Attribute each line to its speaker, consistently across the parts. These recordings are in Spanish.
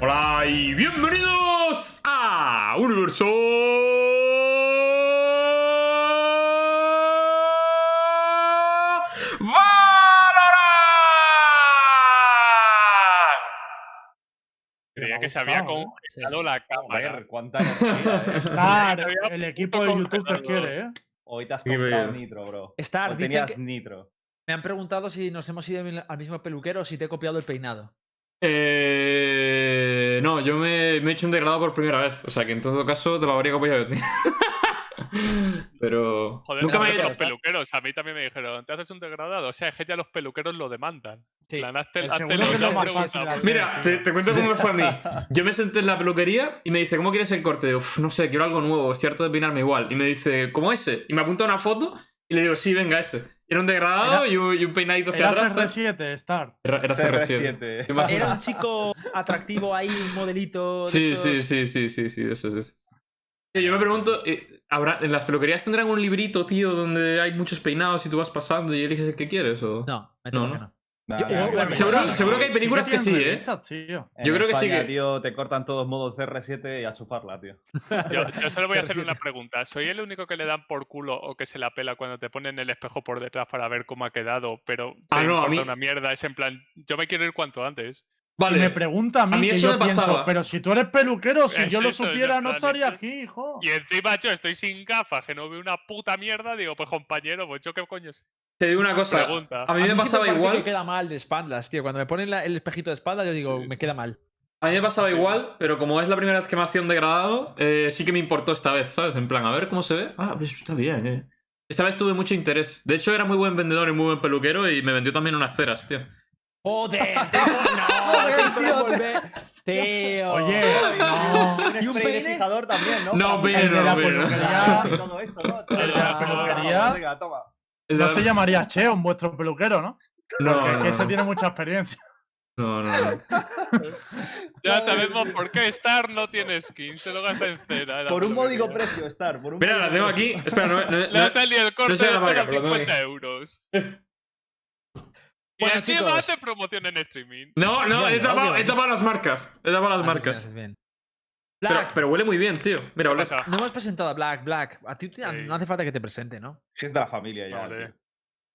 Speaker 1: Hola y bienvenidos a Universo Valorant. Creía que se había
Speaker 2: gustado, ¿eh?
Speaker 1: congelado la
Speaker 3: Joder,
Speaker 1: cámara.
Speaker 3: cuánta energía, eh.
Speaker 2: Ah,
Speaker 1: Había
Speaker 2: el equipo de YouTube te quiere, ¿eh?
Speaker 3: Hoy te has
Speaker 1: Sí,
Speaker 3: comprado
Speaker 1: veo.
Speaker 3: nitro, bro.
Speaker 4: Star,
Speaker 3: Hoy
Speaker 4: dicen
Speaker 3: tenías
Speaker 4: que-
Speaker 3: nitro.
Speaker 4: Me han preguntado si nos hemos ido al mismo peluquero o si te he copiado el peinado.
Speaker 1: Eh, no, yo me, me he hecho un degradado por primera vez. O sea que en todo caso te lo habría copiado yo. Pero.
Speaker 5: Joder,
Speaker 1: nunca
Speaker 5: no,
Speaker 1: me
Speaker 5: pero
Speaker 1: he ido.
Speaker 5: los peluqueros. A mí también me dijeron, te haces un degradado. O sea, es que ya los peluqueros lo demandan.
Speaker 4: Sí.
Speaker 5: En plan, hazte-
Speaker 2: El
Speaker 5: hazte
Speaker 2: segundo
Speaker 5: lo
Speaker 2: es
Speaker 5: que
Speaker 2: lo
Speaker 5: han
Speaker 2: más fácil.
Speaker 5: preguntado.
Speaker 2: hacer,
Speaker 1: Mira, te,
Speaker 2: tío.
Speaker 1: te cuento cómo me fue a mí. Yo me senté en la peluquería y me dice, ¿cómo quieres el corte? Uf, no sé, quiero algo nuevo, es cierto de peinarme igual. Y me dice, ¿cómo ese? Y me apunta una foto y le digo, sí, venga, ese. Era un degradado y, un, y un peinadito hacia
Speaker 2: Era
Speaker 1: atrás.
Speaker 2: R7, Star.
Speaker 1: Era, era CR7.
Speaker 3: CR7.
Speaker 1: Imagina-
Speaker 4: Era un chico atractivo ahí, un modelito. de
Speaker 1: Sí,
Speaker 4: estos-
Speaker 1: sí, sí, sí, sí, sí, eso es. eso es. Que Yo me pregunto, eh, ¿habrá, ¿en las peluquerías tendrán un librito, tío, donde hay muchos peinados y tú vas pasando y eliges el que quieres? O...
Speaker 4: No, me temo
Speaker 1: No,
Speaker 4: que
Speaker 1: no.
Speaker 4: no.
Speaker 3: Nah,
Speaker 4: Yo-
Speaker 3: nah,
Speaker 4: yo-
Speaker 3: claro,
Speaker 1: seguro-
Speaker 3: sí,
Speaker 1: seguro que hay
Speaker 3: sí.
Speaker 1: películas que sí,
Speaker 2: tienen
Speaker 1: ¿eh?
Speaker 2: revistas, tío.
Speaker 3: En
Speaker 1: yo creo que sí
Speaker 3: España,
Speaker 1: que-
Speaker 3: tío, te cortan todos modos CR7 y a chuparla, tío.
Speaker 5: Yo, yo solo voy a hacer
Speaker 4: CR7.
Speaker 5: una pregunta. ¿Soy el único que le dan por culo o que se la pela cuando te ponen el espejo por detrás para ver cómo ha quedado? Pero te
Speaker 1: Ah, no, a
Speaker 5: importa
Speaker 1: mí-
Speaker 5: una mierda. Es en plan, yo me quiero ir cuanto antes.
Speaker 2: Y
Speaker 1: Vale,
Speaker 2: me pregunta a mí,
Speaker 1: A mí
Speaker 2: que
Speaker 1: eso
Speaker 2: yo
Speaker 1: me
Speaker 2: pienso,
Speaker 1: pasaba.
Speaker 2: pero si tú eres peluquero, si
Speaker 5: Es
Speaker 2: yo lo
Speaker 5: eso, yo
Speaker 2: supiera,
Speaker 5: en
Speaker 2: no
Speaker 5: plan,
Speaker 2: estaría
Speaker 5: eso-
Speaker 2: aquí, hijo.
Speaker 5: Y encima yo estoy sin gafas, que no veo una puta mierda. Digo, pues compañero, pues yo qué coño sé?
Speaker 1: te digo una cosa.
Speaker 5: Pregunta.
Speaker 1: A mí me
Speaker 4: siempre
Speaker 1: pasaba
Speaker 4: parece
Speaker 1: igual.
Speaker 4: que queda mal de espaldas, tío. Cuando me ponen la- el espejito de espaldas, yo digo,
Speaker 5: Sí.
Speaker 4: me queda mal.
Speaker 1: A mí me pasaba
Speaker 5: Sí.
Speaker 1: igual, pero como es la primera vez que me hacía un degradado, eh, sí que me importó esta vez, ¿sabes? En plan, a ver cómo se ve. Ah, pues está bien, eh. Esta vez tuve mucho interés. De hecho, era muy buen vendedor y muy buen peluquero y me vendió también unas ceras, tío.
Speaker 4: ¡Joder! ¡No!
Speaker 3: Joder,
Speaker 4: te hizo
Speaker 3: tío,
Speaker 4: devolver- Tío.
Speaker 2: Oye, no.
Speaker 3: Y un spray de fijador también, ¿no?
Speaker 1: No,
Speaker 3: Para
Speaker 1: pero,
Speaker 3: quitar la
Speaker 1: pero.
Speaker 3: peluquería y todo eso, ¿no? Todo
Speaker 5: El de
Speaker 3: eso.
Speaker 5: la
Speaker 2: peluquería.
Speaker 3: Venga, toma.
Speaker 2: No
Speaker 1: La-
Speaker 2: se llamaría Cheon vuestro peluquero, ¿no?
Speaker 1: No,
Speaker 2: Porque es
Speaker 1: no,
Speaker 2: que ese
Speaker 1: no.
Speaker 2: tiene mucha experiencia.
Speaker 1: No, no, no.
Speaker 5: Ya
Speaker 3: Joder.
Speaker 5: sabemos por qué Star no tiene skin, se lo gasta en cena. la
Speaker 3: Por un
Speaker 5: puta que
Speaker 3: módico
Speaker 5: parió.
Speaker 3: precio, Star. Por un
Speaker 1: Mira,
Speaker 3: módico
Speaker 1: la tengo
Speaker 3: precio.
Speaker 1: aquí. Espera, no, no,
Speaker 5: Le ha
Speaker 1: no-
Speaker 5: salido el corte
Speaker 1: sé la
Speaker 5: de
Speaker 1: marca,
Speaker 5: marca,
Speaker 1: pero lo tengo
Speaker 5: 50 euros. y
Speaker 4: Bueno,
Speaker 5: encima
Speaker 4: chicos.
Speaker 5: hace promoción en streaming.
Speaker 1: no, no, he
Speaker 4: Obvio,
Speaker 1: tapado,
Speaker 4: obvio.
Speaker 1: he tapado las marcas. He tapado
Speaker 2: Ah,
Speaker 1: las
Speaker 4: Haces bien,
Speaker 1: marcas.
Speaker 4: haces bien.
Speaker 1: Pero,
Speaker 4: Black,
Speaker 1: pero huele muy bien, tío. Mira, huele.
Speaker 5: Pasa.
Speaker 4: no hemos presentado a Black, Black. A ti te-
Speaker 5: Sí.
Speaker 4: no hace falta que te presente, ¿no?
Speaker 3: Que es de la familia ya.
Speaker 5: Vale.
Speaker 3: tío.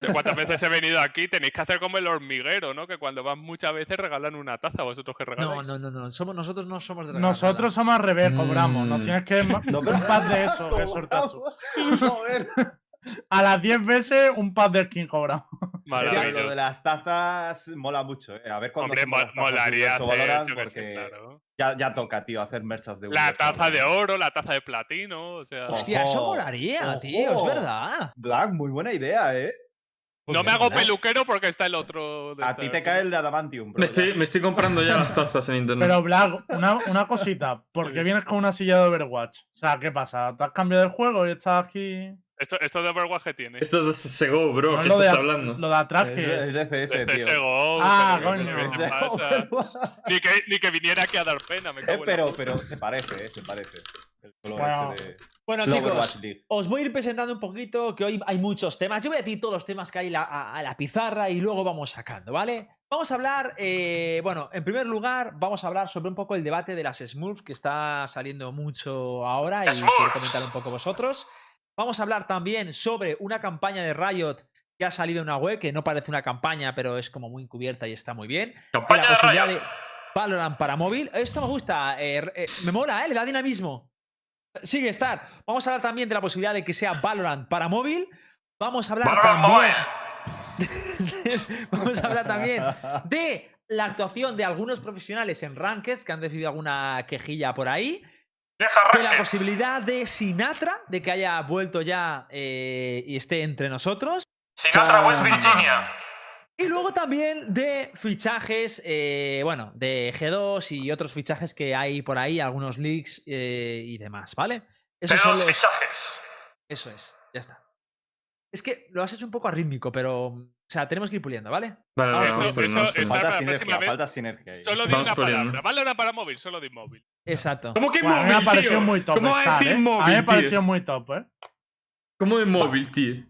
Speaker 5: ¿De cuántas veces he venido aquí? Tenéis que hacer como el hormiguero, ¿no? Que cuando vas muchas veces regalan una taza, vosotros que regaláis.
Speaker 4: No, no, no, no. Somos, nosotros no somos de regalar
Speaker 2: Nosotros somos al revés, cobramos. No
Speaker 1: Mm.
Speaker 2: tienes que.
Speaker 3: No, pero-
Speaker 2: Un pack de eso, que sortas tú.
Speaker 3: Joder.
Speaker 2: A las 10 veces, un pack de skin cobramos.
Speaker 3: Pero
Speaker 5: Maravilloso.
Speaker 3: lo de las tazas mola mucho, eh. A ver cuándo
Speaker 5: Hombre,
Speaker 3: hacemos
Speaker 5: mo-
Speaker 3: las tazas
Speaker 5: molaría
Speaker 3: de
Speaker 5: hacer,
Speaker 3: Universo Valorant,
Speaker 5: yo que sé,
Speaker 3: porque
Speaker 5: claro.
Speaker 3: ya, ya toca, tío, hacer merchas de
Speaker 5: La
Speaker 3: Universo
Speaker 5: taza
Speaker 3: Valorant.
Speaker 5: de oro, la taza de platino, o sea...
Speaker 4: nada. Hostia, eso
Speaker 3: Ojo.
Speaker 4: molaría,
Speaker 3: Ojo.
Speaker 4: tío. Es verdad.
Speaker 3: Black, muy buena idea, eh.
Speaker 4: Pues
Speaker 5: No me hago
Speaker 4: verdad.
Speaker 5: peluquero porque está el otro... de
Speaker 3: A
Speaker 5: esta,
Speaker 3: ti te
Speaker 5: ¿sí?
Speaker 3: cae el de Adamantium, bro.
Speaker 1: Me estoy,
Speaker 3: ya.
Speaker 1: me estoy comprando ya las tazas en internet.
Speaker 2: Pero, Black, una, una cosita. ¿Por qué vienes con una silla de Overwatch? O sea, ¿qué pasa? ¿Te has cambiado el juego y estás aquí?
Speaker 5: Esto, esto de Overwatch que tiene.
Speaker 1: Esto es Sego, bro.
Speaker 2: No,
Speaker 1: ¿Qué
Speaker 2: lo de
Speaker 1: estás
Speaker 2: a-
Speaker 1: hablando?
Speaker 2: Lo de atrás que
Speaker 3: Es,
Speaker 2: es.
Speaker 3: es de CS,
Speaker 5: Este
Speaker 3: tío. Eh,
Speaker 5: es Go,
Speaker 2: Ah,
Speaker 5: pero ¿qué
Speaker 2: coño.
Speaker 5: te pasa? Ni que, ni que viniera aquí a dar pena, me cago
Speaker 3: Eh,
Speaker 5: en la
Speaker 3: pero,
Speaker 5: puta.
Speaker 3: pero se parece, eh, se parece. El color
Speaker 2: Bueno.
Speaker 3: ese de
Speaker 4: Bueno,
Speaker 3: Global
Speaker 4: chicos,
Speaker 3: Watch League.
Speaker 4: os voy a ir presentando un poquito, que hoy hay muchos temas. Yo voy a decir todos los temas que hay la- a, a la pizarra y luego vamos sacando, ¿vale? Vamos a hablar, eh, bueno, en primer lugar, vamos a hablar sobre un poco el debate de las Smurfs, que está saliendo mucho ahora y quiero comentar un poco vosotros. Vamos a hablar también sobre una campaña de Riot que ha salido en una web, que no parece una campaña, pero es como muy encubierta y está muy bien. de la posibilidad pues de Valorant para móvil. Esto me gusta, eh, r- eh, me mola, eh, le da dinamismo. Sigue, Star. Vamos a hablar también de la posibilidad de que sea Valorant para móvil. Vamos a hablar también- Vamos a hablar también de la actuación de algunos profesionales en Rankeds que han recibido alguna quejilla por ahí. De la posibilidad de Sinatra, de que haya vuelto ya eh, y esté entre nosotros.
Speaker 3: Sinatra, West Virginia.
Speaker 4: Y luego también de fichajes, eh, bueno, de G2 y otros fichajes que hay por ahí, algunos leaks eh, y demás, ¿vale? Esos son los-
Speaker 1: fichajes.
Speaker 4: Eso es, ya está. Es que lo has hecho un poco arrítmico, pero. O sea, tenemos que ir puliendo, ¿vale?
Speaker 1: Vale, vale,
Speaker 5: Eso-
Speaker 1: vamos por ahí,
Speaker 5: eso-
Speaker 1: vamos por ahí.
Speaker 5: esa-
Speaker 3: Falta
Speaker 5: la
Speaker 3: sinergia,
Speaker 5: próxima vez-
Speaker 3: falta sinergia. ahí.
Speaker 5: Solo di
Speaker 1: Vamos
Speaker 5: una
Speaker 1: por el-
Speaker 5: palabra. Valorant para móvil, solo di móvil.
Speaker 4: Exacto.
Speaker 1: ¿Cómo que
Speaker 2: Bueno, a mí me ha
Speaker 1: móvil,
Speaker 2: parecido
Speaker 1: tío?
Speaker 2: muy top.
Speaker 1: ¿Cómo
Speaker 2: Star,
Speaker 1: decir
Speaker 2: ¿eh? A mí me ha
Speaker 1: móvil,
Speaker 2: parecido
Speaker 1: tío?
Speaker 2: muy top, ¿eh?
Speaker 1: ¿Cómo es móvil, tío?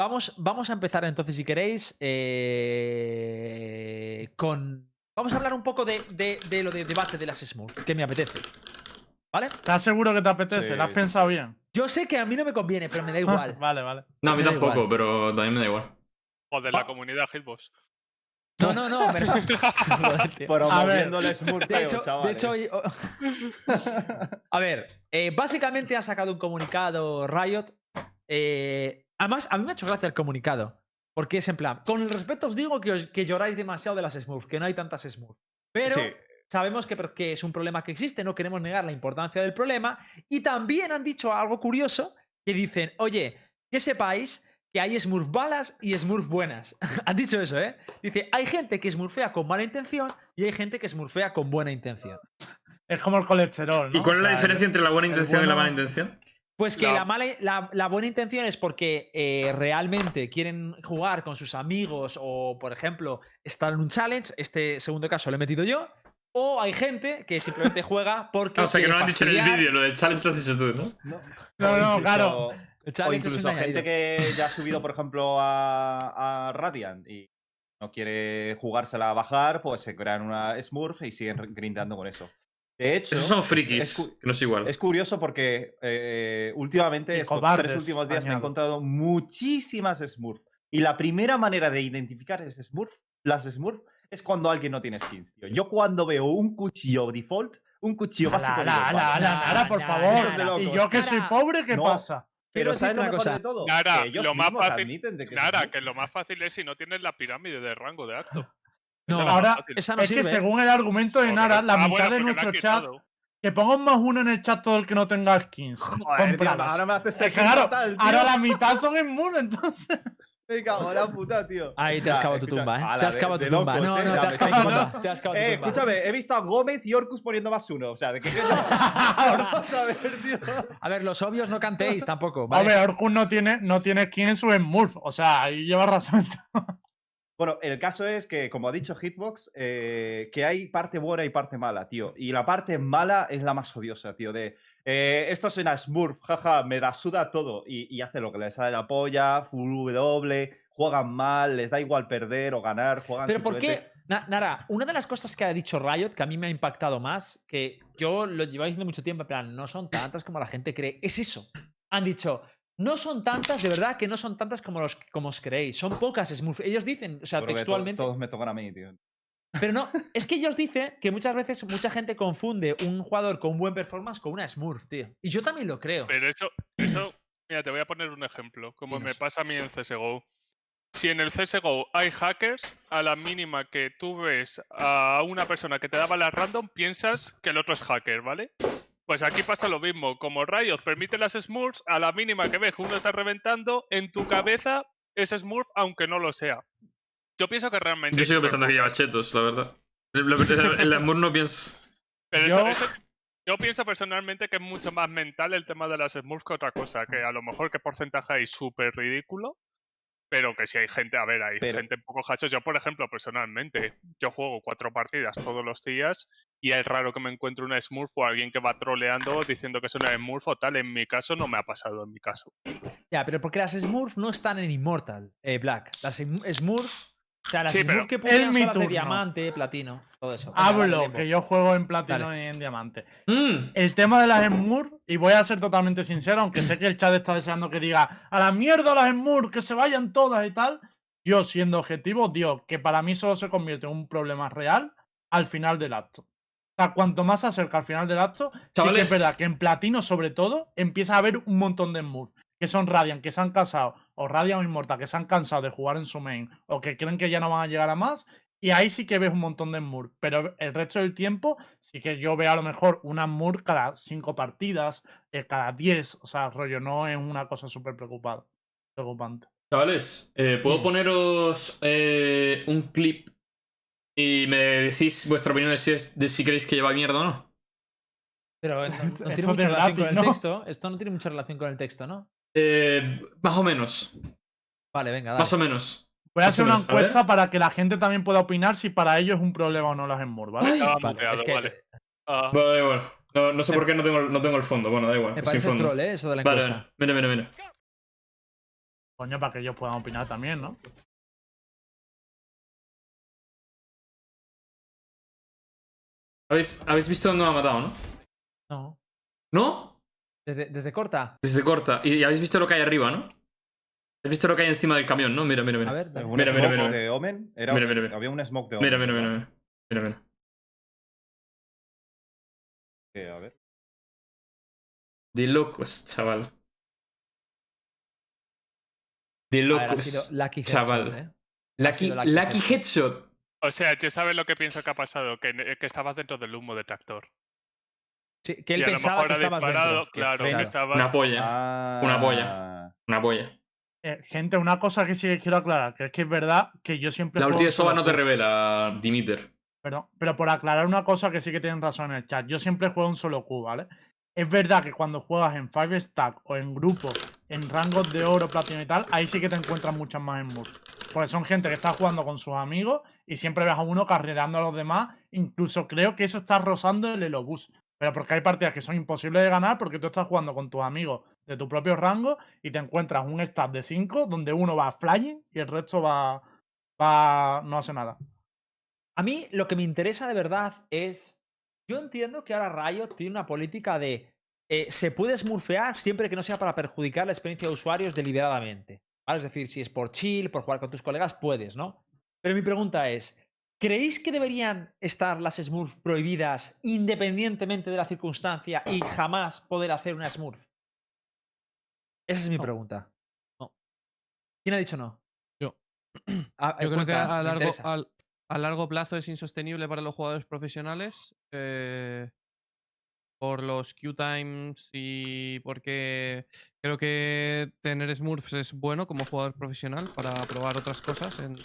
Speaker 4: Vamos, vamos a empezar entonces, si queréis, eh, con. Vamos a hablar un poco de, de- de lo de debate de las Smurfs, que me apetece. ¿Vale?
Speaker 2: ¿Estás seguro que te apetece?
Speaker 3: Sí,
Speaker 2: ¿Lo has
Speaker 3: sí,
Speaker 2: pensado bien?
Speaker 4: Yo sé que a mí no me conviene, pero me da igual.
Speaker 2: vale, vale.
Speaker 1: No, a mí
Speaker 4: Me da igual.
Speaker 1: tampoco, pero también me da igual.
Speaker 5: Joder,
Speaker 3: Ah.
Speaker 5: la comunidad Hitbox.
Speaker 4: No, no, no. me- Joder, tío.
Speaker 3: Promoviendo el eh. Smurf,
Speaker 4: De hecho, de
Speaker 3: chavales.
Speaker 4: hecho, hoy- o- a ver, eh, básicamente ha sacado un comunicado Riot. eh, además, a mí me ha hecho gracia el comunicado. Porque es en plan, con el respeto os digo que, os- que lloráis demasiado de las Smurfs, que no hay tantas Smurfs. Pero
Speaker 3: Sí.
Speaker 4: sabemos que, pero que es un problema que existe, no queremos negar la importancia del problema. Y también han dicho algo curioso, que dicen, oye, que sepáis que hay Smurf balas y Smurf buenas. han dicho eso, ¿eh? Dice, hay gente que smurfea con mala intención y hay gente que smurfea con buena intención.
Speaker 2: Es como el colesterol. ¿no?
Speaker 1: ¿Y cuál es
Speaker 2: O
Speaker 1: la
Speaker 2: sea,
Speaker 1: diferencia entre la buena
Speaker 2: el
Speaker 1: intención y la
Speaker 2: bueno-
Speaker 1: mala intención?
Speaker 4: Pues que
Speaker 5: La-
Speaker 4: la, mala, la, la buena intención es porque eh, realmente quieren jugar con sus amigos o, por ejemplo, están en un challenge. Este segundo caso lo he metido yo. O hay gente que simplemente juega porque.
Speaker 1: Ah, o sea, que no
Speaker 4: quiere
Speaker 1: lo han dicho en el
Speaker 4: fastidiar.
Speaker 1: vídeo, lo del challenge lo has dicho tú, ¿no?
Speaker 3: No,
Speaker 2: No,
Speaker 3: o
Speaker 2: no,
Speaker 3: incluso-
Speaker 2: claro.
Speaker 4: El
Speaker 3: O
Speaker 4: challenge es
Speaker 3: incluso
Speaker 4: un
Speaker 3: gente
Speaker 4: añadido.
Speaker 3: que ya ha subido, por ejemplo, a, a Radiant y no quiere jugársela a bajar, pues se crean una Smurf y siguen grindando con eso. De hecho,
Speaker 1: Esos son
Speaker 3: Es
Speaker 1: frikis,
Speaker 3: cu-
Speaker 1: que no es igual.
Speaker 3: es curioso porque eh,
Speaker 2: Y
Speaker 3: últimamente, estos
Speaker 2: cobardes,
Speaker 3: tres últimos días, me he
Speaker 2: añado.
Speaker 3: encontrado muchísimas Smurf. Y la primera manera de identificar es Smurf, las Smurf, es cuando alguien no tiene skins, tío. Yo cuando veo un cuchillo default, un cuchillo
Speaker 2: Ala,
Speaker 3: básico. digo,
Speaker 2: ala, ala,
Speaker 3: "Vale".
Speaker 2: ala,
Speaker 4: Nah,
Speaker 2: nada, por
Speaker 4: nah,
Speaker 3: nah, nah.
Speaker 2: favor. Y yo que soy
Speaker 4: Nada.
Speaker 2: pobre, ¿qué
Speaker 3: No.
Speaker 2: pasa?
Speaker 4: Quiero
Speaker 3: Pero
Speaker 4: decirte
Speaker 3: ¿sabes lo
Speaker 4: una
Speaker 3: mejor de
Speaker 4: cosa.
Speaker 3: todo?
Speaker 5: Nara,
Speaker 3: Que ellos
Speaker 5: lo más
Speaker 3: mismos
Speaker 5: fácil-
Speaker 3: admiten de que es
Speaker 5: Nara,
Speaker 3: Smurf.
Speaker 5: que lo más fácil es si no tienes la pirámide de rango de acto.
Speaker 4: No,
Speaker 5: Esa es la
Speaker 2: ahora-
Speaker 5: más fácil.
Speaker 4: Esa no
Speaker 2: es que
Speaker 4: sirve. ¿eh?
Speaker 2: según el argumento de
Speaker 5: Joder.
Speaker 2: Nara, la
Speaker 5: Ah,
Speaker 2: mitad
Speaker 5: bueno,
Speaker 2: de
Speaker 5: porque la han
Speaker 2: nuestro chat,
Speaker 5: quitado.
Speaker 2: que ponga un más uno en el chat todo el que no tenga skins.
Speaker 3: Joder, tío,
Speaker 2: Compradas.
Speaker 3: ahora me haces
Speaker 2: Es que
Speaker 3: sentir
Speaker 2: claro,
Speaker 3: fatal, tío.
Speaker 2: ahora la mitad son en muro, entonces.
Speaker 3: Me cago en la puta, tío.
Speaker 4: Ahí te
Speaker 3: Ya,
Speaker 4: has cavado tu
Speaker 3: escucha,
Speaker 4: tumba,
Speaker 3: ala,
Speaker 4: ¿eh? Te has
Speaker 3: de-
Speaker 4: cavado
Speaker 3: de
Speaker 4: tu tumba.
Speaker 3: locos,
Speaker 4: No,
Speaker 3: eh,
Speaker 4: no,
Speaker 3: la
Speaker 4: te has
Speaker 3: verdad.
Speaker 4: cavado tu tumba. Te has cavado
Speaker 3: Eh,
Speaker 4: tu tumba.
Speaker 3: escúchame, he visto a Gómez y Orcus poniendo más uno. O sea, ¿de qué coño? Vamos a ver, tío.
Speaker 4: A ver, los obvios no cantéis tampoco.
Speaker 2: A
Speaker 4: ¿vale?
Speaker 2: ver, Orkun no tiene, no tiene skin en su Smurf. O sea, ahí lleva razón.
Speaker 3: Bueno, el caso es que, como ha dicho Hitbox, eh, que hay parte buena y parte mala, tío. Y la parte mala es la más odiosa, tío. De eh, esto es una Smurf, jaja, me da suda todo. Y, y hace lo que les sale la polla, full W, juegan mal, les da igual perder o ganar, juegan
Speaker 4: Pero ¿por
Speaker 3: simplemente-
Speaker 4: qué? Na- Nara, una de las cosas que ha dicho Riot que a mí me ha impactado más, que yo lo llevaba diciendo mucho tiempo, en plan, no son tantas como la gente cree, es eso. Han dicho, no son tantas, de verdad que no son tantas como, los, como os creéis, son pocas Smurf. Ellos dicen, o sea,
Speaker 3: Porque to-
Speaker 4: textualmente.
Speaker 3: todos me tocan a mí, tío.
Speaker 4: Pero no, es que ellos dicen que muchas veces mucha gente confunde un jugador con buen performance con una Smurf, tío. Y yo también lo creo.
Speaker 5: Pero eso, eso, mira, te voy a poner un ejemplo, como me
Speaker 4: Dinos.
Speaker 5: pasa a mí en CSGO. Si en el CSGO hay hackers, a la mínima que tú ves a una persona que te da balas random, piensas que el otro es hacker, ¿vale? Pues aquí pasa lo mismo. Como Riot permite las smurfs, a la mínima que ves que uno está reventando, en tu cabeza es smurf, aunque no lo sea. Yo pienso que realmente.
Speaker 1: Yo
Speaker 5: hay
Speaker 1: sigo
Speaker 5: smurf.
Speaker 1: pensando que lleva chetos, la verdad. El- el- El amor no pienso.
Speaker 5: Pero eso-
Speaker 2: Yo-
Speaker 5: eso- yo pienso personalmente que es mucho más mental el tema de las Smurfs que otra cosa, que a lo mejor que porcentaje hay súper ridículo, pero que si hay gente, a ver, hay
Speaker 3: Pero-
Speaker 5: gente un poco hachos. Yo, por ejemplo, personalmente, yo juego cuatro partidas todos los días y es raro que me encuentre una Smurf o alguien que va troleando diciendo que es una Smurf o tal. En mi caso no me ha pasado, en mi caso.
Speaker 4: Ya, pero porque las Smurf no están en Immortal, eh, Black. Las Smurf. O sea, las
Speaker 5: Sí, pero-
Speaker 4: Smurf que publican
Speaker 2: mi
Speaker 4: son las de
Speaker 2: turno.
Speaker 4: diamante, platino, todo eso. Venga, dale
Speaker 2: Hablo,
Speaker 4: tiempo.
Speaker 2: que yo juego en platino
Speaker 4: Dale.
Speaker 2: y en diamante.
Speaker 1: Mm,
Speaker 2: El tema de las Smurf, y voy a ser totalmente sincero, aunque sé que el chat está deseando que diga a la mierda las Smurf, que se vayan todas y tal. Yo, siendo objetivo, digo que para mí solo se convierte en un problema real al final del acto. O sea, cuanto más se acerca al final del acto, sí que
Speaker 1: Chavales.
Speaker 2: es verdad que en platino, sobre todo, empieza a haber un montón de Smurf que son Radiant, que se han cansado, o Radiant o Inmortal, que se han cansado de jugar en su main, o que creen que ya no van a llegar a más, y ahí sí que ves un montón de Smurf. Pero el resto del tiempo sí que yo veo a lo mejor una Smurf cada cinco partidas, eh, cada 10, o sea, rollo, no es una cosa súper preocupada. Preocupante.
Speaker 1: Chavales, eh, ¿puedo
Speaker 4: Mm.
Speaker 1: poneros eh, un clip y me decís vuestra opinión de si, es- de si creéis que lleva mierda o no?
Speaker 4: Pero no, no
Speaker 2: Esto
Speaker 4: tiene
Speaker 2: es
Speaker 4: mucha relación
Speaker 2: gratis,
Speaker 4: con el
Speaker 2: ¿no?
Speaker 4: texto. Esto no tiene mucha relación con el texto, ¿no?
Speaker 1: Eh, más o menos,
Speaker 4: Vale, venga, dale.
Speaker 1: más o menos.
Speaker 2: Voy a
Speaker 1: Eso
Speaker 2: hacer una
Speaker 1: es, a ver.
Speaker 2: encuesta para que la gente también pueda opinar si para ellos es un problema o no las Smurf, ¿vale?
Speaker 1: Ay,
Speaker 5: Estaba
Speaker 4: Vale,
Speaker 5: muteado,
Speaker 4: es que
Speaker 5: vale. Ah,
Speaker 1: Bueno, da igual. No, no sé por qué no tengo, no tengo el fondo. Bueno, da igual.
Speaker 4: me
Speaker 1: sin
Speaker 4: parece
Speaker 1: fondo.
Speaker 4: troll, ¿eh? Eso de la
Speaker 1: Vale,
Speaker 4: encuesta.
Speaker 1: vale. Mira, mira, mira.
Speaker 2: Coño, para que ellos puedan opinar también, ¿no?
Speaker 1: ¿Habéis, habéis visto dónde me ha matado, no?
Speaker 4: No.
Speaker 1: ¿No?
Speaker 4: Desde, desde corta.
Speaker 1: Desde corta. Y, y habéis visto lo que hay arriba, ¿no? Habéis visto lo que hay encima del camión, ¿no? Mira, mira, mira.
Speaker 4: A ver,
Speaker 3: ¿Algún
Speaker 1: Mira, mira,
Speaker 3: smoke
Speaker 1: mira,
Speaker 3: de Omen? Era
Speaker 1: Mira,
Speaker 3: un-
Speaker 1: mira, mira.
Speaker 3: Había un smoke de Omen.
Speaker 1: Mira, mira, mira, mira. Mira, mira.
Speaker 3: Eh, a ver.
Speaker 1: De locos, chaval. De
Speaker 4: a ver, ha
Speaker 1: locos.
Speaker 4: sido Lucky Headshot,
Speaker 1: chaval.
Speaker 4: ¿eh? ha
Speaker 1: Lucky,
Speaker 4: sido
Speaker 1: lucky,
Speaker 4: lucky
Speaker 1: headshot.
Speaker 5: O sea, ya sabes lo que pienso que ha pasado, que, que estabas dentro del humo detractor.
Speaker 4: Sí, que él
Speaker 5: y a lo
Speaker 4: pensaba
Speaker 5: mejor
Speaker 4: que
Speaker 5: ha
Speaker 4: estabas
Speaker 5: disparado,
Speaker 4: dentro.
Speaker 5: claro,
Speaker 3: Claro.
Speaker 5: que estabas...
Speaker 1: Una
Speaker 4: Ah.
Speaker 1: polla.
Speaker 3: Ah.
Speaker 1: Una
Speaker 3: polla.
Speaker 1: Una polla.
Speaker 2: Eh, gente, una cosa que sí que quiero aclarar, que es que es verdad que yo siempre...
Speaker 1: La
Speaker 2: juego
Speaker 1: ulti de
Speaker 2: un solo
Speaker 1: Soba no te
Speaker 2: juego.
Speaker 1: revela, Dimiter.
Speaker 2: Perdón, pero por aclarar una cosa que sí que tienen razón en el chat, yo siempre juego en solo Q, ¿vale? Es verdad que cuando juegas en 5 stack o en grupos, en rangos de oro, platino y tal, ahí sí que te encuentras muchas más en moves. Porque son gente que está jugando con sus amigos y siempre ves a uno carrerando a los demás. Incluso creo que eso está rozando el Elobus. Pero porque hay partidas que son imposibles de ganar porque tú estás jugando con tus amigos de tu propio rango y te encuentras un stat de 5 donde uno va flying y el resto va. va no hace nada.
Speaker 4: A mí lo que me interesa de verdad es. Yo entiendo que ahora Riot tiene una política de. eh, se puede smurfear siempre que no sea para perjudicar la experiencia de usuarios deliberadamente. ¿vale? Es decir, si es por chill, por jugar con tus colegas, puedes, ¿no? Pero mi pregunta es: ¿creéis que deberían estar las smurf prohibidas independientemente de la circunstancia y jamás poder hacer una smurf? Esa es mi pregunta.
Speaker 6: No.
Speaker 4: ¿Quién ha dicho no?
Speaker 6: Yo.
Speaker 4: Ah, eh,
Speaker 6: Yo creo que
Speaker 4: cuenta,
Speaker 6: a
Speaker 4: me
Speaker 6: largo,
Speaker 4: interesa.
Speaker 6: al- a largo plazo es insostenible para los jugadores profesionales. eh, por los queue times y porque creo que tener Smurfs es bueno como jugador profesional para probar otras cosas en-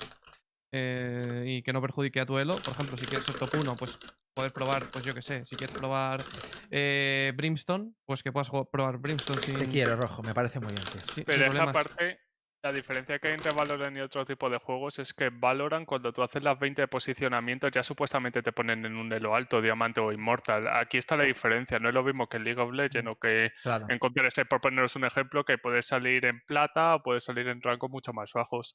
Speaker 6: eh, y que no perjudique a tu elo. Por ejemplo, si quieres ser top 1, pues poder probar, pues yo qué sé, si quieres probar eh, Brimstone, pues que puedas jugar- probar Brimstone sin,
Speaker 4: Te quiero, rojo, me parece muy bien. tío.
Speaker 6: sin- sin
Speaker 5: Pero esa
Speaker 6: problemas.
Speaker 5: parte, la diferencia que hay entre Valorant y otro tipo de juegos es que en Valorant, cuando tú haces las 20 de posicionamiento, ya supuestamente te ponen en un elo alto, diamante o inmortal. Aquí está la diferencia, no es lo mismo que en League of Legends o que
Speaker 4: Claro.
Speaker 5: en Counter-Strike, por poneros un ejemplo, que puedes salir en plata o puedes salir en rangos mucho más bajos.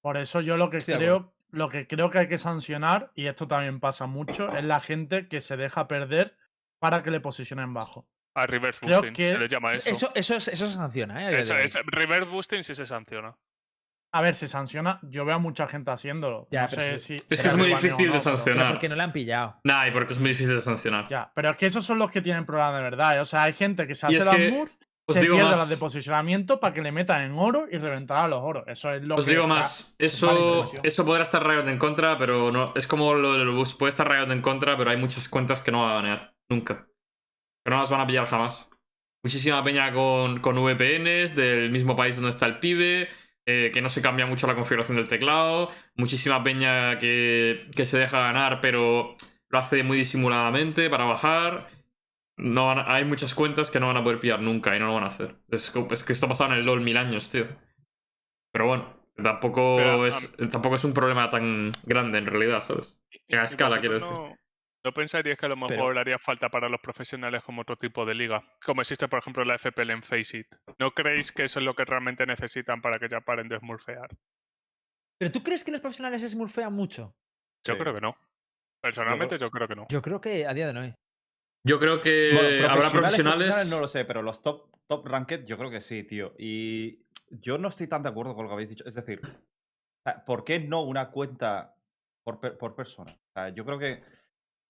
Speaker 2: Por eso yo lo que
Speaker 4: Estoy de
Speaker 2: creo, lo que creo que hay que sancionar, y esto también pasa mucho, es la gente que se deja perder para que le posicionen bajo.
Speaker 5: A reverse
Speaker 2: Creo
Speaker 5: boosting,
Speaker 2: que
Speaker 5: se le llama eso.
Speaker 4: Eso, eso, es- eso se sanciona, ¿eh? a día
Speaker 5: Eso
Speaker 4: de hoy.
Speaker 5: es- reverse boosting sí se sanciona.
Speaker 2: A ver, se sanciona. Yo veo a mucha gente haciéndolo.
Speaker 4: Ya,
Speaker 2: no
Speaker 4: pero
Speaker 2: sé
Speaker 4: eso-
Speaker 2: si.
Speaker 1: Es
Speaker 4: que es muy
Speaker 2: legal o
Speaker 1: difícil de
Speaker 2: no, pero-
Speaker 1: sancionar.
Speaker 4: Pero porque no la han pillado.
Speaker 1: Nah, y porque es muy difícil de sancionar.
Speaker 2: Ya, pero es que esos son los que tienen problemas de verdad. ¿eh? O sea, hay gente que se
Speaker 1: Y
Speaker 2: hace
Speaker 1: es
Speaker 2: las
Speaker 1: que
Speaker 2: mur,
Speaker 1: os
Speaker 2: se
Speaker 1: digo
Speaker 2: pierde
Speaker 1: más.
Speaker 2: las de posicionamiento para que le metan en oro y reventar a los oros. Eso es lo
Speaker 1: Os
Speaker 2: que.
Speaker 1: digo
Speaker 2: o sea,
Speaker 1: más,
Speaker 2: mala
Speaker 1: eso,
Speaker 2: información.
Speaker 1: eso podrá estar Riot en contra, pero no. Es como lo del bus, puede estar Riot en contra, pero hay muchas cuentas que no va a ganar, nunca. Que no las van a pillar jamás. Muchísima peña con, con VPNs, del mismo país donde está el pibe, eh, que no se cambia mucho la configuración del teclado, muchísima peña que, que se deja ganar, pero lo hace muy disimuladamente para bajar. No van a- hay muchas cuentas que no van a poder pillar nunca y no lo van a hacer. Es que, es que esto ha pasado en el LOL mil años, tío. Pero bueno, tampoco,
Speaker 5: Pero,
Speaker 1: es, tampoco es un problema tan grande en realidad, ¿sabes? En la
Speaker 5: Y
Speaker 1: escala, quiero decir.
Speaker 5: vosotros No, ¿no pensaríais que a lo mejor
Speaker 3: Pero-
Speaker 5: haría falta para los profesionales como otro tipo de liga? Como existe, por ejemplo, la FPL en Faceit. ¿No creéis que eso es lo que realmente necesitan para que ya paren de smurfear?
Speaker 4: ¿Pero tú crees que los profesionales smurfean mucho?
Speaker 5: Yo
Speaker 3: Sí.
Speaker 5: creo que no. Personalmente, yo creo que no.
Speaker 4: Yo creo que a día de hoy.
Speaker 1: Yo creo que
Speaker 3: Bueno,
Speaker 1: Eh, habrá profesionales.
Speaker 3: No lo sé, pero los top, top ranked yo creo que sí, tío. Y yo no estoy tan de acuerdo con lo que habéis dicho. Es decir, o sea, ¿por qué no una cuenta por, per- por persona? O sea, yo creo que.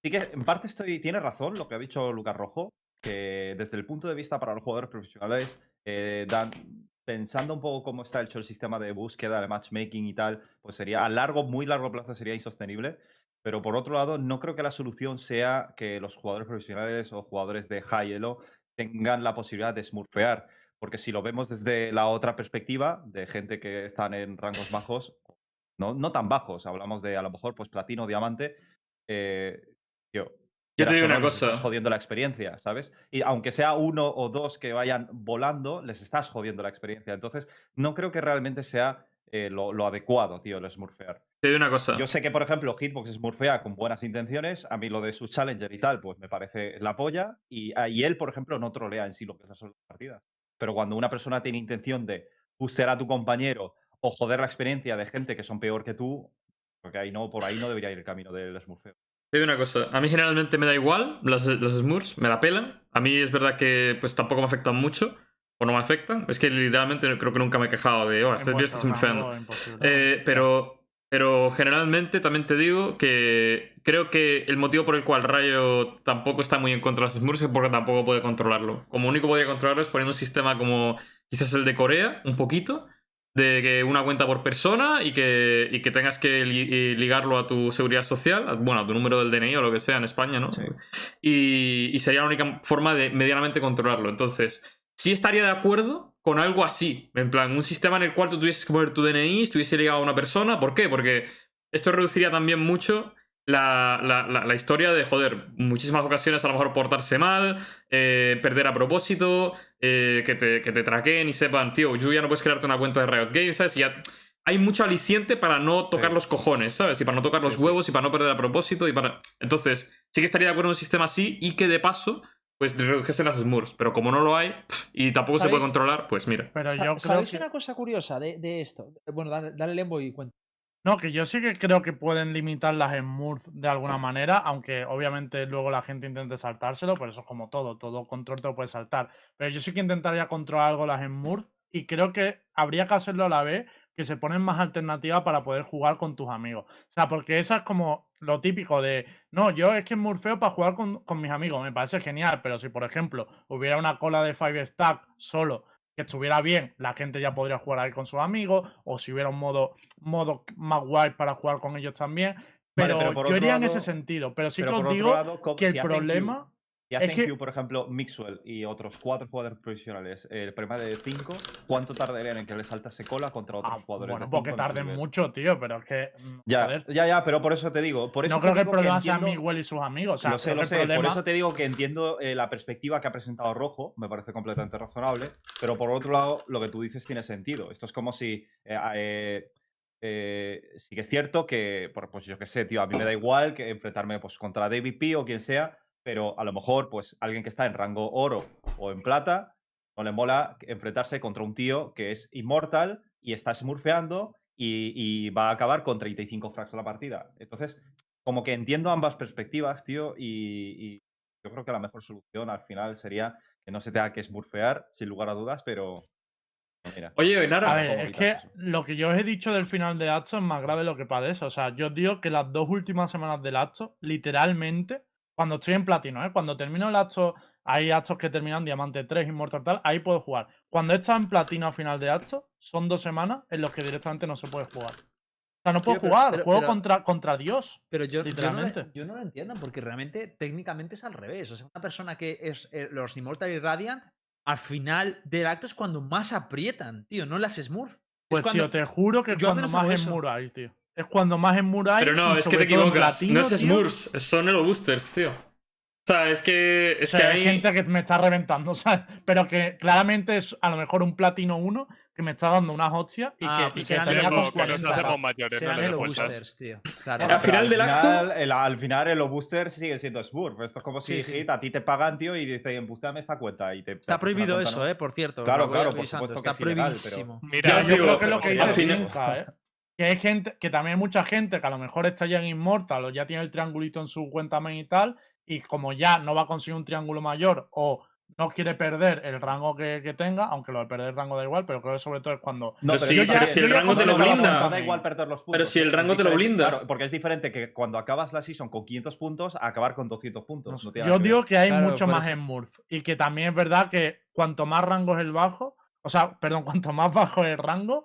Speaker 3: Sí que en parte estoy. Tiene razón lo que ha dicho Lucas Rojo, que desde el punto de vista para los jugadores profesionales, eh, dan- pensando un poco cómo está hecho el sistema de búsqueda, de matchmaking y tal, pues sería a largo, muy largo plazo sería insostenible. Pero por otro lado, no creo que la solución sea que los jugadores profesionales o jugadores de high elo tengan la posibilidad de smurfear. Porque si lo vemos desde la otra perspectiva, de gente que están en rangos bajos, no, no tan bajos, hablamos de a lo mejor pues platino, diamante, eh, tío,
Speaker 1: Yo te
Speaker 3: quieras
Speaker 1: digo
Speaker 3: o no,
Speaker 1: una
Speaker 3: les
Speaker 1: cosa.
Speaker 3: Estás jodiendo la experiencia, ¿sabes? Y aunque sea uno o dos que vayan volando, les estás jodiendo la experiencia. Entonces, no creo que realmente sea eh, lo, lo adecuado, tío, el smurfear.
Speaker 1: Te digo una cosa.
Speaker 3: Yo sé que, por ejemplo, Hitbox smurfea con buenas intenciones. A mí lo de su challenger y tal, pues me parece la polla. Y, ah, y él, por ejemplo, no trolea en sí lo que son las partidas. Pero cuando una persona tiene intención de bustear a tu compañero o joder la experiencia de gente que son peor que tú, porque ahí no, por ahí no debería ir el camino del smurfeo.
Speaker 1: Te digo una cosa, a mí generalmente me da igual las, las Smurfs, me la pelan. A mí es verdad que pues tampoco me afectan mucho, o no me afectan. Es que literalmente creo que nunca me he quejado de, oh, este tío está surfeando. Eh, pero, pero generalmente también te digo que creo que el motivo por el cual Rayo tampoco está muy en contra de las Smurfs es porque tampoco puede controlarlo. Como único podría controlarlo es poniendo un sistema como quizás el de Corea, un poquito, de que una cuenta por persona y que, y que tengas que li- y ligarlo a tu seguridad social, a- bueno, a tu número del DNI o lo que sea en España, ¿no?
Speaker 3: Sí.
Speaker 1: y, y sería la única forma de medianamente controlarlo. Entonces, sí estaría de acuerdo con algo así, en plan, un sistema en el cual tú tuvieses que poner tu DNI, estuviese ligado a una persona, ¿por qué? Porque esto reduciría también mucho la, la- la- la historia de, joder, muchísimas ocasiones a lo mejor portarse mal, eh, perder a propósito, eh, que, te, que te traqueen y sepan, tío, tú ya no puedes crearte una cuenta de Riot Games, ¿sabes? Y ya... Hay mucho aliciente para no tocar
Speaker 3: Sí.
Speaker 1: los cojones, ¿sabes? Y para no tocar los
Speaker 3: Sí, sí.
Speaker 1: huevos y para no perder a propósito y para... Entonces, sí que estaría de acuerdo en un sistema así y que de paso, pues redujesen las smurfs. Pero como no lo hay y tampoco se puede
Speaker 4: ¿Sabéis?
Speaker 1: controlar, pues mira.
Speaker 2: Pero
Speaker 4: Sa-
Speaker 2: yo creo
Speaker 4: ¿Sabéis
Speaker 2: que.
Speaker 4: una cosa curiosa de, de esto? Bueno, dale, dale Lembo y cuenta.
Speaker 2: No, que yo sí que creo que pueden limitar las Smurf de alguna manera, aunque obviamente luego la gente intente saltárselo, pero eso es como todo, todo control te lo puede saltar. Pero yo sí que intentaría controlar algo las Smurf y creo que habría que hacerlo a la vez que se ponen más alternativas para poder jugar con tus amigos. O sea, porque esa es como lo típico de, no, yo es que Smurfeo para jugar con, con mis amigos, me parece genial, pero si por ejemplo hubiera una cola de Five Stack solo que estuviera bien, la gente ya podría jugar ahí con sus amigos, o si hubiera un modo, modo más guay para jugar con ellos también.
Speaker 3: Vale,
Speaker 2: Pero,
Speaker 3: pero por
Speaker 2: yo
Speaker 3: otro
Speaker 2: iría en ese
Speaker 3: lado-
Speaker 2: sentido. Pero sí
Speaker 3: Pero
Speaker 2: que
Speaker 3: por
Speaker 2: os
Speaker 3: otro
Speaker 2: digo
Speaker 3: lado, co-
Speaker 2: que el
Speaker 3: si hacen queue-
Speaker 2: problema.
Speaker 3: Si
Speaker 2: es
Speaker 3: hacen
Speaker 2: que-
Speaker 3: queue, por ejemplo, Mixwell y otros cuatro jugadores profesionales, el problema de 5, ¿cuánto tardarían en que le saltase cola contra otros
Speaker 2: Ah,
Speaker 3: jugadores?
Speaker 2: bueno,
Speaker 3: de
Speaker 2: porque
Speaker 3: cinco en su
Speaker 2: tarden
Speaker 3: nivel?
Speaker 2: mucho, tío, pero es que. mm,
Speaker 3: Ya,
Speaker 2: joder,
Speaker 3: ya, ya, pero por eso te digo. Por eso
Speaker 2: no
Speaker 3: te
Speaker 2: creo que el
Speaker 3: digo
Speaker 2: problema sea
Speaker 3: entiendo-
Speaker 2: Miguel y sus amigos. O sea,
Speaker 3: lo sé,
Speaker 2: creo
Speaker 3: lo
Speaker 2: que el
Speaker 3: sé. Por
Speaker 2: problema-
Speaker 3: eso te digo que entiendo eh, la perspectiva que ha presentado Rojo, me parece completamente razonable, pero por otro lado, lo que tú dices tiene sentido. Esto es como si... eh, a- eh, eh, sí que es cierto que, por- pues yo qué sé, tío, a mí me da igual que enfrentarme pues, contra David P o quien sea, pero a lo mejor pues alguien que está en rango oro o en plata, no le mola enfrentarse contra un tío que es inmortal y está smurfeando y, y va a acabar con 35 frags la partida. Entonces, como que entiendo ambas perspectivas, tío, y, y yo creo que la mejor solución al final sería que no se tenga que smurfear, sin lugar a dudas, pero... Mira,
Speaker 1: Oye, Nara,
Speaker 2: A
Speaker 3: Claro,
Speaker 2: ver,
Speaker 3: ¿cómo
Speaker 2: es que
Speaker 3: evitas eso?
Speaker 2: lo que yo os he dicho del final de Acto es más grave lo que padece. O sea, yo os digo que las dos últimas semanas del Acto, literalmente, cuando estoy en platino, ¿eh? cuando termino el Acto, hay actos que terminan Diamante 3, Inmortal tal, ahí puedo jugar. Cuando he estado en platino a final de Acto, son dos semanas en las que directamente no se puede jugar. O sea, no
Speaker 4: Tío,
Speaker 2: puedo
Speaker 4: pero-
Speaker 2: jugar,
Speaker 4: pero-
Speaker 2: juego
Speaker 4: pero-
Speaker 2: contra, contra Dios.
Speaker 4: Pero yo, yo, no
Speaker 2: Literalmente.
Speaker 4: lo, yo no lo entiendo, porque realmente técnicamente es al revés. O sea, una persona que es eh, los Immortal y Radiant, al final del acto es cuando más aprietan, tío, no las Smurf.
Speaker 2: Pues
Speaker 4: es cuando,
Speaker 2: tío, te juro que es
Speaker 4: yo al
Speaker 2: cuando
Speaker 4: menos hago
Speaker 2: más en
Speaker 4: eso.
Speaker 2: Murai, tío. Es cuando más en Murai.
Speaker 1: pero
Speaker 2: y
Speaker 1: no, es que te
Speaker 2: sobre todo en
Speaker 1: equivocas.
Speaker 2: platino,
Speaker 1: no es
Speaker 2: tío.
Speaker 1: Smurfs, son Elo Boosters, tío. O sea, es que, es
Speaker 2: O sea,
Speaker 1: que
Speaker 2: hay
Speaker 1: ahí-
Speaker 2: gente que me está reventando, ¿sabes? Pero que claramente es a lo mejor un platino 1 que me está dando unas hostias y
Speaker 4: Ah,
Speaker 2: que,
Speaker 4: pues
Speaker 2: y que
Speaker 4: serán
Speaker 2: pelea
Speaker 4: Pero
Speaker 2: con
Speaker 5: Pero que nos
Speaker 2: 40.
Speaker 5: hacemos mayores, no
Speaker 4: serán
Speaker 5: le
Speaker 4: Elo
Speaker 5: demuestras.
Speaker 4: boosters, tío.
Speaker 1: Al
Speaker 4: Claro.
Speaker 3: Pero
Speaker 1: final del acto-
Speaker 3: el- al final el booster sigue siendo Smurf. Esto es como si
Speaker 4: Sí, sí.
Speaker 3: Hit, a ti te pagan, tío, y dicen, búscame esta cuenta. Y te,
Speaker 4: Está prohibido eso, ¿eh? Por cierto.
Speaker 3: Claro,
Speaker 4: lo voy
Speaker 3: claro, por
Speaker 4: avisando,
Speaker 3: supuesto que
Speaker 4: Está
Speaker 3: es ilegal, pero-
Speaker 4: prohibidísimo.
Speaker 1: Ya
Speaker 2: Yo,
Speaker 1: os
Speaker 5: Mira,
Speaker 2: yo
Speaker 1: digo,
Speaker 2: creo que es lo que
Speaker 1: al
Speaker 2: dice
Speaker 1: final-
Speaker 2: Sinca, ¿eh? Que hay gente, que también hay mucha gente que a lo mejor está ya en Inmortal o ya tiene el triangulito en su cuenta main y tal, y como ya no va a conseguir un triángulo mayor o no quiere perder el rango que, que tenga, aunque lo de perder el rango da igual, pero creo que sobre todo es cuando.
Speaker 1: Pero sí,
Speaker 2: yo ya-
Speaker 1: pero si
Speaker 2: yo
Speaker 1: el
Speaker 2: ya
Speaker 1: rango te lo
Speaker 2: conozco la
Speaker 1: blinda.
Speaker 2: cuenta
Speaker 3: Da
Speaker 2: main.
Speaker 3: igual perder los puntos.
Speaker 1: Pero si el
Speaker 3: es
Speaker 1: rango te lo
Speaker 3: diferente-
Speaker 1: blinda.
Speaker 3: Claro, porque es diferente que cuando acabas la season con 500 puntos, a acabar con 200 puntos.
Speaker 2: No
Speaker 3: no
Speaker 2: sé,
Speaker 3: tiene
Speaker 2: yo
Speaker 3: nada que ver.
Speaker 2: digo que hay
Speaker 4: Claro,
Speaker 2: mucho
Speaker 4: por
Speaker 2: más
Speaker 4: eso.
Speaker 2: en Murph. Y que también es verdad que cuanto más rango es el bajo, o sea, perdón, cuanto más bajo es el rango,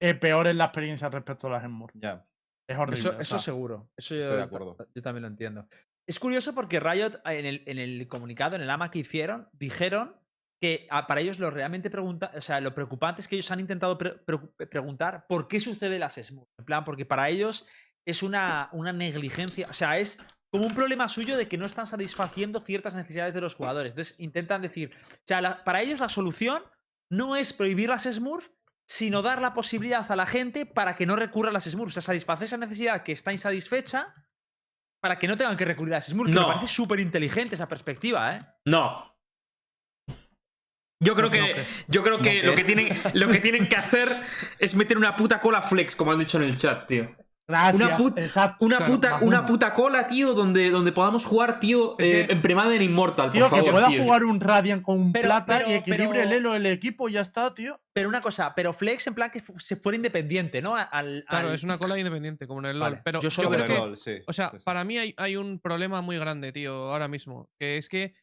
Speaker 2: eh, peor es la experiencia respecto a las en Murph.
Speaker 3: Ya.
Speaker 2: Es horrible.
Speaker 4: Eso,
Speaker 2: o
Speaker 4: eso
Speaker 2: sea,
Speaker 4: seguro. Eso
Speaker 3: estoy
Speaker 4: yo,
Speaker 3: de
Speaker 4: ta-
Speaker 3: acuerdo.
Speaker 4: yo también lo entiendo. Es curioso porque Riot eh, en el, en el comunicado, en el AMA que hicieron, dijeron que ah, para ellos lo realmente pregunta, o sea, lo preocupante es que ellos han intentado pre- preocu- preguntar por qué sucede las SMUR. En plan, porque para ellos es una, una negligencia, o sea, es como un problema suyo de que no están satisfaciendo ciertas necesidades de los jugadores. Entonces intentan decir, o sea, la- para ellos la solución no es prohibir las Smurf, sino dar la posibilidad a la gente para que no recurra a las Smurfs. O sea, satisfacer esa necesidad que está insatisfecha para que no tengan que recurrir a las Smurfs. que
Speaker 1: No.
Speaker 4: Me parece súper inteligente esa perspectiva, ¿eh?
Speaker 1: No. Yo creo
Speaker 2: No,
Speaker 1: que,
Speaker 2: ¿qué?
Speaker 1: yo creo que
Speaker 3: No,
Speaker 1: lo
Speaker 3: ¿qué?
Speaker 1: que tienen, lo que tienen que hacer es meter una puta cola flex, como han dicho en el chat, tío.
Speaker 2: Gracias.
Speaker 1: Una put-
Speaker 2: exacto.
Speaker 1: Una,
Speaker 6: Claro,
Speaker 1: puta,
Speaker 2: más
Speaker 1: una
Speaker 2: uno.
Speaker 1: puta cola, tío, donde, donde podamos jugar, tío,
Speaker 6: Es
Speaker 1: eh,
Speaker 6: que-
Speaker 1: en premada en Immortal, por
Speaker 2: Tío, que
Speaker 1: favor,
Speaker 2: pueda
Speaker 1: tío.
Speaker 2: jugar un Radiant con un
Speaker 4: Pero-
Speaker 2: plata y
Speaker 4: pero-
Speaker 2: equilibre
Speaker 4: pero-
Speaker 2: el elo del equipo y ya está, tío.
Speaker 4: Pero una cosa, pero Flex en plan que fu- se fuera independiente, ¿no? Al- al-
Speaker 6: Claro,
Speaker 4: al-
Speaker 6: es una cola independiente, como en el
Speaker 4: Vale,
Speaker 6: LoL. Pero
Speaker 4: yo
Speaker 6: yo,
Speaker 4: solo
Speaker 3: Como
Speaker 6: creo
Speaker 3: en
Speaker 6: que.
Speaker 3: el LoL, sí,
Speaker 6: O sea,
Speaker 3: sí, sí.
Speaker 6: para mí hay, hay un problema muy grande, tío, ahora mismo. Que es que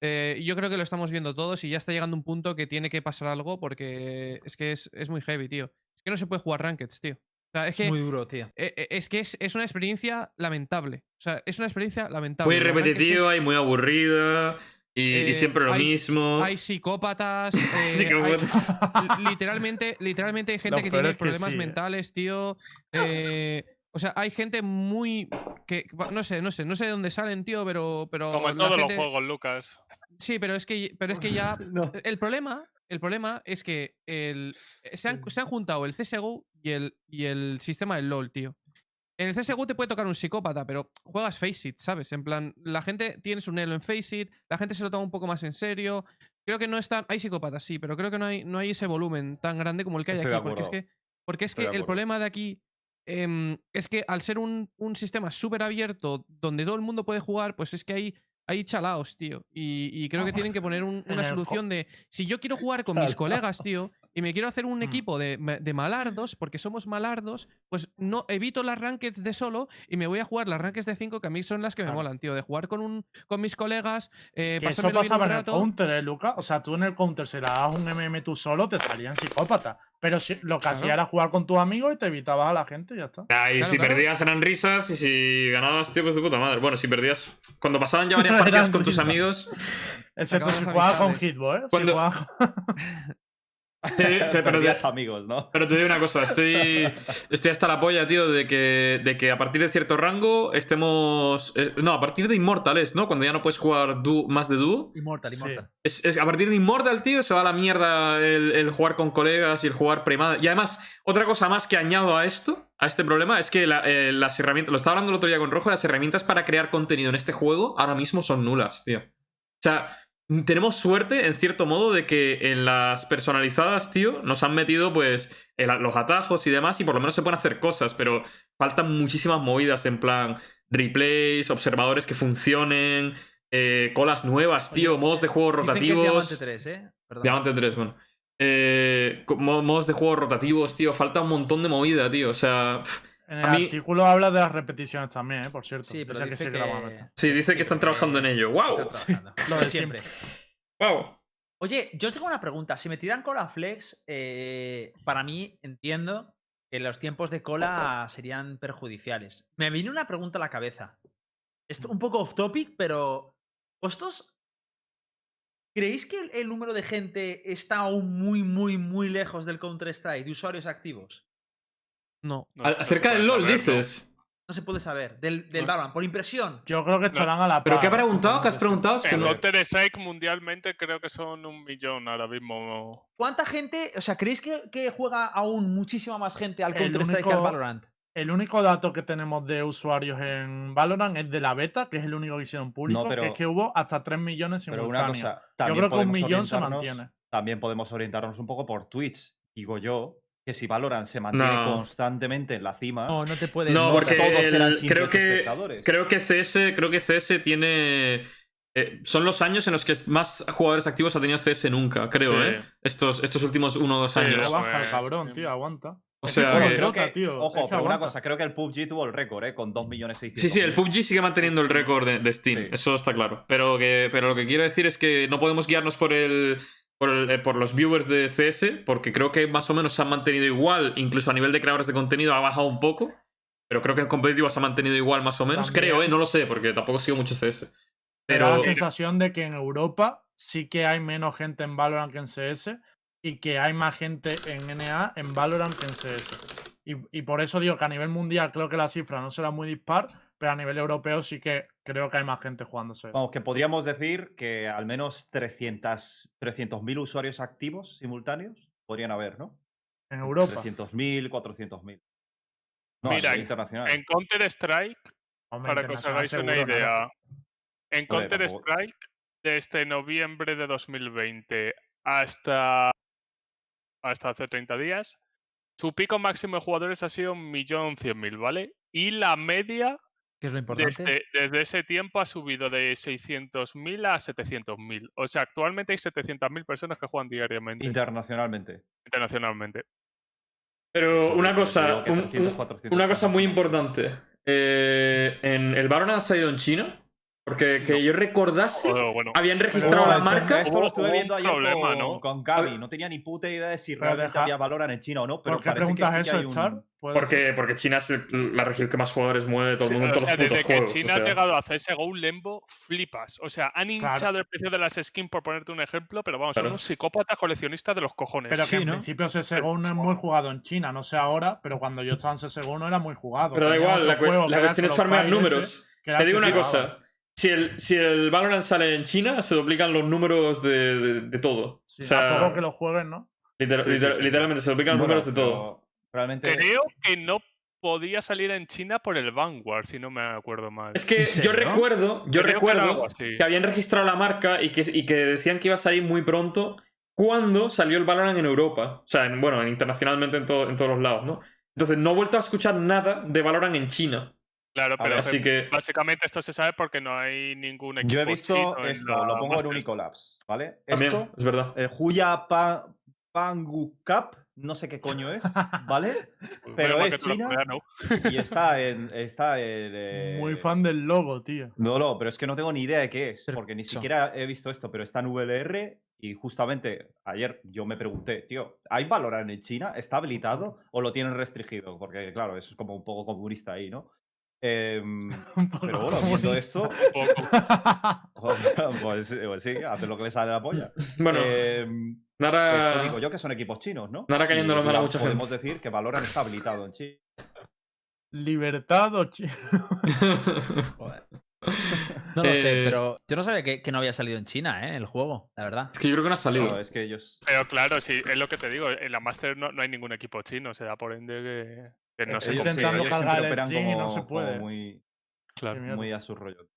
Speaker 6: eh, yo creo que lo estamos viendo todos y ya está llegando un punto que tiene que pasar algo porque es que es, es muy heavy, tío. Es que no se puede jugar rankeds, tío. O sea, es que,
Speaker 4: muy duro, tío.
Speaker 6: eh, eh, es, que es, es una experiencia lamentable. O sea, es una experiencia lamentable.
Speaker 1: Muy
Speaker 6: Los rankeds
Speaker 1: repetitiva
Speaker 6: es-
Speaker 1: y muy aburrida. Y, y
Speaker 6: eh,
Speaker 1: siempre lo
Speaker 6: hay-
Speaker 1: mismo.
Speaker 6: Hay psicópatas. eh, hay-
Speaker 1: Psicópatas.
Speaker 6: Li- literalmente, literalmente hay gente
Speaker 2: Lo
Speaker 6: que
Speaker 2: peor
Speaker 6: tiene
Speaker 2: es que
Speaker 6: problemas
Speaker 2: sí, eh.
Speaker 6: mentales, tío. Eh, o sea, hay gente muy que no sé, no sé, no sé de dónde salen, tío, pero pero
Speaker 5: Como en
Speaker 6: la
Speaker 5: todos
Speaker 6: gente-
Speaker 5: los juegos, Lucas.
Speaker 6: Sí, pero es que pero es que ya
Speaker 3: No.
Speaker 6: el problema, el problema es que el- eh, se, han, se han juntado el CS:GO y el y el sistema del LoL, tío. En el CSGO te puede tocar un psicópata, pero juegas Faceit, ¿sabes? En plan, la gente tienes un elo en Faceit, la gente se lo toma un poco más en serio. Creo que no están. Hay psicópatas, sí, pero creo que no hay, no hay ese volumen tan grande como el que hay
Speaker 3: Estoy de
Speaker 6: aquí. Porque es
Speaker 3: acuerdo.
Speaker 6: que, porque es
Speaker 3: Estoy
Speaker 6: que
Speaker 3: de
Speaker 6: el
Speaker 3: acuerdo.
Speaker 6: problema de aquí em, es que al ser un, un sistema súper abierto donde todo el mundo puede jugar, pues es que hay, hay chalaos, tío. Y, y creo que tienen que poner un-
Speaker 2: En
Speaker 6: una
Speaker 2: el
Speaker 6: solución de. Si yo quiero jugar con mis
Speaker 2: Chalaos.
Speaker 6: colegas, tío, y me quiero hacer un
Speaker 2: Mm.
Speaker 6: equipo de, ma- de malardos, porque somos malardos, pues no evito las rankeds de solo y me voy a jugar las rankeds de 5, que a mí son las que me
Speaker 2: Claro.
Speaker 6: molan, tío. De jugar con, un, con mis colegas, eh,
Speaker 2: Que eso
Speaker 6: pasármelo bien
Speaker 2: pasaba
Speaker 6: un
Speaker 2: en el
Speaker 6: rato.
Speaker 2: counter, ¿eh, Luca. O sea, tú en el counter si le dabas un MM tú solo, te salían psicópatas. Pero si, lo que
Speaker 6: Claro.
Speaker 2: hacía era jugar con tus amigos y te evitabas a la gente y ya está.
Speaker 1: Ah, y
Speaker 6: Claro,
Speaker 1: si
Speaker 6: claro.
Speaker 1: perdías eran risas y si ganabas, tío, pues de puta madre. Bueno, si perdías. Cuando pasaban ya varias partidas
Speaker 2: Eran
Speaker 1: con tus
Speaker 2: risas.
Speaker 1: amigos,
Speaker 2: Excepto
Speaker 6: acaban
Speaker 2: si
Speaker 6: las
Speaker 2: jugabas con
Speaker 6: amistades.
Speaker 2: Hitbo, ¿eh? Si
Speaker 1: Cuando-
Speaker 2: jugabas con-
Speaker 1: te- te- pero te-
Speaker 3: Perdías amigos, ¿no?
Speaker 1: Pero te digo una cosa, estoy, estoy hasta la polla, tío, de que, de que a partir de cierto rango estemos... eh, no, a partir de Inmortales, ¿no? Cuando ya no puedes jugar dúo- más de dúo.
Speaker 4: Immortal,
Speaker 2: Sí.
Speaker 4: Immortal.
Speaker 1: Es, es- a partir de Immortal, tío, se va a la mierda el, el jugar con colegas y el jugar premada. Y además, otra cosa más que añado a esto, a este problema, es que la- eh, las herramientas... Lo estaba hablando el otro día con Rojo, las herramientas para crear contenido en este juego ahora mismo son nulas, tío. O sea, tenemos suerte, en cierto modo, de que en las personalizadas, tío, nos han metido, pues, el- los atajos y demás, y por lo menos se pueden hacer cosas, pero faltan muchísimas movidas en plan replays, observadores que funcionen, eh, colas nuevas, tío,
Speaker 4: Oye,
Speaker 1: modos de juego
Speaker 4: Dicen que es
Speaker 1: rotativos.
Speaker 4: Diamante 3, ¿eh? Perdón.
Speaker 1: Diamante 3, bueno. Eh, co- mo- modos de juego rotativos, tío, falta un montón de movida, tío. O sea, pff,
Speaker 2: En
Speaker 1: A
Speaker 2: el
Speaker 1: mí-
Speaker 2: artículo habla de las repeticiones también, ¿eh? Por cierto.
Speaker 4: Sí, pero
Speaker 2: Pese a que
Speaker 4: dice
Speaker 2: sí
Speaker 4: que...
Speaker 2: que la van a meter.
Speaker 1: sí, eh, dice
Speaker 4: Sí,
Speaker 1: que están
Speaker 4: pero que-
Speaker 1: trabajando en ello. ¡Wow!
Speaker 4: Están trabajando. Lo de siempre.
Speaker 1: ¡Wow!
Speaker 4: Oye, yo tengo una pregunta. Si me tiran cola flex, eh, para mí entiendo que los tiempos de cola serían perjudiciales. Me viene una pregunta a la cabeza. Es un poco off topic, pero ¿vosotros creéis que el, el número de gente está aún muy, muy, muy lejos del Counter-Strike, de usuarios activos?
Speaker 6: No.
Speaker 5: No-
Speaker 1: Al-
Speaker 5: no se
Speaker 1: Acerca
Speaker 5: puede
Speaker 1: del LOL,
Speaker 5: saberlo.
Speaker 1: dices.
Speaker 4: No se puede saber, del, del
Speaker 5: No.
Speaker 4: Valorant, por impresión.
Speaker 2: Yo creo que estarán a la par.
Speaker 1: ¿Pero qué ha
Speaker 2: ¿eh?
Speaker 1: preguntado? ¿Qué has
Speaker 2: Entonces,
Speaker 1: preguntado? Es que
Speaker 5: En
Speaker 1: Ah, no-
Speaker 5: Counter Strike mundialmente creo que son un millón ahora mismo.
Speaker 4: ¿Cuánta gente, o sea, creéis que, que juega aún muchísima más gente al
Speaker 2: El
Speaker 4: Counter-Strike que al
Speaker 2: único-
Speaker 4: Valorant?
Speaker 2: El único dato que tenemos de usuarios en Valorant es de la beta, que es el único que hicieron público,
Speaker 3: pero-
Speaker 2: que es que hubo hasta 3 millones
Speaker 3: Pero una
Speaker 2: simultáneos.
Speaker 3: cosa,
Speaker 2: Yo
Speaker 3: también
Speaker 2: creo que un
Speaker 3: podemos
Speaker 2: millón se
Speaker 3: orientarnos-
Speaker 2: mantiene.
Speaker 3: También podemos orientarnos un poco por Twitch. Digo yo que si Valorant se mantiene
Speaker 1: No.
Speaker 3: constantemente en la cima,
Speaker 4: No, no te puedes.
Speaker 1: No,
Speaker 3: no
Speaker 1: porque
Speaker 3: todos
Speaker 1: el-
Speaker 3: eran simples
Speaker 1: creo que
Speaker 3: espectadores.
Speaker 1: creo que CS, creo que CS tiene eh, son los años en los que más jugadores activos ha tenido CS nunca, creo,
Speaker 5: Sí.
Speaker 1: ¿eh? Estos estos últimos uno o dos
Speaker 5: Sí,
Speaker 1: años.
Speaker 5: eso
Speaker 2: Aguanta,
Speaker 5: es,
Speaker 2: cabrón,
Speaker 5: sí.
Speaker 2: tío, aguanta.
Speaker 1: O
Speaker 2: Es
Speaker 1: sea, eh,
Speaker 2: como
Speaker 3: Bueno,
Speaker 1: que-
Speaker 3: creo
Speaker 2: Pelota,
Speaker 3: que-
Speaker 2: tío,
Speaker 3: ojo,
Speaker 2: es que
Speaker 3: pero una
Speaker 2: aguanta.
Speaker 3: cosa, creo que el PUBG tuvo el récord, ¿eh? Con 2 millones
Speaker 1: Sí, sí, el PUBG sigue manteniendo el récord de, de Steam,
Speaker 3: Sí.
Speaker 1: eso está claro. Pero, que, pero lo que quiero decir es que no podemos guiarnos por el, por, el- eh, por los viewers de CS, porque creo que más o menos se han mantenido igual, incluso a nivel de creadores de contenido ha bajado un poco, pero creo que en competitivo se ha mantenido igual más o menos.
Speaker 2: También.
Speaker 1: Creo, ¿eh? No lo sé, porque tampoco sigo mucho CS.
Speaker 2: Pero... da
Speaker 1: Pero e
Speaker 2: la sensación de que en Europa sí que hay menos gente en Valorant que en CS y que hay más gente en NA en Valorant que en CS. Y, y por eso digo que a nivel mundial creo que la cifra no será muy dispar, pero a nivel europeo sí que creo que hay más gente jugando CS.
Speaker 3: Vamos, que podríamos decir que al menos 300 300.000 usuarios activos simultáneos podrían haber, ¿no?
Speaker 2: en Europa.
Speaker 3: 300.000, 400.000. No,
Speaker 5: Mira,
Speaker 3: Mira,
Speaker 5: en-
Speaker 1: Ah.
Speaker 3: internacional.
Speaker 5: En Counter Strike
Speaker 2: Hombre,
Speaker 5: Para que os
Speaker 2: internacional
Speaker 5: hagáis una
Speaker 2: seguro, claro.
Speaker 5: idea, en
Speaker 3: Joder,
Speaker 5: Counter
Speaker 3: tampoco-
Speaker 5: Strike, desde noviembre de 2020 hasta, hasta hace 30 días, Su pico máximo de jugadores ha sido 1.100.000, ¿vale? Y la media
Speaker 4: que es lo importante.
Speaker 1: este
Speaker 5: desde, desde ese tiempo ha subido de 600.000 a 700.000. O sea, actualmente hay 700.000 personas que juegan diariamente
Speaker 3: internacionalmente.
Speaker 5: internacionalmente.
Speaker 1: Pero una cosa,
Speaker 3: Digo que
Speaker 1: un- un-
Speaker 3: 300, 400,
Speaker 1: una cosa muy
Speaker 3: 400.
Speaker 1: importante. Eh, en el Baron ha salido en China, porque que
Speaker 5: No.
Speaker 1: yo recordase,
Speaker 5: O, bueno,
Speaker 1: habían registrado
Speaker 3: Pero
Speaker 1: la
Speaker 3: esto-
Speaker 1: marca.
Speaker 3: Esto lo estuve
Speaker 5: hubo
Speaker 3: viendo
Speaker 5: un
Speaker 3: ayer
Speaker 5: problema,
Speaker 3: con,
Speaker 5: ¿no?
Speaker 3: con Gaby. No tenía ni puta idea de si
Speaker 2: Pero
Speaker 3: realmente
Speaker 2: deja-
Speaker 3: había valoran en China o no, pero
Speaker 2: ¿Por qué
Speaker 3: parece
Speaker 2: preguntas
Speaker 3: que sí que
Speaker 2: eso,
Speaker 3: hay un...
Speaker 2: Char? Puede ser.
Speaker 1: Porque, porque China es el- la región que más jugadores mueve de todo
Speaker 5: sí,
Speaker 1: el mundo en
Speaker 5: o
Speaker 1: todos
Speaker 5: sea,
Speaker 1: los putos
Speaker 5: desde que
Speaker 1: juegos. o
Speaker 5: China ha
Speaker 1: sea.
Speaker 5: llegado a CSGO un lembo, flipas. O sea, han
Speaker 2: Claro.
Speaker 5: hinchado el precio de las skins, por ponerte un ejemplo, pero vamos,
Speaker 1: Claro.
Speaker 5: son unos psicópatas coleccionistas de los cojones.
Speaker 2: Pero
Speaker 4: Sí,
Speaker 2: que en
Speaker 4: ¿no?
Speaker 2: principio CSGO no es muy jugado en China, no sé ahora, pero cuando yo estaba en CSGO no era muy jugado.
Speaker 1: Pero da
Speaker 2: Tenía
Speaker 1: igual,
Speaker 2: otro
Speaker 1: la, cue-
Speaker 2: juego que
Speaker 1: la
Speaker 2: era
Speaker 1: cuestión es
Speaker 2: Call of
Speaker 1: farmear
Speaker 2: Duty ese,
Speaker 1: números.
Speaker 2: que era
Speaker 1: Te
Speaker 2: el
Speaker 1: digo
Speaker 2: que
Speaker 1: una
Speaker 2: jugaba.
Speaker 1: cosa. Si el, si el Valorant sale en China, se duplican los números de, de- de todo.
Speaker 2: Sí,
Speaker 1: o
Speaker 2: a
Speaker 1: sea,
Speaker 2: poco que lo jueguen, ¿no?
Speaker 1: liter-
Speaker 5: Sí, sí,
Speaker 1: liter-
Speaker 5: sí.
Speaker 1: literalmente se duplican los
Speaker 3: Bueno,
Speaker 1: números de todo.
Speaker 3: pero Realmente...
Speaker 5: Creo que no podía salir en China por el Vanguard, si no me acuerdo mal.
Speaker 1: Es que
Speaker 4: ¿En serio?
Speaker 1: yo recuerdo, yo
Speaker 5: Creo que era algo
Speaker 1: recuerdo
Speaker 5: así.
Speaker 1: que habían registrado la marca y que, y que decían que iba a salir muy pronto cuando salió el Valorant en Europa. O sea, en- bueno, en- internacionalmente en, todo- en todos los lados, ¿no? Entonces no he vuelto a escuchar nada de Valorant en China.
Speaker 5: Claro,
Speaker 3: ver,
Speaker 5: pero
Speaker 1: Así que
Speaker 5: básicamente esto se sabe porque no hay ningún equipo
Speaker 3: Yo he visto
Speaker 5: chino en
Speaker 3: esto, lo
Speaker 5: la
Speaker 3: pongo en
Speaker 5: Masters.
Speaker 3: Unicolabs, ¿vale?
Speaker 1: también,
Speaker 3: Esto,
Speaker 1: es verdad.
Speaker 3: el Huya Pa- Pangu Cup, no sé qué coño es, ¿vale?
Speaker 5: Menos
Speaker 3: pero
Speaker 5: mal
Speaker 3: es
Speaker 5: que tú lo
Speaker 3: China.
Speaker 5: ponías, ¿no?
Speaker 3: Y está en... Está en, eh,
Speaker 2: Muy fan del logo, tío.
Speaker 3: No, no, pero es que no tengo ni idea de qué es,
Speaker 4: Pero,
Speaker 3: porque ni
Speaker 4: so-
Speaker 3: siquiera he visto esto, pero está en VLR y justamente ayer yo me pregunté, tío, ¿hay Valorant en China? ¿Está habilitado o lo tienen restringido? Porque claro, eso es como un poco comunista ahí, ¿no? Em,
Speaker 2: Un poco
Speaker 3: pero bueno,
Speaker 2: como
Speaker 3: viendo
Speaker 2: dice.
Speaker 3: esto,
Speaker 5: Un poco.
Speaker 3: pues, pues sí, hacen lo que les sale de la polla.
Speaker 1: Bueno, eh,
Speaker 3: Em, esto digo
Speaker 1: Nara,
Speaker 3: yo que son equipos chinos, ¿no?
Speaker 1: Nara cayéndole
Speaker 3: Y,
Speaker 1: mal a
Speaker 3: claro,
Speaker 1: mucha gente.
Speaker 3: Podemos decir que Valorant está habilitado en China.
Speaker 2: Libertad o chi-
Speaker 4: No lo sé,
Speaker 1: Eh,
Speaker 4: pero yo no sabía que, que no había salido en China, ¿eh? El juego, la verdad.
Speaker 1: Es que yo creo que no ha salido.
Speaker 3: No, es que ellos...
Speaker 5: Pero claro, sí, es lo que te digo, en la Master no, no hay ningún equipo chino, se da por ende que, que no
Speaker 3: Eh, ellos
Speaker 5: se
Speaker 3: sí,
Speaker 5: confía.
Speaker 2: intentando
Speaker 3: ellos siempre
Speaker 2: cargar el
Speaker 3: operan
Speaker 2: stream y no se puede.
Speaker 3: muy,
Speaker 5: Claro.
Speaker 2: Mierda.
Speaker 3: muy a su rollo.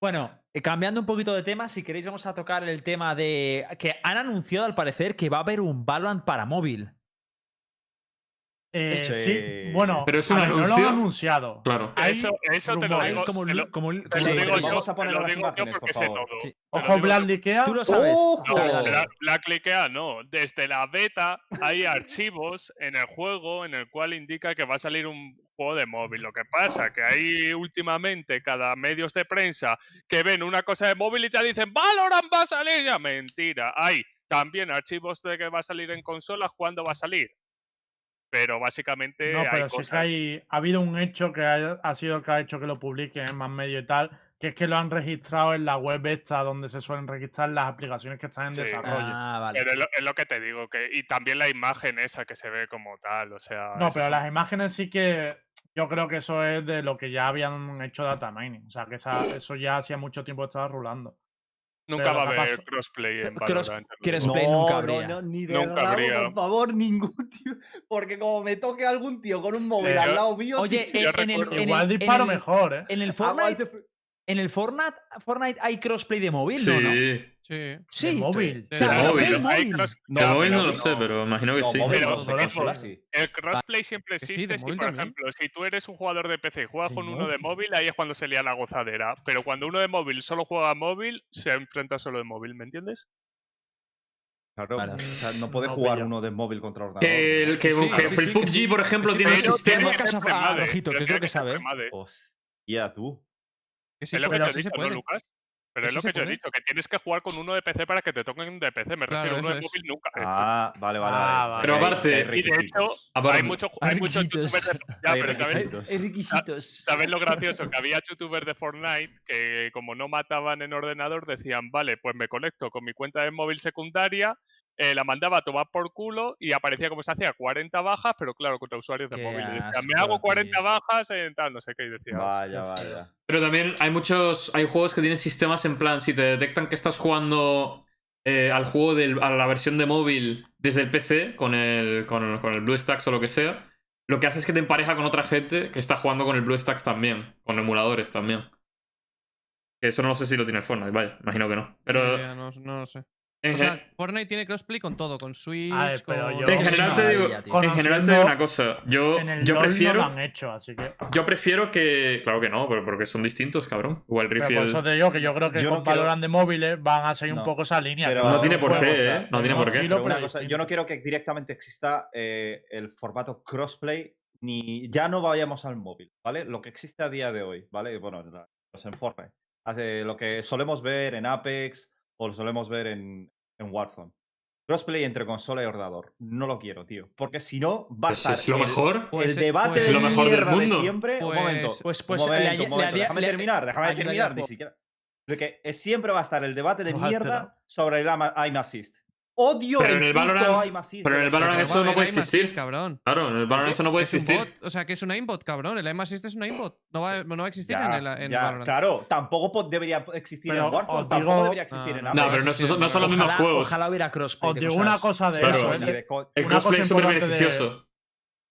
Speaker 4: Bueno, eh, cambiando un poquito de tema, si queréis vamos a tocar el tema de que han anunciado al parecer que va a haber un Valorant para móvil.
Speaker 2: Eh,
Speaker 3: Sí.
Speaker 2: sí, bueno,
Speaker 1: Pero es
Speaker 2: a
Speaker 1: un
Speaker 2: ver, no lo han
Speaker 1: anuncio.
Speaker 2: anunciado.
Speaker 1: Claro.
Speaker 2: Hay
Speaker 5: Eso, eso te lo
Speaker 2: rumores.
Speaker 4: Hay
Speaker 5: digo,
Speaker 4: como,
Speaker 5: te
Speaker 4: li-
Speaker 5: lo,
Speaker 4: como li-
Speaker 5: te lo
Speaker 3: Sí,
Speaker 4: como
Speaker 5: digo
Speaker 3: pero
Speaker 5: yo,
Speaker 3: vamos a
Speaker 5: te
Speaker 3: poner
Speaker 5: lo
Speaker 3: las
Speaker 5: digo yo
Speaker 3: imágenes,
Speaker 5: porque
Speaker 3: por
Speaker 5: sé
Speaker 3: favor.
Speaker 5: todo.
Speaker 4: Sí.
Speaker 5: Te lo
Speaker 2: Ojo, Uh,
Speaker 5: digo yo
Speaker 2: blandiquea.
Speaker 4: Tú lo sabes.
Speaker 3: ¡Ojo!
Speaker 5: No, la, la cliquea no. Desde la beta hay archivos en el juego en el cual indica que va a salir un juego de móvil. Lo que pasa que hay últimamente cada medios de prensa que ven una cosa de móvil y ya dicen Valorant va a salir ya. Mentira. Hay también archivos de que va a salir en consolas, cuándo va a salir. Pero básicamente
Speaker 2: No,
Speaker 5: hay
Speaker 2: pero sí
Speaker 5: cosas.
Speaker 2: que hay, ha habido un hecho que ha, ha sido el que ha hecho que lo publiquen en más medio y tal, que es que lo han registrado en la web esta donde se suelen registrar las aplicaciones que están en
Speaker 5: Sí.
Speaker 2: desarrollo.
Speaker 4: Ah, vale.
Speaker 5: Pero es lo, es lo que te digo, que, y también la imagen esa que se ve como tal, o sea...
Speaker 2: no,
Speaker 5: eso
Speaker 2: pero
Speaker 5: es un-
Speaker 2: las imágenes sí que yo creo que eso es de lo que ya habían hecho data mining, o sea que esa- eso ya hacía mucho tiempo estaba rulando.
Speaker 5: Nunca
Speaker 2: pero
Speaker 5: va a
Speaker 2: lo que
Speaker 5: haber
Speaker 2: pasó-
Speaker 5: crossplay en
Speaker 4: Cross-
Speaker 5: Valorant. te lo
Speaker 4: ¿quieres
Speaker 5: digo.
Speaker 4: Play nunca habría.
Speaker 3: ni
Speaker 5: Nunca habría.
Speaker 3: favor, ningún tío. Porque como me toque algún tío con un móvil
Speaker 5: Eh, yo-
Speaker 3: lado mío.
Speaker 4: Oye,
Speaker 5: Yo
Speaker 4: en- en, el,
Speaker 5: recuerdo-
Speaker 4: en
Speaker 2: Igual
Speaker 4: el- en
Speaker 2: disparo
Speaker 4: el-
Speaker 2: mejor, ¿eh?
Speaker 4: En el
Speaker 3: tío, aguante
Speaker 4: Fortnite,
Speaker 3: fr-
Speaker 4: en el Fortnite, Fortnite hay crossplay de móvil,
Speaker 1: Sí.
Speaker 4: ¿no? no?
Speaker 6: Sí.
Speaker 4: Sí.
Speaker 2: De móvil.
Speaker 4: O sea,
Speaker 1: De
Speaker 4: lo
Speaker 1: móvil,
Speaker 4: hacéis
Speaker 1: ¿no?
Speaker 5: Hay
Speaker 4: móvil.
Speaker 5: cross-
Speaker 1: De móvil no,
Speaker 5: pero
Speaker 1: lo
Speaker 5: no.
Speaker 1: sé, pero imagino que
Speaker 3: No,
Speaker 1: sí.
Speaker 3: móvil
Speaker 5: Pero
Speaker 3: no, de
Speaker 5: solo-
Speaker 3: consola sí.
Speaker 5: El crossplay siempre
Speaker 6: Que sí, de
Speaker 5: existe. si,
Speaker 6: móvil
Speaker 5: por
Speaker 6: también.
Speaker 5: ejemplo, si tú eres un jugador de PC y juegas
Speaker 4: De
Speaker 5: con uno de
Speaker 4: móvil.
Speaker 5: móvil, ahí es cuando sería la gozadera. Pero cuando uno de móvil solo juega a móvil, se enfrenta solo de móvil, ¿me entiendes?
Speaker 3: Claro,
Speaker 4: Vale.
Speaker 3: o sea, no puede
Speaker 2: No,
Speaker 3: jugar
Speaker 2: pillo.
Speaker 3: uno de móvil contra ordenador.
Speaker 1: Que el, que,
Speaker 6: Sí,
Speaker 1: que
Speaker 6: sí,
Speaker 1: el
Speaker 6: sí, que
Speaker 1: PUBG,
Speaker 6: sí.
Speaker 1: por ejemplo,
Speaker 6: Sí,
Speaker 1: tiene un
Speaker 6: pero
Speaker 1: sistema.
Speaker 5: tiene que
Speaker 4: Caso-
Speaker 5: ser
Speaker 4: ah,
Speaker 5: Made,
Speaker 4: ojito,
Speaker 5: pero
Speaker 4: que creo
Speaker 5: tiene
Speaker 4: que
Speaker 5: ser
Speaker 4: sabe. ¿eh?
Speaker 5: Made.
Speaker 3: Hostia, tú.
Speaker 6: Que sí,
Speaker 5: es lo que
Speaker 6: pero
Speaker 5: te he
Speaker 6: sí se
Speaker 5: dicho, ¿no,
Speaker 6: puede.
Speaker 5: Lucas? Pero es
Speaker 6: Eso
Speaker 5: lo
Speaker 6: se
Speaker 5: que te he
Speaker 6: puede.
Speaker 5: dicho, que tienes que jugar con uno de PC para que te toquen de PC. Me
Speaker 6: Claro,
Speaker 5: refiero, uno
Speaker 6: eso
Speaker 5: de
Speaker 6: es.
Speaker 5: móvil nunca.
Speaker 3: Ah, vale, vale.
Speaker 2: Ah,
Speaker 3: vale.
Speaker 2: vale.
Speaker 1: Pero
Speaker 3: hay-
Speaker 1: aparte-
Speaker 3: hay
Speaker 1: Y de
Speaker 3: requisitos.
Speaker 5: hecho,
Speaker 1: Aparte,
Speaker 5: Hay, mucho- hay muchos
Speaker 4: Requisitos.
Speaker 5: youtubers de... Ya,
Speaker 3: Hay
Speaker 5: pero ¿sabes?
Speaker 3: requisitos.
Speaker 4: Es requisitos.
Speaker 5: ¿Sabes lo gracioso? Que había youtubers de Fortnite que como no mataban en ordenador decían, vale, pues me conecto con mi cuenta de móvil secundaria, eh, la mandaba a tomar por culo y aparecía como se hacía 40 bajas, pero claro, contra usuarios de
Speaker 4: Qué
Speaker 5: móvil. Y decía, me
Speaker 4: asco,
Speaker 5: hago 40
Speaker 4: tío".
Speaker 5: bajas en tal, no sé qué, y decía,
Speaker 3: Vaya, vaya.
Speaker 1: Pero también hay muchos. Hay juegos que tienen sistemas en plan. Si te detectan que estás jugando eh, al juego del, a la versión de móvil desde el PC, con el, con, el- con el BlueStacks o lo que sea, lo que hace es que te empareja con otra gente que está jugando con el BlueStacks también, con emuladores también. Que eso no sé si lo tiene el Fortnite, vaya, imagino que no. Pero
Speaker 6: Ya, ya, no, no lo sé.
Speaker 1: En,
Speaker 5: Eh,
Speaker 1: gen-
Speaker 6: O sea, Fortnite tiene crossplay con todo, con Switch,
Speaker 2: pero
Speaker 6: con...
Speaker 2: yo-
Speaker 1: en general te digo,
Speaker 4: maravilla, tío.
Speaker 1: en general te digo una cosa. Yo,
Speaker 2: En el
Speaker 1: yo
Speaker 2: LoL
Speaker 1: prefiero.
Speaker 2: no lo han hecho, así que.
Speaker 1: Yo prefiero que. Claro que no, pero porque son distintos, cabrón. Igual
Speaker 2: Pero
Speaker 1: Rift y
Speaker 2: por
Speaker 1: el-
Speaker 2: eso te digo que yo creo que
Speaker 3: Yo no
Speaker 2: con
Speaker 3: quiero-
Speaker 2: Valorant de móviles van a seguir
Speaker 3: No.
Speaker 2: un poco esa línea.
Speaker 3: Pero
Speaker 2: que va a
Speaker 1: No
Speaker 2: ser
Speaker 1: tiene
Speaker 2: un
Speaker 1: por
Speaker 2: juego, o
Speaker 1: qué,
Speaker 2: sea,
Speaker 1: ¿eh? No tiene
Speaker 2: no,
Speaker 1: por
Speaker 2: sí
Speaker 1: qué.
Speaker 2: lo-
Speaker 3: Pero una cosa,
Speaker 2: predistinto.
Speaker 3: yo no quiero que directamente exista eh, el formato crossplay, ni ya no vayamos al móvil, ¿vale? Lo que existe a día de hoy, ¿vale? Bueno, en la- pues en Fortnite. Hace lo que solemos ver en Apex o lo solemos ver en, en Warzone. Crossplay entre consola y ordenador. No lo quiero, tío. Porque si no, va a
Speaker 1: Pues
Speaker 3: estar
Speaker 1: es lo
Speaker 3: el-
Speaker 1: mejor.
Speaker 6: Pues,
Speaker 3: el
Speaker 6: eh,
Speaker 3: debate
Speaker 6: pues-
Speaker 3: de
Speaker 1: Lo mejor del
Speaker 3: mierda de
Speaker 1: mundo.
Speaker 3: siempre. un momento.
Speaker 6: Pues-
Speaker 3: Pues,
Speaker 4: Pues, pues,
Speaker 3: un
Speaker 4: le
Speaker 3: momento,
Speaker 4: añe-
Speaker 3: un momento,
Speaker 4: le-
Speaker 3: déjame
Speaker 4: le-
Speaker 3: terminar, déjame
Speaker 6: añade
Speaker 3: terminar, ni
Speaker 6: algo.
Speaker 3: siquiera. Porque eh, siempre va a estar el debate de
Speaker 2: Cógetela.
Speaker 3: mierda sobre el ama- aim assist. Odio
Speaker 1: Pero en el
Speaker 3: puto
Speaker 1: Valorant-
Speaker 3: aim assist
Speaker 1: pero
Speaker 3: de
Speaker 1: en el
Speaker 3: los
Speaker 1: Valorant
Speaker 3: juegos.
Speaker 1: eso no
Speaker 6: el
Speaker 1: puede
Speaker 6: aim assist,
Speaker 1: existir.
Speaker 6: cabrón.
Speaker 1: Claro, en el Valorant eso no puede
Speaker 6: es un
Speaker 1: existir.
Speaker 6: bot, o sea, que es un aimbot, cabrón. El aim assist es un aimbot. No va, no va a existir
Speaker 3: Ya,
Speaker 6: en el en
Speaker 3: ya,
Speaker 6: Valorant.
Speaker 3: Claro, tampoco po- debería existir
Speaker 2: Pero
Speaker 3: en Warzone,
Speaker 2: os
Speaker 3: tampoco
Speaker 2: digo-
Speaker 3: debería existir
Speaker 6: No,
Speaker 3: en
Speaker 6: no,
Speaker 1: Ah, No,
Speaker 3: Apex.
Speaker 1: pero no,
Speaker 6: sí,
Speaker 1: son- no son los
Speaker 6: pero
Speaker 1: mismos
Speaker 4: Ojalá,
Speaker 1: juegos.
Speaker 4: ojalá hubiera crossplay.
Speaker 2: Os
Speaker 4: de
Speaker 2: digo
Speaker 4: cosas.
Speaker 2: una cosa de
Speaker 1: Claro.
Speaker 2: eso.
Speaker 3: Ni
Speaker 2: ¿eh?
Speaker 3: de co-
Speaker 1: El
Speaker 2: Una
Speaker 1: crossplay
Speaker 2: cosa
Speaker 1: es súper
Speaker 2: importante de-
Speaker 1: beneficioso.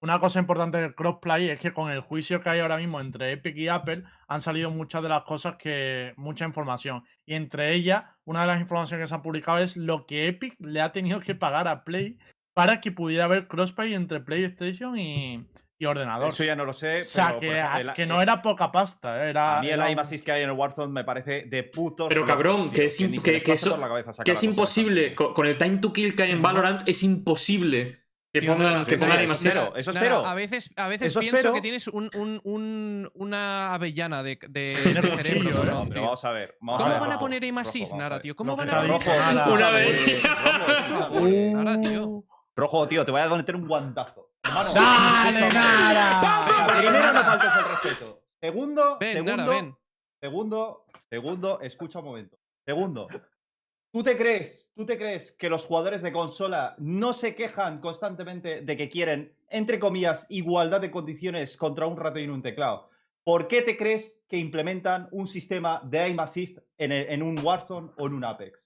Speaker 2: Una cosa importante del crossplay es que con el juicio que hay ahora mismo entre Epic y Apple han salido muchas de las cosas que. mucha información. Y entre ellas, una de las informaciones que se han publicado es lo que Epic le ha tenido que pagar a Play para que pudiera haber crossplay entre PlayStation y, y ordenador.
Speaker 3: Eso ya no lo sé.
Speaker 2: o sea,
Speaker 3: pero, por
Speaker 2: que,
Speaker 3: ejemplo,
Speaker 2: a-
Speaker 3: el-
Speaker 2: que no era poca pasta. eh, Era,
Speaker 3: A mí el
Speaker 2: era
Speaker 3: aim
Speaker 2: un-
Speaker 3: assist que hay en el Warzone me parece de putos.
Speaker 1: Pero,
Speaker 3: locos,
Speaker 1: cabrón,
Speaker 3: tío,
Speaker 1: que es
Speaker 3: ni
Speaker 1: im-
Speaker 3: se les
Speaker 1: que- que
Speaker 3: pase por
Speaker 1: eso-
Speaker 3: la cabeza sacar
Speaker 1: Que
Speaker 3: la
Speaker 1: es
Speaker 3: cosa.
Speaker 1: imposible. co- Con, el time to kill que hay en
Speaker 6: Ajá.
Speaker 1: Valorant es imposible que
Speaker 6: Tío,
Speaker 1: pongan,
Speaker 6: no,
Speaker 1: que
Speaker 6: sí,
Speaker 1: pongan
Speaker 6: sí,
Speaker 1: aim
Speaker 6: eso
Speaker 1: assist.
Speaker 3: espero, eso
Speaker 6: Nada,
Speaker 3: espero.
Speaker 6: a veces, a veces
Speaker 3: Eso
Speaker 6: pienso
Speaker 3: espero.
Speaker 6: que tienes un, un- un- una avellana de, de,
Speaker 2: Tiene
Speaker 6: de cerebro.
Speaker 2: cuchillo, ¿eh?
Speaker 6: cabrón,
Speaker 3: No, pero
Speaker 6: tío.
Speaker 3: vamos a ver. Vamos a
Speaker 6: ¿Cómo
Speaker 3: ver,
Speaker 6: van a
Speaker 3: rojo,
Speaker 6: poner aim
Speaker 3: rojo,
Speaker 6: assist,
Speaker 3: vamos a
Speaker 6: nada,
Speaker 3: ver.
Speaker 6: tío? ¿Cómo
Speaker 3: Lo
Speaker 6: van
Speaker 3: que
Speaker 2: a
Speaker 3: está
Speaker 2: poner
Speaker 3: rojo,
Speaker 2: aim assist?
Speaker 3: rojo,
Speaker 1: Una
Speaker 3: rojo,
Speaker 1: vez.
Speaker 3: rojo, rojo, rojo.
Speaker 6: Uh. Ahora, tío.
Speaker 3: Rojo, tío, te voy a meter un guantazo. Hermano,
Speaker 2: ¡Dale,
Speaker 3: escúchame.
Speaker 2: nada!
Speaker 3: Venga, Primero no faltes el respeto. Segundo,
Speaker 6: Ven,
Speaker 3: segundo,
Speaker 6: Nara, ven.
Speaker 3: segundo, segundo, escucha un momento. Segundo, ¿tú te crees, tú te crees que los jugadores de consola no se quejan constantemente de que quieren, entre comillas, igualdad de condiciones contra un ratón y un teclado? ¿Por qué te crees que implementan un sistema de aim assist en, el- en un Warzone o en un Apex?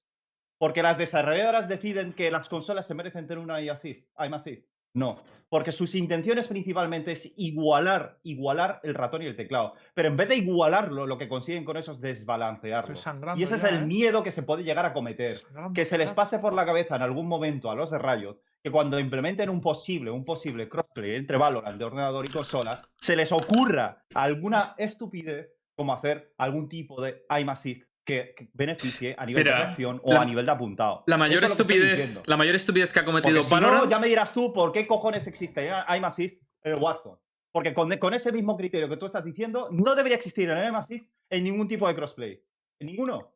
Speaker 3: Porque las desarrolladoras deciden que las consolas se merecen tener un aim assist. Aim assist. No, porque sus intenciones principalmente es igualar, igualar el ratón y el teclado. Pero en vez de igualarlo, lo que consiguen con eso es desbalancearlo.
Speaker 2: Estoy sangrando
Speaker 3: Y ese es
Speaker 2: ya,
Speaker 3: el
Speaker 2: ¿eh?
Speaker 3: miedo que se puede llegar a cometer.
Speaker 1: Mm,
Speaker 3: Que se les pase por la cabeza en algún momento a los de Riot que cuando implementen un posible, un posible crossplay entre Valorant de ordenador y consola, se les ocurra alguna estupidez como hacer algún tipo de aim assist que que beneficie a nivel de
Speaker 1: Mira,
Speaker 3: reacción o
Speaker 1: la-
Speaker 3: a nivel de apuntado.
Speaker 1: La mayor,
Speaker 3: Eso es lo que estoy
Speaker 1: estupidez,
Speaker 3: diciendo.
Speaker 1: la mayor estupidez que ha cometido
Speaker 3: Porque si
Speaker 1: Valorant.
Speaker 3: no, ya me dirás tú por qué cojones existe eh, Aim Assist en el Warzone. Porque con, con ese mismo criterio que tú estás diciendo, no debería existir el Aim Assist en ningún tipo de crossplay. En ninguno.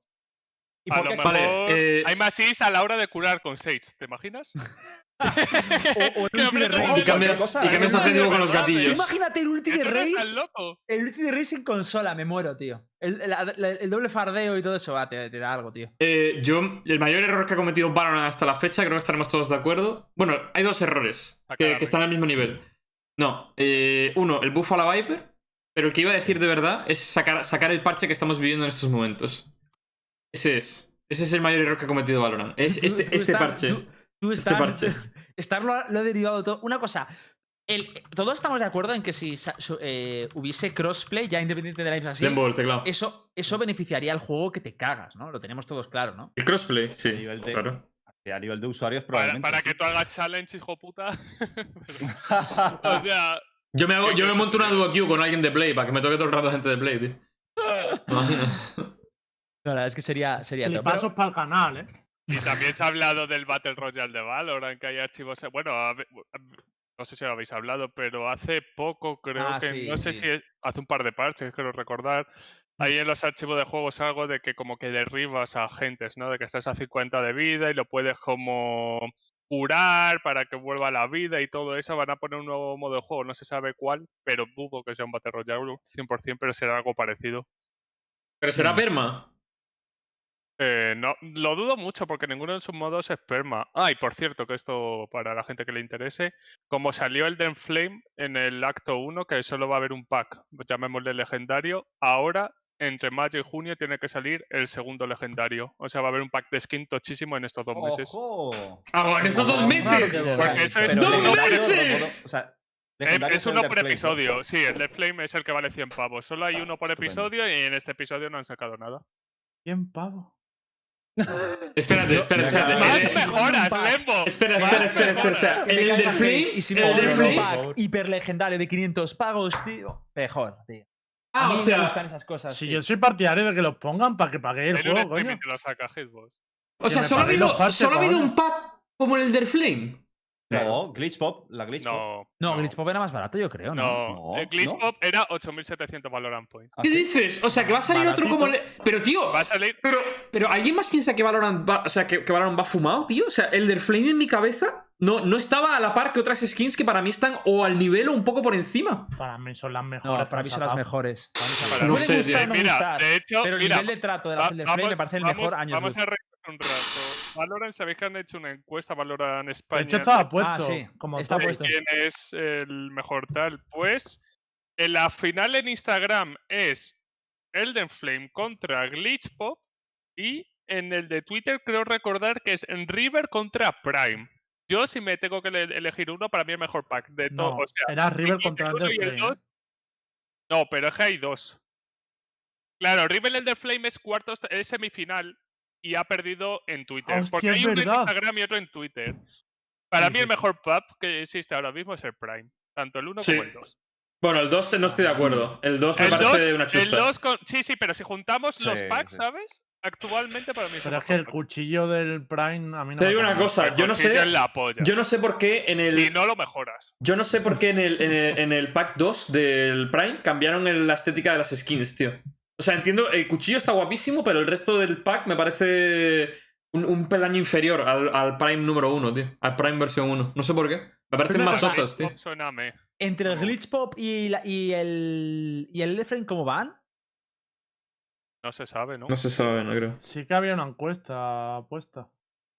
Speaker 3: ¿Y
Speaker 5: A
Speaker 3: por
Speaker 5: lo
Speaker 3: qué
Speaker 5: mejor
Speaker 1: Vale, eh,
Speaker 5: hay más is a la hora de curar con Sage, ¿te imaginas?
Speaker 3: O- o el
Speaker 5: Que
Speaker 3: Ultimate
Speaker 5: aprietas
Speaker 3: Raid,
Speaker 1: Y cambias-
Speaker 3: cosa,
Speaker 1: y cambias
Speaker 3: ¿eh?
Speaker 1: el objetivo con los
Speaker 5: Eso no es
Speaker 1: gatillos.
Speaker 5: verdad,
Speaker 4: Imagínate el Ultimate
Speaker 5: Eso no es
Speaker 4: Race.
Speaker 5: tan loco.
Speaker 4: El Ultimate Race en consola, me muero, tío. El, la- la- el doble fardeo y todo eso, va, te, te da algo, tío.
Speaker 1: Eh, yo, el mayor error que ha cometido Valorant hasta la fecha, creo que estaremos todos de acuerdo. Bueno, hay dos errores que,
Speaker 5: Sacarle.
Speaker 1: que están al mismo nivel. No, eh, uno, el buff a la Viper, pero el que iba a decir de verdad es sacar, sacar el parche que estamos viviendo en estos momentos. Ese es. Ese es el mayor error que ha cometido Valorant. Es
Speaker 4: Tú-
Speaker 1: este,
Speaker 4: tú
Speaker 1: este
Speaker 4: estás-
Speaker 1: parche.
Speaker 4: Tú, tú
Speaker 1: Este
Speaker 4: estás,
Speaker 1: parche.
Speaker 4: Star lo ha, lo ha derivado todo. Una cosa. El, todos estamos de acuerdo en que si sa- su- eh, hubiese crossplay, ya independiente de la misma
Speaker 1: Lembo, el teclado.
Speaker 4: eso, eso beneficiaría al juego que te cagas, ¿no? Lo tenemos todos claro, ¿no?
Speaker 1: El crossplay, sí.
Speaker 3: A nivel de-
Speaker 1: Claro.
Speaker 3: Sí, A nivel de usuarios,
Speaker 5: Para,
Speaker 3: probablemente.
Speaker 5: para que
Speaker 3: sí.
Speaker 5: tú hagas challenge, hijo puta.
Speaker 4: Ah.
Speaker 5: o sea,
Speaker 1: Yo me, hago, yo me monto una duo queue con alguien de Play para que me toque todo el rato gente de Play, tío.
Speaker 4: No, la verdad es que sería, sería
Speaker 2: Le
Speaker 4: todo. Pero-
Speaker 2: paso para el canal, ¿eh?
Speaker 5: y también se ha hablado del Battle Royale de Valorant, que hay archivos. Bueno, a ve- no sé si lo habéis hablado, pero hace poco creo
Speaker 4: Ah,
Speaker 5: que.
Speaker 4: sí,
Speaker 5: no sé
Speaker 4: sí. Mm.
Speaker 5: si. es- Hace un par de parches, quiero recordar. Ahí en los archivos de juegos algo de que como que derribas a agentes, ¿no? De que estás a 50 de vida y lo puedes como curar para que vuelva a la vida y todo eso. Van a poner un nuevo modo de juego, no se sabe cuál, pero dudo que sea un Battle Royale 100%, pero será algo parecido.
Speaker 1: Pero será perma.
Speaker 5: Eh, no, lo dudo mucho porque ninguno de sus modos es perma. Ah, y por cierto, que esto para la gente que le interese, como salió el Den Flame en el acto 1, que solo va a haber un pack, llamémosle legendario, ahora entre mayo y junio tiene que salir el segundo legendario. O sea, va a haber un pack de skin tochísimo en estos dos meses.
Speaker 3: ¡Ojo!
Speaker 1: Ah, bueno, estos dos
Speaker 3: Claro
Speaker 1: meses.
Speaker 4: que-
Speaker 5: Porque eso es
Speaker 3: Pero
Speaker 1: ¡Dos
Speaker 5: legendario-
Speaker 3: legendario,
Speaker 1: meses!
Speaker 3: remodo- o sea,
Speaker 5: Eh,
Speaker 3: legendario
Speaker 5: Es
Speaker 3: el
Speaker 5: uno
Speaker 3: de
Speaker 5: por
Speaker 3: Play, ¿no?
Speaker 5: episodio, sí, el Den Flame es el que vale 100 pavos. Solo hay
Speaker 3: Ah,
Speaker 5: uno por
Speaker 3: estupendo.
Speaker 5: episodio y en este episodio no han sacado nada.
Speaker 2: 100 pavos.
Speaker 1: Espérate, espérate, espérate.
Speaker 3: Más
Speaker 1: Eh,
Speaker 5: Más
Speaker 1: Espera,
Speaker 5: mejoras,
Speaker 4: Vale.
Speaker 5: Lembo.
Speaker 1: espera,
Speaker 5: Más
Speaker 1: espera, espera, espera,
Speaker 5: mejoras.
Speaker 1: espera.
Speaker 4: Que me
Speaker 1: El
Speaker 4: caiga
Speaker 1: del
Speaker 4: el
Speaker 1: free,
Speaker 4: free y si me
Speaker 1: el
Speaker 4: compro
Speaker 1: del ah,
Speaker 4: un
Speaker 1: free.
Speaker 4: pack hiper legendario de 500 pagos, tío. Mejor, tío. A
Speaker 1: Ah,
Speaker 4: mí
Speaker 1: o
Speaker 4: me
Speaker 1: sea,
Speaker 4: gustan esas cosas.
Speaker 2: Si
Speaker 4: tío.
Speaker 2: yo soy partidario de que los pongan para que pague el
Speaker 5: En un
Speaker 2: juego,
Speaker 5: streaming
Speaker 2: coño.
Speaker 5: te lo saca Hitbox.
Speaker 1: o
Speaker 2: que
Speaker 1: sea,
Speaker 2: me
Speaker 1: solo ha
Speaker 2: paguéis los
Speaker 1: habido,
Speaker 2: parches,
Speaker 1: solo ha habido
Speaker 2: cabrón.
Speaker 1: un pack como el del Flame.
Speaker 3: No, Glitch Pop, la Glitch Pop.
Speaker 5: No.
Speaker 4: No, Glitch Pop era más barato, yo creo, ¿no?
Speaker 5: No.
Speaker 3: Ah, No,
Speaker 5: El Glitch
Speaker 3: no.
Speaker 5: Pop era 8700 Valorant Points.
Speaker 3: ¿Ah,
Speaker 1: ¿Qué
Speaker 3: sí?
Speaker 1: dices? O sea, que va a salir otro como el. Pero, tío,
Speaker 5: Va a salir.
Speaker 1: pero, pero ¿alguien más piensa que Valorant va, o sea, que, que Valorant va fumado, tío? O sea, el del Flame en mi cabeza no, no estaba a la par que otras skins que para mí están o al nivel o un poco por encima.
Speaker 2: Para mí son las
Speaker 4: No,
Speaker 2: mejores. que
Speaker 4: para
Speaker 2: han
Speaker 4: mí son las
Speaker 2: sacado.
Speaker 4: mejores.
Speaker 5: Para
Speaker 1: No
Speaker 5: mí-
Speaker 1: sé, tío.
Speaker 5: Eh, mira, de hecho,
Speaker 4: pero el
Speaker 5: mira,
Speaker 4: nivel de trato de
Speaker 5: va-
Speaker 4: la Zelda Frame me parece el
Speaker 5: vamos-
Speaker 4: mejor año.
Speaker 5: Vamos a reírnos un rato. Valorant, ¿sabéis que han hecho una encuesta? Valorant
Speaker 2: De
Speaker 5: España.
Speaker 2: hecho, estaba puesto.
Speaker 4: Ah, sí,
Speaker 2: como
Speaker 4: está
Speaker 2: todo.
Speaker 5: de
Speaker 4: puesto.
Speaker 5: ¿Quién es el mejor tal? Pues en la final en Instagram es Elden Flame contra Glitch Pop y en el de Twitter creo recordar que es en River contra Prime. Yo si me tengo que ele- elegir uno, para mí el mejor pack de todo.
Speaker 2: No,
Speaker 5: o sea,
Speaker 2: era River
Speaker 5: el
Speaker 2: contra el
Speaker 5: uno
Speaker 2: del
Speaker 5: y el
Speaker 2: Flame.
Speaker 5: dos. No, pero es que hay dos. Claro, River Elder Flame es cuartos, es semifinal y ha perdido en Twitter.
Speaker 2: Hostia,
Speaker 5: porque
Speaker 2: es
Speaker 5: hay uno
Speaker 2: verdad.
Speaker 5: en Instagram y otro en Twitter. Para
Speaker 2: Sí,
Speaker 5: mí
Speaker 2: sí,
Speaker 5: el mejor pub que existe ahora mismo es el Prime. Tanto el 1
Speaker 1: Sí.
Speaker 5: como el 2.
Speaker 1: Bueno, el 2 no estoy de acuerdo. El 2 me
Speaker 5: El
Speaker 1: parece
Speaker 5: 2,
Speaker 1: una chusta.
Speaker 5: el 2 con... Sí, sí, pero si juntamos los
Speaker 3: Sí,
Speaker 5: packs,
Speaker 3: sí.
Speaker 5: ¿sabes? Actualmente para mí es
Speaker 2: Pero
Speaker 5: el
Speaker 2: es que el
Speaker 5: mejor pack.
Speaker 2: cuchillo del Prime a mí no
Speaker 1: Te
Speaker 2: me
Speaker 1: digo una
Speaker 2: parece.
Speaker 1: cosa,
Speaker 5: El
Speaker 1: yo no sé.
Speaker 5: cuchillo es la polla.
Speaker 1: Yo no sé por qué en el.
Speaker 5: Si no lo mejoras.
Speaker 1: Yo no sé por qué en el, en el, en el pack 2 del Prime cambiaron el- la estética de las skins, tío. O sea, entiendo, el cuchillo está guapísimo, pero el resto del pack me parece un, un peldaño inferior al, al Prime número 1, tío. Al Prime versión 1. No sé por qué. Me parecen
Speaker 4: Pero
Speaker 1: más
Speaker 4: no,
Speaker 1: osas, tío.
Speaker 5: Soname.
Speaker 4: Entre el Glitch Pop y, la- y el y el Elden Flame, ¿cómo van?
Speaker 5: No se sabe, ¿no?
Speaker 1: No se sabe, no creo.
Speaker 2: Sí que había una encuesta puesta.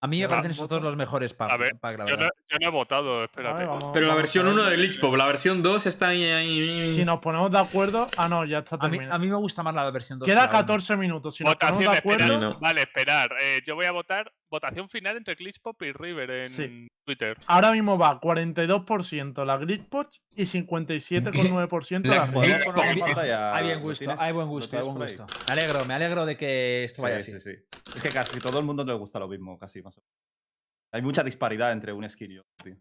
Speaker 4: A mí
Speaker 2: Me
Speaker 4: me
Speaker 2: va.
Speaker 4: parecen esos dos los mejores packs.
Speaker 5: A ver,
Speaker 4: pack, la
Speaker 5: yo, no,
Speaker 4: verdad.
Speaker 5: yo no he votado,
Speaker 2: A
Speaker 5: espérate.
Speaker 2: ver, vamos-
Speaker 1: Pero la
Speaker 2: vamos a
Speaker 1: versión
Speaker 2: ver.
Speaker 1: 1 de Glitch Pop, la versión 2 está ahí. ahí-
Speaker 2: Si nos ponemos de acuerdo. Ah, no, ya está
Speaker 4: a, mí,
Speaker 2: terminado.
Speaker 4: a mí me gusta más la versión 2.
Speaker 2: Queda 14 minutos. Si nos ponemos
Speaker 5: Votación,
Speaker 2: de
Speaker 5: espera.
Speaker 2: acuerdo.
Speaker 1: Sí, no.
Speaker 5: Vale, esperar. Eh, yo voy a votar votación final entre Glitchpop y River en
Speaker 2: Sí.
Speaker 5: Twitter.
Speaker 2: Ahora mismo va 42% la Gridpot y 57,9% la
Speaker 6: La
Speaker 2: Grid.
Speaker 3: ¿Podemos
Speaker 6: Glitch
Speaker 3: poner
Speaker 6: Pop.
Speaker 3: en pantalla?
Speaker 4: Hay buen
Speaker 3: ¿Lo
Speaker 4: gusto,
Speaker 3: tienes-
Speaker 4: hay buen
Speaker 3: lo
Speaker 4: gusto, hay
Speaker 3: tienes
Speaker 4: buen
Speaker 3: por ahí?
Speaker 4: gusto. Me alegro, me alegro de que esto vaya
Speaker 3: Sí,
Speaker 4: así.
Speaker 3: sí, sí. Es que casi todo el mundo le gusta lo mismo, casi más o menos. Hay mucha disparidad entre un skin y otro, tío.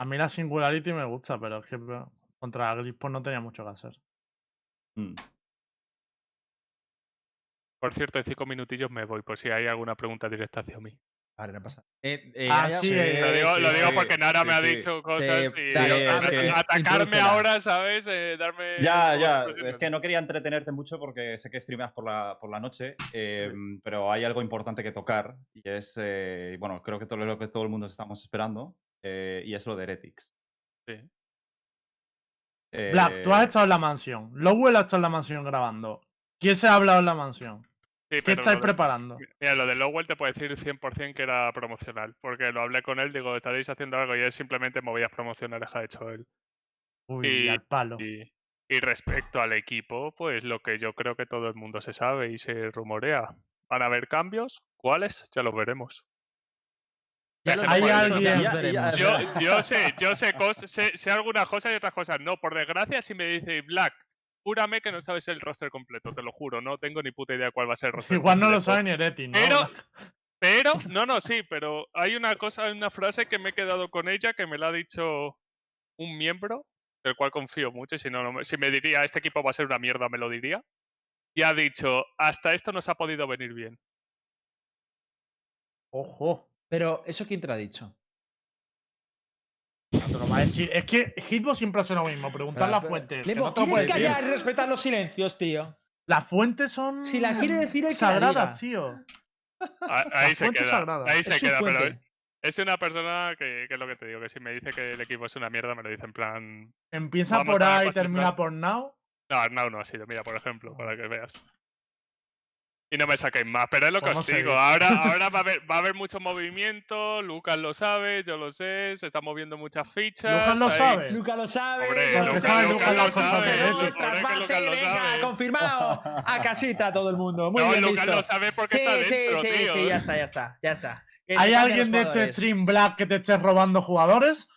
Speaker 2: A mí la Singularity me gusta, pero es que bueno, contra la Gridpot no tenía mucho que hacer.
Speaker 3: Mm.
Speaker 5: Por cierto, en cinco minutillos me voy, por si hay alguna pregunta directa hacia mí.
Speaker 4: Vale, no pasa. Eh, eh,
Speaker 2: Ah,
Speaker 4: hay-
Speaker 2: sí, eh,
Speaker 5: lo digo,
Speaker 3: sí,
Speaker 5: lo digo
Speaker 3: sí,
Speaker 5: porque Nara me
Speaker 3: sí,
Speaker 5: ha
Speaker 3: sí.
Speaker 5: dicho cosas y
Speaker 4: claro,
Speaker 5: a-
Speaker 4: es que-
Speaker 5: a- atacarme
Speaker 4: introdúcela.
Speaker 5: ahora, ¿sabes? Eh, darme.
Speaker 3: Ya,
Speaker 5: como
Speaker 3: ya.
Speaker 5: explosión.
Speaker 3: Es que no quería entretenerte mucho porque sé que streameas por la, por la noche, eh, pero hay algo importante que tocar y es, eh, y bueno, creo que todo lo que todo el mundo estamos esperando eh, y es lo de Heretics.
Speaker 5: Sí.
Speaker 3: Eh,
Speaker 2: Black, tú has estado en la mansión. Lowell ha estado en la mansión grabando. ¿Quién se ha hablado en la mansión?
Speaker 5: Sí,
Speaker 2: ¿Qué
Speaker 5: pero
Speaker 2: estáis
Speaker 5: lo de-
Speaker 2: preparando?
Speaker 5: Mira, lo de Lowell te puedo decir 100% que era promocional, porque lo hablé con él, digo, estaréis haciendo algo y él simplemente movías promocionales que ha hecho él.
Speaker 2: Uy,
Speaker 5: y-
Speaker 2: al palo.
Speaker 5: Y, y respecto al equipo, pues lo que yo creo que todo el mundo se sabe y se rumorea. ¿Van a haber cambios? ¿Cuáles? Ya los veremos.
Speaker 4: ya los
Speaker 5: Hay
Speaker 4: veremos,
Speaker 2: alguien-
Speaker 4: ya los
Speaker 3: Eh, Ya- ya-
Speaker 4: veremos.
Speaker 3: Es
Speaker 5: Yo,
Speaker 3: verdad.
Speaker 5: yo sé, yo sé, cos- sé, sé algunas cosas y otras cosas no. Por desgracia, si me dice Black, júrame que no sabes el roster completo, te lo juro, no tengo ni puta idea cuál va a ser el roster
Speaker 2: Igual no lo
Speaker 5: completo.
Speaker 2: sabe ni Ereti, ¿no?
Speaker 5: Pero, pero, no, no, sí, pero hay una cosa, hay una frase que me he quedado con ella que me la ha dicho un miembro, del cual confío mucho, y si no, no me- si me diría este equipo va a ser una mierda, me lo diría. Y ha dicho, hasta esto nos ha podido venir bien.
Speaker 2: Ojo.
Speaker 4: Pero, ¿eso quién te lo ha dicho?
Speaker 2: Te lo va a decir. Es que Hitbox siempre hace lo mismo. Preguntar la fuente. que
Speaker 4: Lepo,
Speaker 2: no te lo
Speaker 4: ¿quieres
Speaker 2: puede decir.
Speaker 4: callar y respetar los silencios, tío?
Speaker 2: Las fuentes son
Speaker 4: Si la quiere decir, el que la diga.
Speaker 2: sagradas, tío.
Speaker 5: A- Ahí se
Speaker 2: fuente
Speaker 5: queda,
Speaker 2: sagrada.
Speaker 5: ahí
Speaker 2: Es
Speaker 5: se
Speaker 4: su
Speaker 5: queda, pero
Speaker 4: fuente.
Speaker 5: es, es una persona que, que es lo que te digo, que si me dice que el equipo es una mierda, me lo dice en plan...
Speaker 2: Empieza
Speaker 5: Vamos
Speaker 2: por
Speaker 5: a
Speaker 2: A y
Speaker 5: concentrar-
Speaker 2: termina por Now.
Speaker 5: No, Arnau no ha sido, mira, por ejemplo, para que veas. Y no me saquéis más, pero es lo que os
Speaker 2: Podemos seguir.
Speaker 5: digo. Ahora, ahora va, a haber, va a haber mucho movimiento, Lucas lo sabe, yo lo sé, se están moviendo muchas fichas.
Speaker 2: Lucas lo
Speaker 5: hay-
Speaker 2: sabe.
Speaker 4: Luca lo sabe.
Speaker 5: Hombre,
Speaker 2: Porque
Speaker 5: Lucas,
Speaker 2: sabe,
Speaker 5: Lucas
Speaker 2: Lucas
Speaker 5: lo
Speaker 2: las cosas
Speaker 5: sabe.
Speaker 2: de
Speaker 5: Lucas,
Speaker 2: Betis.
Speaker 5: hombre, que Lucas lo
Speaker 4: venga,
Speaker 5: sabe.
Speaker 4: confirmado. A casita todo el mundo. Muy
Speaker 5: no,
Speaker 4: bien
Speaker 5: Lucas
Speaker 4: visto.
Speaker 5: lo sabe porque
Speaker 4: sí,
Speaker 5: está
Speaker 4: sí,
Speaker 5: dentro,
Speaker 4: sí,
Speaker 5: tío.
Speaker 4: sí, ya está, ya está, ya está. Que se
Speaker 2: ¿Hay
Speaker 4: cambien
Speaker 2: alguien
Speaker 4: los
Speaker 2: de este
Speaker 4: jugadores.
Speaker 2: stream black que te esté robando jugadores?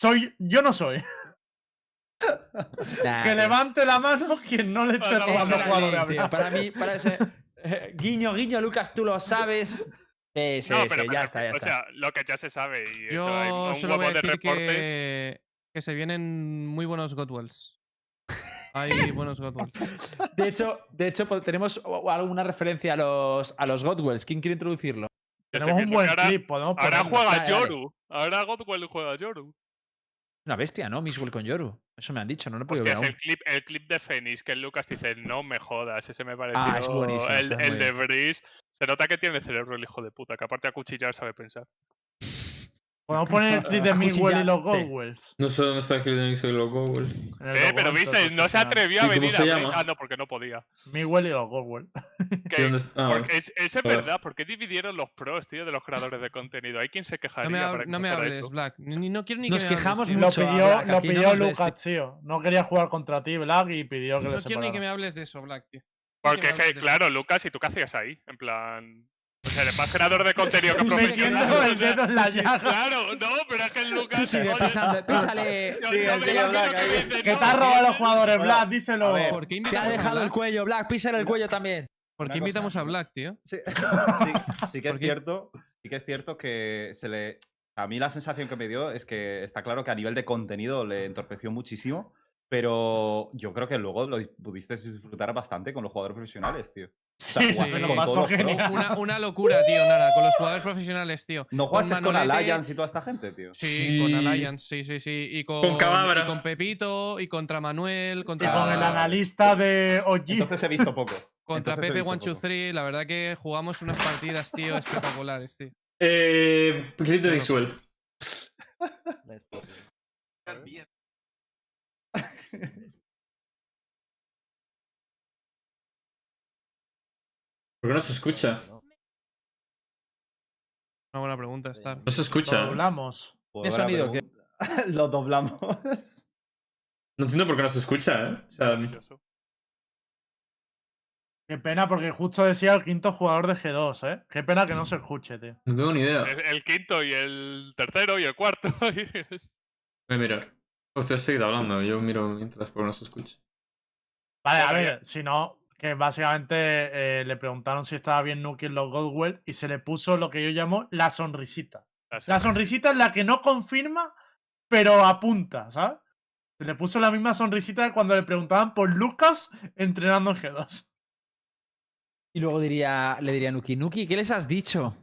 Speaker 2: soy, yo no soy.
Speaker 4: Nah,
Speaker 2: Que
Speaker 4: tío.
Speaker 2: levante la mano quien no le esté
Speaker 5: Para
Speaker 4: Esa
Speaker 5: Vamos
Speaker 4: es
Speaker 5: a
Speaker 2: robando
Speaker 4: la
Speaker 5: hablar.
Speaker 2: jugadores.
Speaker 4: ley, tío.
Speaker 2: a Black.
Speaker 4: Para mí, para ese. eh, guiño, guiño, Lucas, tú lo sabes. Sí, sí,
Speaker 5: no,
Speaker 4: sí,
Speaker 5: pero me
Speaker 4: ya
Speaker 5: refiero-
Speaker 4: está, ya
Speaker 5: o
Speaker 4: está.
Speaker 5: sea, lo que ya se sabe y eso, hay
Speaker 6: Yo
Speaker 5: un
Speaker 6: solo voy
Speaker 5: huevo
Speaker 6: a
Speaker 5: de
Speaker 6: decir
Speaker 5: reporte.
Speaker 6: que, que se vienen muy buenos Godwells. Hay buenos Godwells.
Speaker 4: De hecho, de hecho pues, tenemos o- alguna referencia a los, a los Godwells. ¿Quién quiere introducirlo?
Speaker 5: Yo estoy
Speaker 2: Tenemos un
Speaker 5: viendo que
Speaker 2: buen
Speaker 5: ahora,
Speaker 2: clip, podemos
Speaker 5: ahora
Speaker 2: ponerlo.
Speaker 5: juega
Speaker 4: Dale, dale.
Speaker 5: Yoru. Ahora Godwell juega Yoru.
Speaker 4: Es una bestia, ¿no? Miswell con Yoru. Eso me han dicho, no lo he podido
Speaker 5: Hostias,
Speaker 4: ver
Speaker 5: el
Speaker 4: aún.
Speaker 5: clip, el clip de Fénix, que Lucas dice, no me jodas, ese me pareció
Speaker 4: Ah, es buenísimo,
Speaker 5: el,
Speaker 4: está muy
Speaker 5: el de Breeze. Se nota que tiene cerebro el hijo de puta, que aparte a cuchillar sabe pensar.
Speaker 2: Podemos poner el clip de Midwell y los
Speaker 4: Acuchillante.
Speaker 2: Godwells.
Speaker 1: No sé dónde está Hildenix y loco, güey.
Speaker 2: en el
Speaker 5: Eh, pero viste,
Speaker 2: documento
Speaker 5: no se
Speaker 2: constitucional.
Speaker 5: atrevió
Speaker 1: ¿Y
Speaker 5: a
Speaker 1: cómo
Speaker 5: venir a
Speaker 1: se
Speaker 5: Breeze.
Speaker 1: llama?
Speaker 5: Ah, no, porque no podía.
Speaker 2: Midwell y los Godwells.
Speaker 5: Que-
Speaker 1: ¿Y dónde está? Ah,
Speaker 5: porque es, eso es
Speaker 1: joder.
Speaker 5: verdad, porque dividieron los pros, tío, de los creadores de contenido. Hay quien se quejaría
Speaker 6: No me, hab-
Speaker 5: para que
Speaker 6: no me
Speaker 5: pasara
Speaker 6: hables,
Speaker 5: esto.
Speaker 6: Black. Ni, no quiero ni
Speaker 4: Nos
Speaker 6: que me hables,
Speaker 4: quejamos
Speaker 6: tío.
Speaker 2: Lo
Speaker 4: mucho,
Speaker 2: pidió,
Speaker 4: Black,
Speaker 2: lo
Speaker 4: aquí no
Speaker 2: pidió
Speaker 4: nos este- ves,
Speaker 2: Lucas, tío. No quería jugar contra ti, Black, y pidió que le
Speaker 6: No quiero ni que me
Speaker 2: separaran.
Speaker 6: hables de eso, Black, tío. Ni
Speaker 5: Porque
Speaker 6: me
Speaker 5: es que,
Speaker 6: hables de eso.
Speaker 5: claro, Lucas, ¿y tú qué hacías ahí? En plan. O sea, eres más creador de contenido que
Speaker 4: Tú
Speaker 5: profesional.
Speaker 2: Metiendo
Speaker 5: o
Speaker 2: el
Speaker 5: sea,
Speaker 2: dedo en la llaga.
Speaker 5: Claro, no, pero es que el Lucas.
Speaker 4: Tú sigue
Speaker 5: oye,
Speaker 4: pisando, písale.
Speaker 5: yo-
Speaker 3: Sí,
Speaker 5: yo
Speaker 3: el
Speaker 5: me
Speaker 3: sigue
Speaker 5: imagino
Speaker 3: Black
Speaker 5: que
Speaker 3: ahí.
Speaker 5: dices,
Speaker 2: Que
Speaker 5: "No,
Speaker 2: te ha robado a los
Speaker 5: que-
Speaker 2: jugadores,
Speaker 3: Bueno,
Speaker 2: Black, díselo.
Speaker 3: a ver,
Speaker 6: ¿Por qué
Speaker 4: Te ha
Speaker 6: invitamos a
Speaker 4: dejado el
Speaker 6: Black?
Speaker 4: cuello, Black, písale el cuello también.
Speaker 6: ¿Por
Speaker 3: Una
Speaker 6: qué
Speaker 3: cosa.
Speaker 6: invitamos a Black, tío?
Speaker 3: Sí, sí, sí que es
Speaker 6: ¿Por qué?
Speaker 3: cierto, sí que es cierto que se le. A mí la sensación que me dio es que está claro que a nivel de contenido le entorpeció muchísimo, pero yo creo que luego lo dis- pudiste disfrutar bastante con los jugadores profesionales, tío. sea,
Speaker 2: Sí,
Speaker 3: jugaste
Speaker 2: se lo
Speaker 6: con
Speaker 3: todos
Speaker 2: pasó
Speaker 3: los pros.
Speaker 2: genial.
Speaker 6: Una, una locura, tío, Nara, con los jugadores profesionales, tío.
Speaker 3: No jugaste con
Speaker 6: Manolete.
Speaker 3: Alliance y toda esta gente, tío.
Speaker 6: Sí, con
Speaker 1: Sí.
Speaker 6: Alliance, sí, sí, sí. Y con,
Speaker 1: Cadabra.
Speaker 6: y con Pepito, y contra Manuel,
Speaker 2: Y con el
Speaker 3: Ah.
Speaker 6: contra,
Speaker 2: analista de OG.
Speaker 3: Entonces he visto poco.
Speaker 6: contra
Speaker 3: entonces he
Speaker 6: Pepe
Speaker 3: visto
Speaker 6: 123. La verdad que jugamos unas partidas, tío, espectaculares, tío.
Speaker 1: Eh, clip de Mixwell. ¿Por qué no se escucha?
Speaker 6: Una buena pregunta, Star.
Speaker 3: Ah,
Speaker 1: No se
Speaker 2: Lo
Speaker 1: escucha. No
Speaker 2: doblamos.
Speaker 3: Pues buena
Speaker 4: ¿Tiene sonido o qué?
Speaker 3: pregunta. Lo doblamos.
Speaker 1: entiendo por qué no se escucha, ¿eh? O sea,
Speaker 5: Maravilloso.
Speaker 2: Qué pena, porque justo decía el quinto jugador de G2, ¿eh? Qué pena que no se escuche, tío.
Speaker 1: no tengo ni idea.
Speaker 5: El, el quinto y el tercero y el cuarto. y-
Speaker 1: Voy a mirar. Usted sigue hablando, yo miro mientras porque no se escucha.
Speaker 2: Vale, a
Speaker 5: Bueno,
Speaker 2: ver, si no, que básicamente eh, le preguntaron si estaba bien Nuki en los Godwell y se le puso lo que yo llamo la sonrisita. La sonrisita es la que no confirma, pero apunta, ¿sabes? Se le puso la misma sonrisita de cuando le preguntaban por Lucas entrenando en G2.
Speaker 4: Y luego diría, le diría a Nuki, Nuki, ¿qué les has dicho?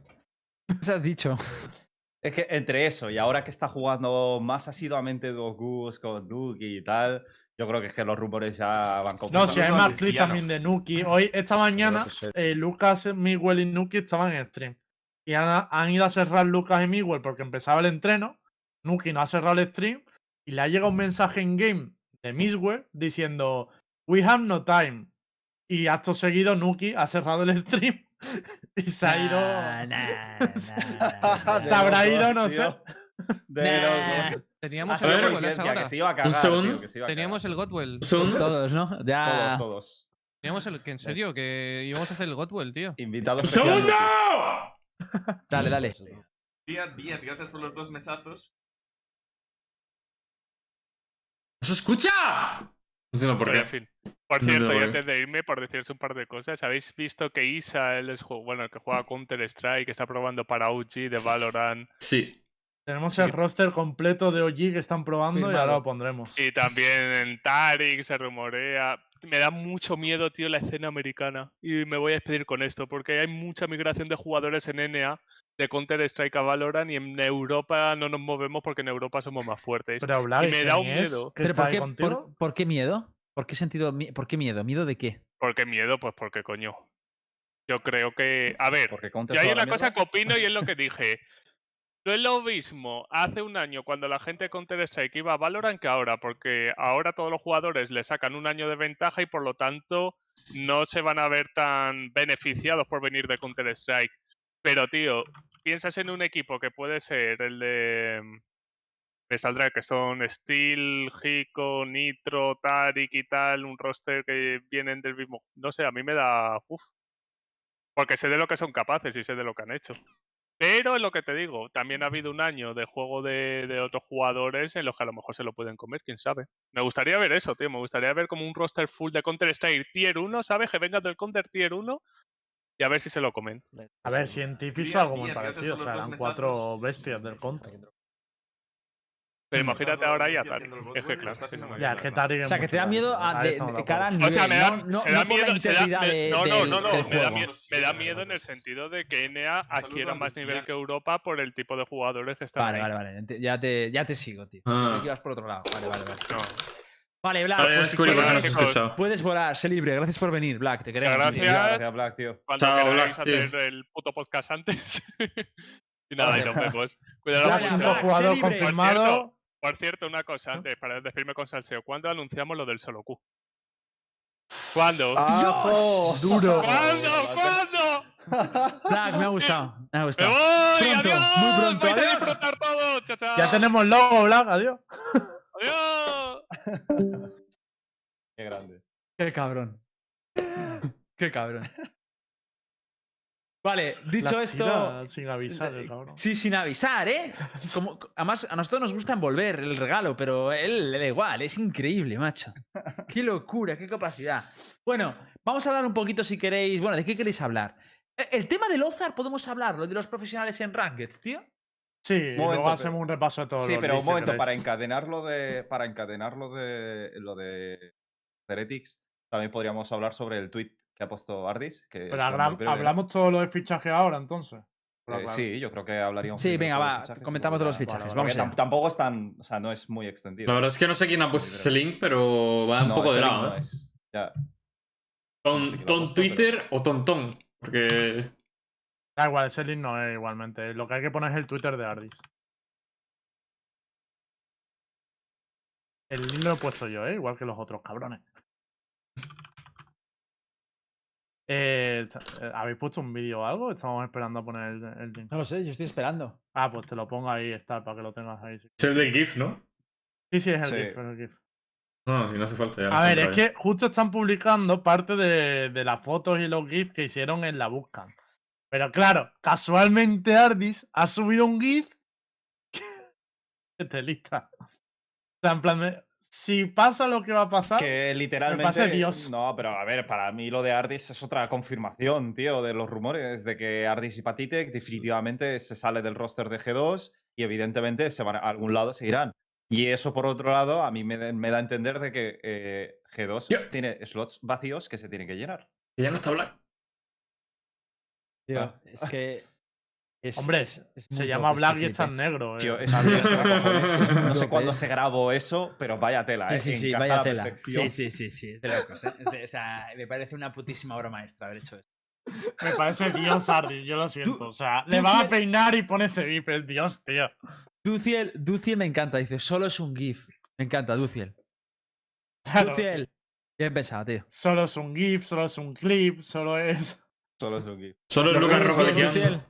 Speaker 4: ¿Qué les has dicho?
Speaker 3: Es que entre eso y ahora que está jugando más asiduamente Dogus con Nuki y tal, yo creo que es que los rumores ya van con
Speaker 2: No, si hay más clips
Speaker 7: Luciano.
Speaker 2: también de Nuki. Hoy, esta mañana, eh, Lucas, Miguel y Nuki estaban en stream. Y han, han ido a cerrar Lucas y Miguel porque empezaba el entreno. Nuki no ha cerrado el stream. Y le ha llegado un mensaje en game de Miguel diciendo: We have no time. Y acto seguido, Nuki ha cerrado el stream. y se ha ido.
Speaker 4: Nah, nah, nah,
Speaker 2: Se habrá
Speaker 3: Locos,
Speaker 2: ido, no
Speaker 3: tío.
Speaker 2: sé.
Speaker 3: De
Speaker 4: Nah.
Speaker 3: locos.
Speaker 6: Teníamos
Speaker 3: Ha
Speaker 1: a
Speaker 6: el
Speaker 3: sido
Speaker 1: ver,
Speaker 6: Godwell a esa
Speaker 3: coincidencia,
Speaker 6: hora.
Speaker 3: que se iba a cagar,
Speaker 1: segundo.
Speaker 3: tío, que se iba a
Speaker 6: Teníamos Ah. el Godwell.
Speaker 1: Un segundo.
Speaker 4: Todos, ¿no? Ya.
Speaker 3: cagar. Todos, todos.
Speaker 6: Teníamos el. Que en serio, que íbamos a hacer el Godwell, tío.
Speaker 3: Invitados.
Speaker 1: ¡Un segundo!
Speaker 4: Dale, dale.
Speaker 7: Bien, bien, gracias por los dos mesazos.
Speaker 1: ¡No se escucha! No entiendo por
Speaker 5: Pero, en
Speaker 1: qué.
Speaker 5: fin. Por
Speaker 1: No entiendo
Speaker 5: cierto, y
Speaker 1: por qué.
Speaker 5: antes de irme, por deciros un par de cosas, ¿habéis visto que Isa, el es- bueno, que juega Counter-Strike, está probando para OG de Valorant
Speaker 1: Sí.
Speaker 2: Tenemos el roster completo de OG que están probando y
Speaker 6: Firmado.
Speaker 2: ahora lo pondremos.
Speaker 5: y también en Tarik, se rumorea? Me da mucho miedo, tío, la escena americana. Y me voy a despedir con esto, porque hay mucha migración de jugadores en NA de Counter-Strike a Valorant y en Europa no nos movemos porque en Europa somos más fuertes.
Speaker 2: Pero hablar
Speaker 5: y me da un miedo.
Speaker 4: ¿Pero por qué, por-
Speaker 2: contigo?
Speaker 4: por qué miedo? ¿Por qué sentido? mi- ¿Por qué miedo? ¿Miedo de qué?
Speaker 5: ¿Por qué miedo? Pues porque coño. Yo creo que. A ver,
Speaker 3: Porque Counter
Speaker 5: Yo hay
Speaker 3: toda la
Speaker 5: una cosa
Speaker 3: mierda.
Speaker 5: que opino y es lo que dije. No es lo mismo hace un año cuando la gente con Counter-Strike iba a Valorant que ahora, porque ahora todos los jugadores le sacan un año de ventaja y por lo tanto no se van a ver tan beneficiados por venir de Counter-Strike. Pero tío, piensas en un equipo que puede ser el de... mm, Me saldrá que son Steel, Hiko, Nitro, Tarik y tal, un roster que vienen del mismo... No sé, a mí me da... Uf. Porque sé de lo que son capaces y sé de lo que han hecho. Pero es lo que te digo, también ha habido un año de juego de, de otros jugadores en los que a lo mejor se lo pueden comer, quién sabe. Me gustaría ver eso, tío. Me gustaría ver como un roster full de Counter-Strike Tier 1, ¿sabes? Que vengas del Counter Tier 1 y a ver si se lo comen.
Speaker 2: A ver, si en Tiff hizo
Speaker 7: Día a
Speaker 2: algo muy
Speaker 7: día, que haces
Speaker 2: parecido. O
Speaker 7: con
Speaker 2: sea,
Speaker 7: los dos
Speaker 2: eran cuatro
Speaker 7: mesazos.
Speaker 2: bestias del contra.
Speaker 5: Pero
Speaker 7: Sí.
Speaker 5: imagínate
Speaker 7: Hazlo,
Speaker 5: ahora y
Speaker 7: sí,
Speaker 5: atar.
Speaker 7: haciendo el bot
Speaker 5: Es que
Speaker 7: bueno,
Speaker 5: claro,
Speaker 7: está
Speaker 5: si no-
Speaker 7: haciendo
Speaker 2: Ya,
Speaker 7: Vale,
Speaker 2: es que
Speaker 7: vale.
Speaker 2: Tarry
Speaker 4: O sea, que te da miedo a, de, de cada nivel.
Speaker 5: O sea, me da,
Speaker 4: no, no,
Speaker 5: se da
Speaker 4: no por la
Speaker 5: miedo. se da-
Speaker 4: integridad
Speaker 5: me-
Speaker 4: de-
Speaker 5: no, no,
Speaker 4: del-
Speaker 5: no, no,
Speaker 4: del
Speaker 5: me, da
Speaker 4: juego.
Speaker 5: miedo, me da miedo en el sentido de que NA adquiera
Speaker 7: saludo a
Speaker 5: más nivel
Speaker 7: Luciano.
Speaker 5: que Europa por el tipo de jugadores que están
Speaker 4: Vale,
Speaker 5: ahí.
Speaker 4: vale, vale. ente- Ya te, ya te sigo, tío.
Speaker 1: Ah.
Speaker 4: Aquí vas por otro lado. Vale, vale, vale.
Speaker 5: No.
Speaker 4: Vale, Black,
Speaker 1: Vale,
Speaker 4: pues si
Speaker 1: descubrí lo que no
Speaker 4: quieres,
Speaker 1: has
Speaker 5: chicos.
Speaker 3: pues,
Speaker 1: escuchado.
Speaker 4: puedes volar, sé libre. Gracias por venir, Black. Te queremos.
Speaker 5: Gracias.
Speaker 4: tío.
Speaker 3: Gracias, gracias, Black, tío.
Speaker 5: Cuando
Speaker 1: Chao,
Speaker 5: queráis
Speaker 1: Black, tío.
Speaker 5: hacer el puto podcast antes. y nada, y nos vemos. Cuidado
Speaker 2: Black,
Speaker 4: Black,
Speaker 2: quinto
Speaker 5: mucho.
Speaker 4: Black,
Speaker 2: jugador
Speaker 4: sé libre.
Speaker 2: confirmado.
Speaker 5: Por cierto, una cosa antes, para despedirme con Salseo. ¿Cuándo anunciamos lo del solo Q? ¿Cuándo?
Speaker 4: Ah,
Speaker 3: ¡Ajo!
Speaker 2: Duro.
Speaker 5: ¿Cuándo? ¿Cuándo?
Speaker 4: Black, me ha gustado. Me ha
Speaker 5: ¡Me
Speaker 4: gustado.
Speaker 5: voy!
Speaker 4: Pronto,
Speaker 5: ¡Adiós!
Speaker 4: muy pronto,
Speaker 5: ¡Vais a
Speaker 4: adiós.
Speaker 5: disfrutar todos! ¡Chao, chao!
Speaker 2: Ya tenemos logo, Black, adiós.
Speaker 5: ¡Adiós!
Speaker 3: Qué grande.
Speaker 4: Qué cabrón. Qué cabrón. Vale, dicho
Speaker 2: La
Speaker 4: esto.
Speaker 2: tira Sin avisar, el
Speaker 4: eh,
Speaker 2: cabrón.
Speaker 4: Sí, sin avisar, ¿eh? Como- además, a nosotros nos gusta envolver el regalo, pero a él le da igual, es increíble, macho. Qué locura, qué capacidad. Bueno, vamos a hablar un poquito si queréis. Bueno, ¿de qué queréis hablar? Eh, El tema del Ozar podemos hablarlo, de los profesionales en Ranked, tío.
Speaker 2: Sí, y luego
Speaker 3: momento,
Speaker 2: hacemos un repaso de todo.
Speaker 3: Sí, pero un momento, para encadenarlo de. Para encadenarlo de. Lo de Heretics, también podríamos hablar sobre el tweet que ha puesto Ardis. Que
Speaker 2: Pero
Speaker 3: ha sido muy
Speaker 2: habla-
Speaker 3: breve, ¿no?
Speaker 2: hablamos todo lo de fichaje ahora, entonces.
Speaker 3: Eh, sí, yo creo que hablaríamos.
Speaker 4: Sí,
Speaker 3: de
Speaker 4: venga,
Speaker 3: todos
Speaker 4: va,
Speaker 3: fichajes,
Speaker 4: comentamos
Speaker 3: porque
Speaker 4: todos los
Speaker 3: ya-
Speaker 4: fichajes,
Speaker 3: porque
Speaker 4: vamos allá.
Speaker 3: tam- Tampoco es tan. O sea, no es muy extendido. ¿eh?
Speaker 1: La verdad es que no sé quién ha puesto ese link, pero va un
Speaker 3: pues, No,
Speaker 1: poco
Speaker 3: ese
Speaker 1: de
Speaker 3: link
Speaker 1: lado.
Speaker 3: no
Speaker 1: ¿eh?
Speaker 3: es. Ya.
Speaker 1: Ton,
Speaker 3: no sé quién lo ha
Speaker 1: ton
Speaker 3: puesto,
Speaker 1: Twitter o Tontón. Porque.
Speaker 2: Da igual, ese link no es igualmente. Lo que hay que poner es el Twitter de Ardis. El link lo he puesto yo, ¿eh? igual que los otros cabrones. Eh, ta- eh, ¿Habéis puesto un vídeo o algo? Estamos esperando a poner el, el link.
Speaker 4: No lo sé, yo estoy esperando.
Speaker 2: Ah, pues te lo pongo ahí, está, para que lo tengas ahí.
Speaker 1: Es el del GIF, ¿no?
Speaker 2: Sí, sí, es el
Speaker 3: Sí.
Speaker 2: GIF, es el GIF.
Speaker 1: No, si no hace falta. ya lo
Speaker 2: A ver, es
Speaker 1: encontraré.
Speaker 2: que justo están publicando parte de, de las fotos y los GIFs que hicieron en la Buscan. Pero claro, casualmente Ardis ha subido un GIF que te lista. O sea, en plan de, si pasa lo que va a pasar,
Speaker 3: Que literalmente.
Speaker 2: pase Dios.
Speaker 3: No, pero a ver, para mí lo de Ardis es otra confirmación, tío, de los rumores de que Ardis y Patitec definitivamente se sale del roster de G2 y evidentemente se van a algún lado se irán. Y eso, por otro lado, a mí me, da- me da a entender de que eh, G2
Speaker 1: Yo-
Speaker 3: tiene slots vacíos que se tienen que llenar.
Speaker 1: Que ya no está Black.
Speaker 4: Tío,
Speaker 3: Ah.
Speaker 4: es que. es-
Speaker 2: Hombre,
Speaker 4: es- es
Speaker 2: se
Speaker 4: muy
Speaker 2: llama
Speaker 4: top este
Speaker 2: Black y
Speaker 4: clip,
Speaker 2: está
Speaker 4: eh.
Speaker 2: en negro. eh.
Speaker 3: Tío, es una mierda, cojones. no sé
Speaker 4: Loco,
Speaker 3: cuándo
Speaker 4: eh.
Speaker 3: se grabó eso, pero vaya tela,
Speaker 4: Sí,
Speaker 3: ¿eh?
Speaker 4: sí, sí,
Speaker 3: Encaja a
Speaker 4: vaya
Speaker 3: la
Speaker 4: tela.
Speaker 3: perfección.
Speaker 4: Sí, sí, sí, sí, es de locos. ¿eh? Es de- o sea, me parece una putísima obra maestra haber hecho esto.
Speaker 2: Me parece Dios Ardis, yo lo siento. o sea, le
Speaker 4: tú
Speaker 2: van a
Speaker 4: sí-
Speaker 2: peinar y pone ese GIF, es Dios, tío.
Speaker 4: Duciel, Duciel me encanta, dice, solo es un GIF. Me encanta, Duciel.
Speaker 2: Claro,
Speaker 4: Duciel. Bien pensado, tío.
Speaker 2: solo es un GIF, solo es un clip, solo es.
Speaker 3: Solo es un gif.
Speaker 1: Solo es
Speaker 4: Los
Speaker 1: Lucas
Speaker 4: Reyes
Speaker 1: Rojo de
Speaker 4: Magos,
Speaker 1: Kian.
Speaker 4: Duciel.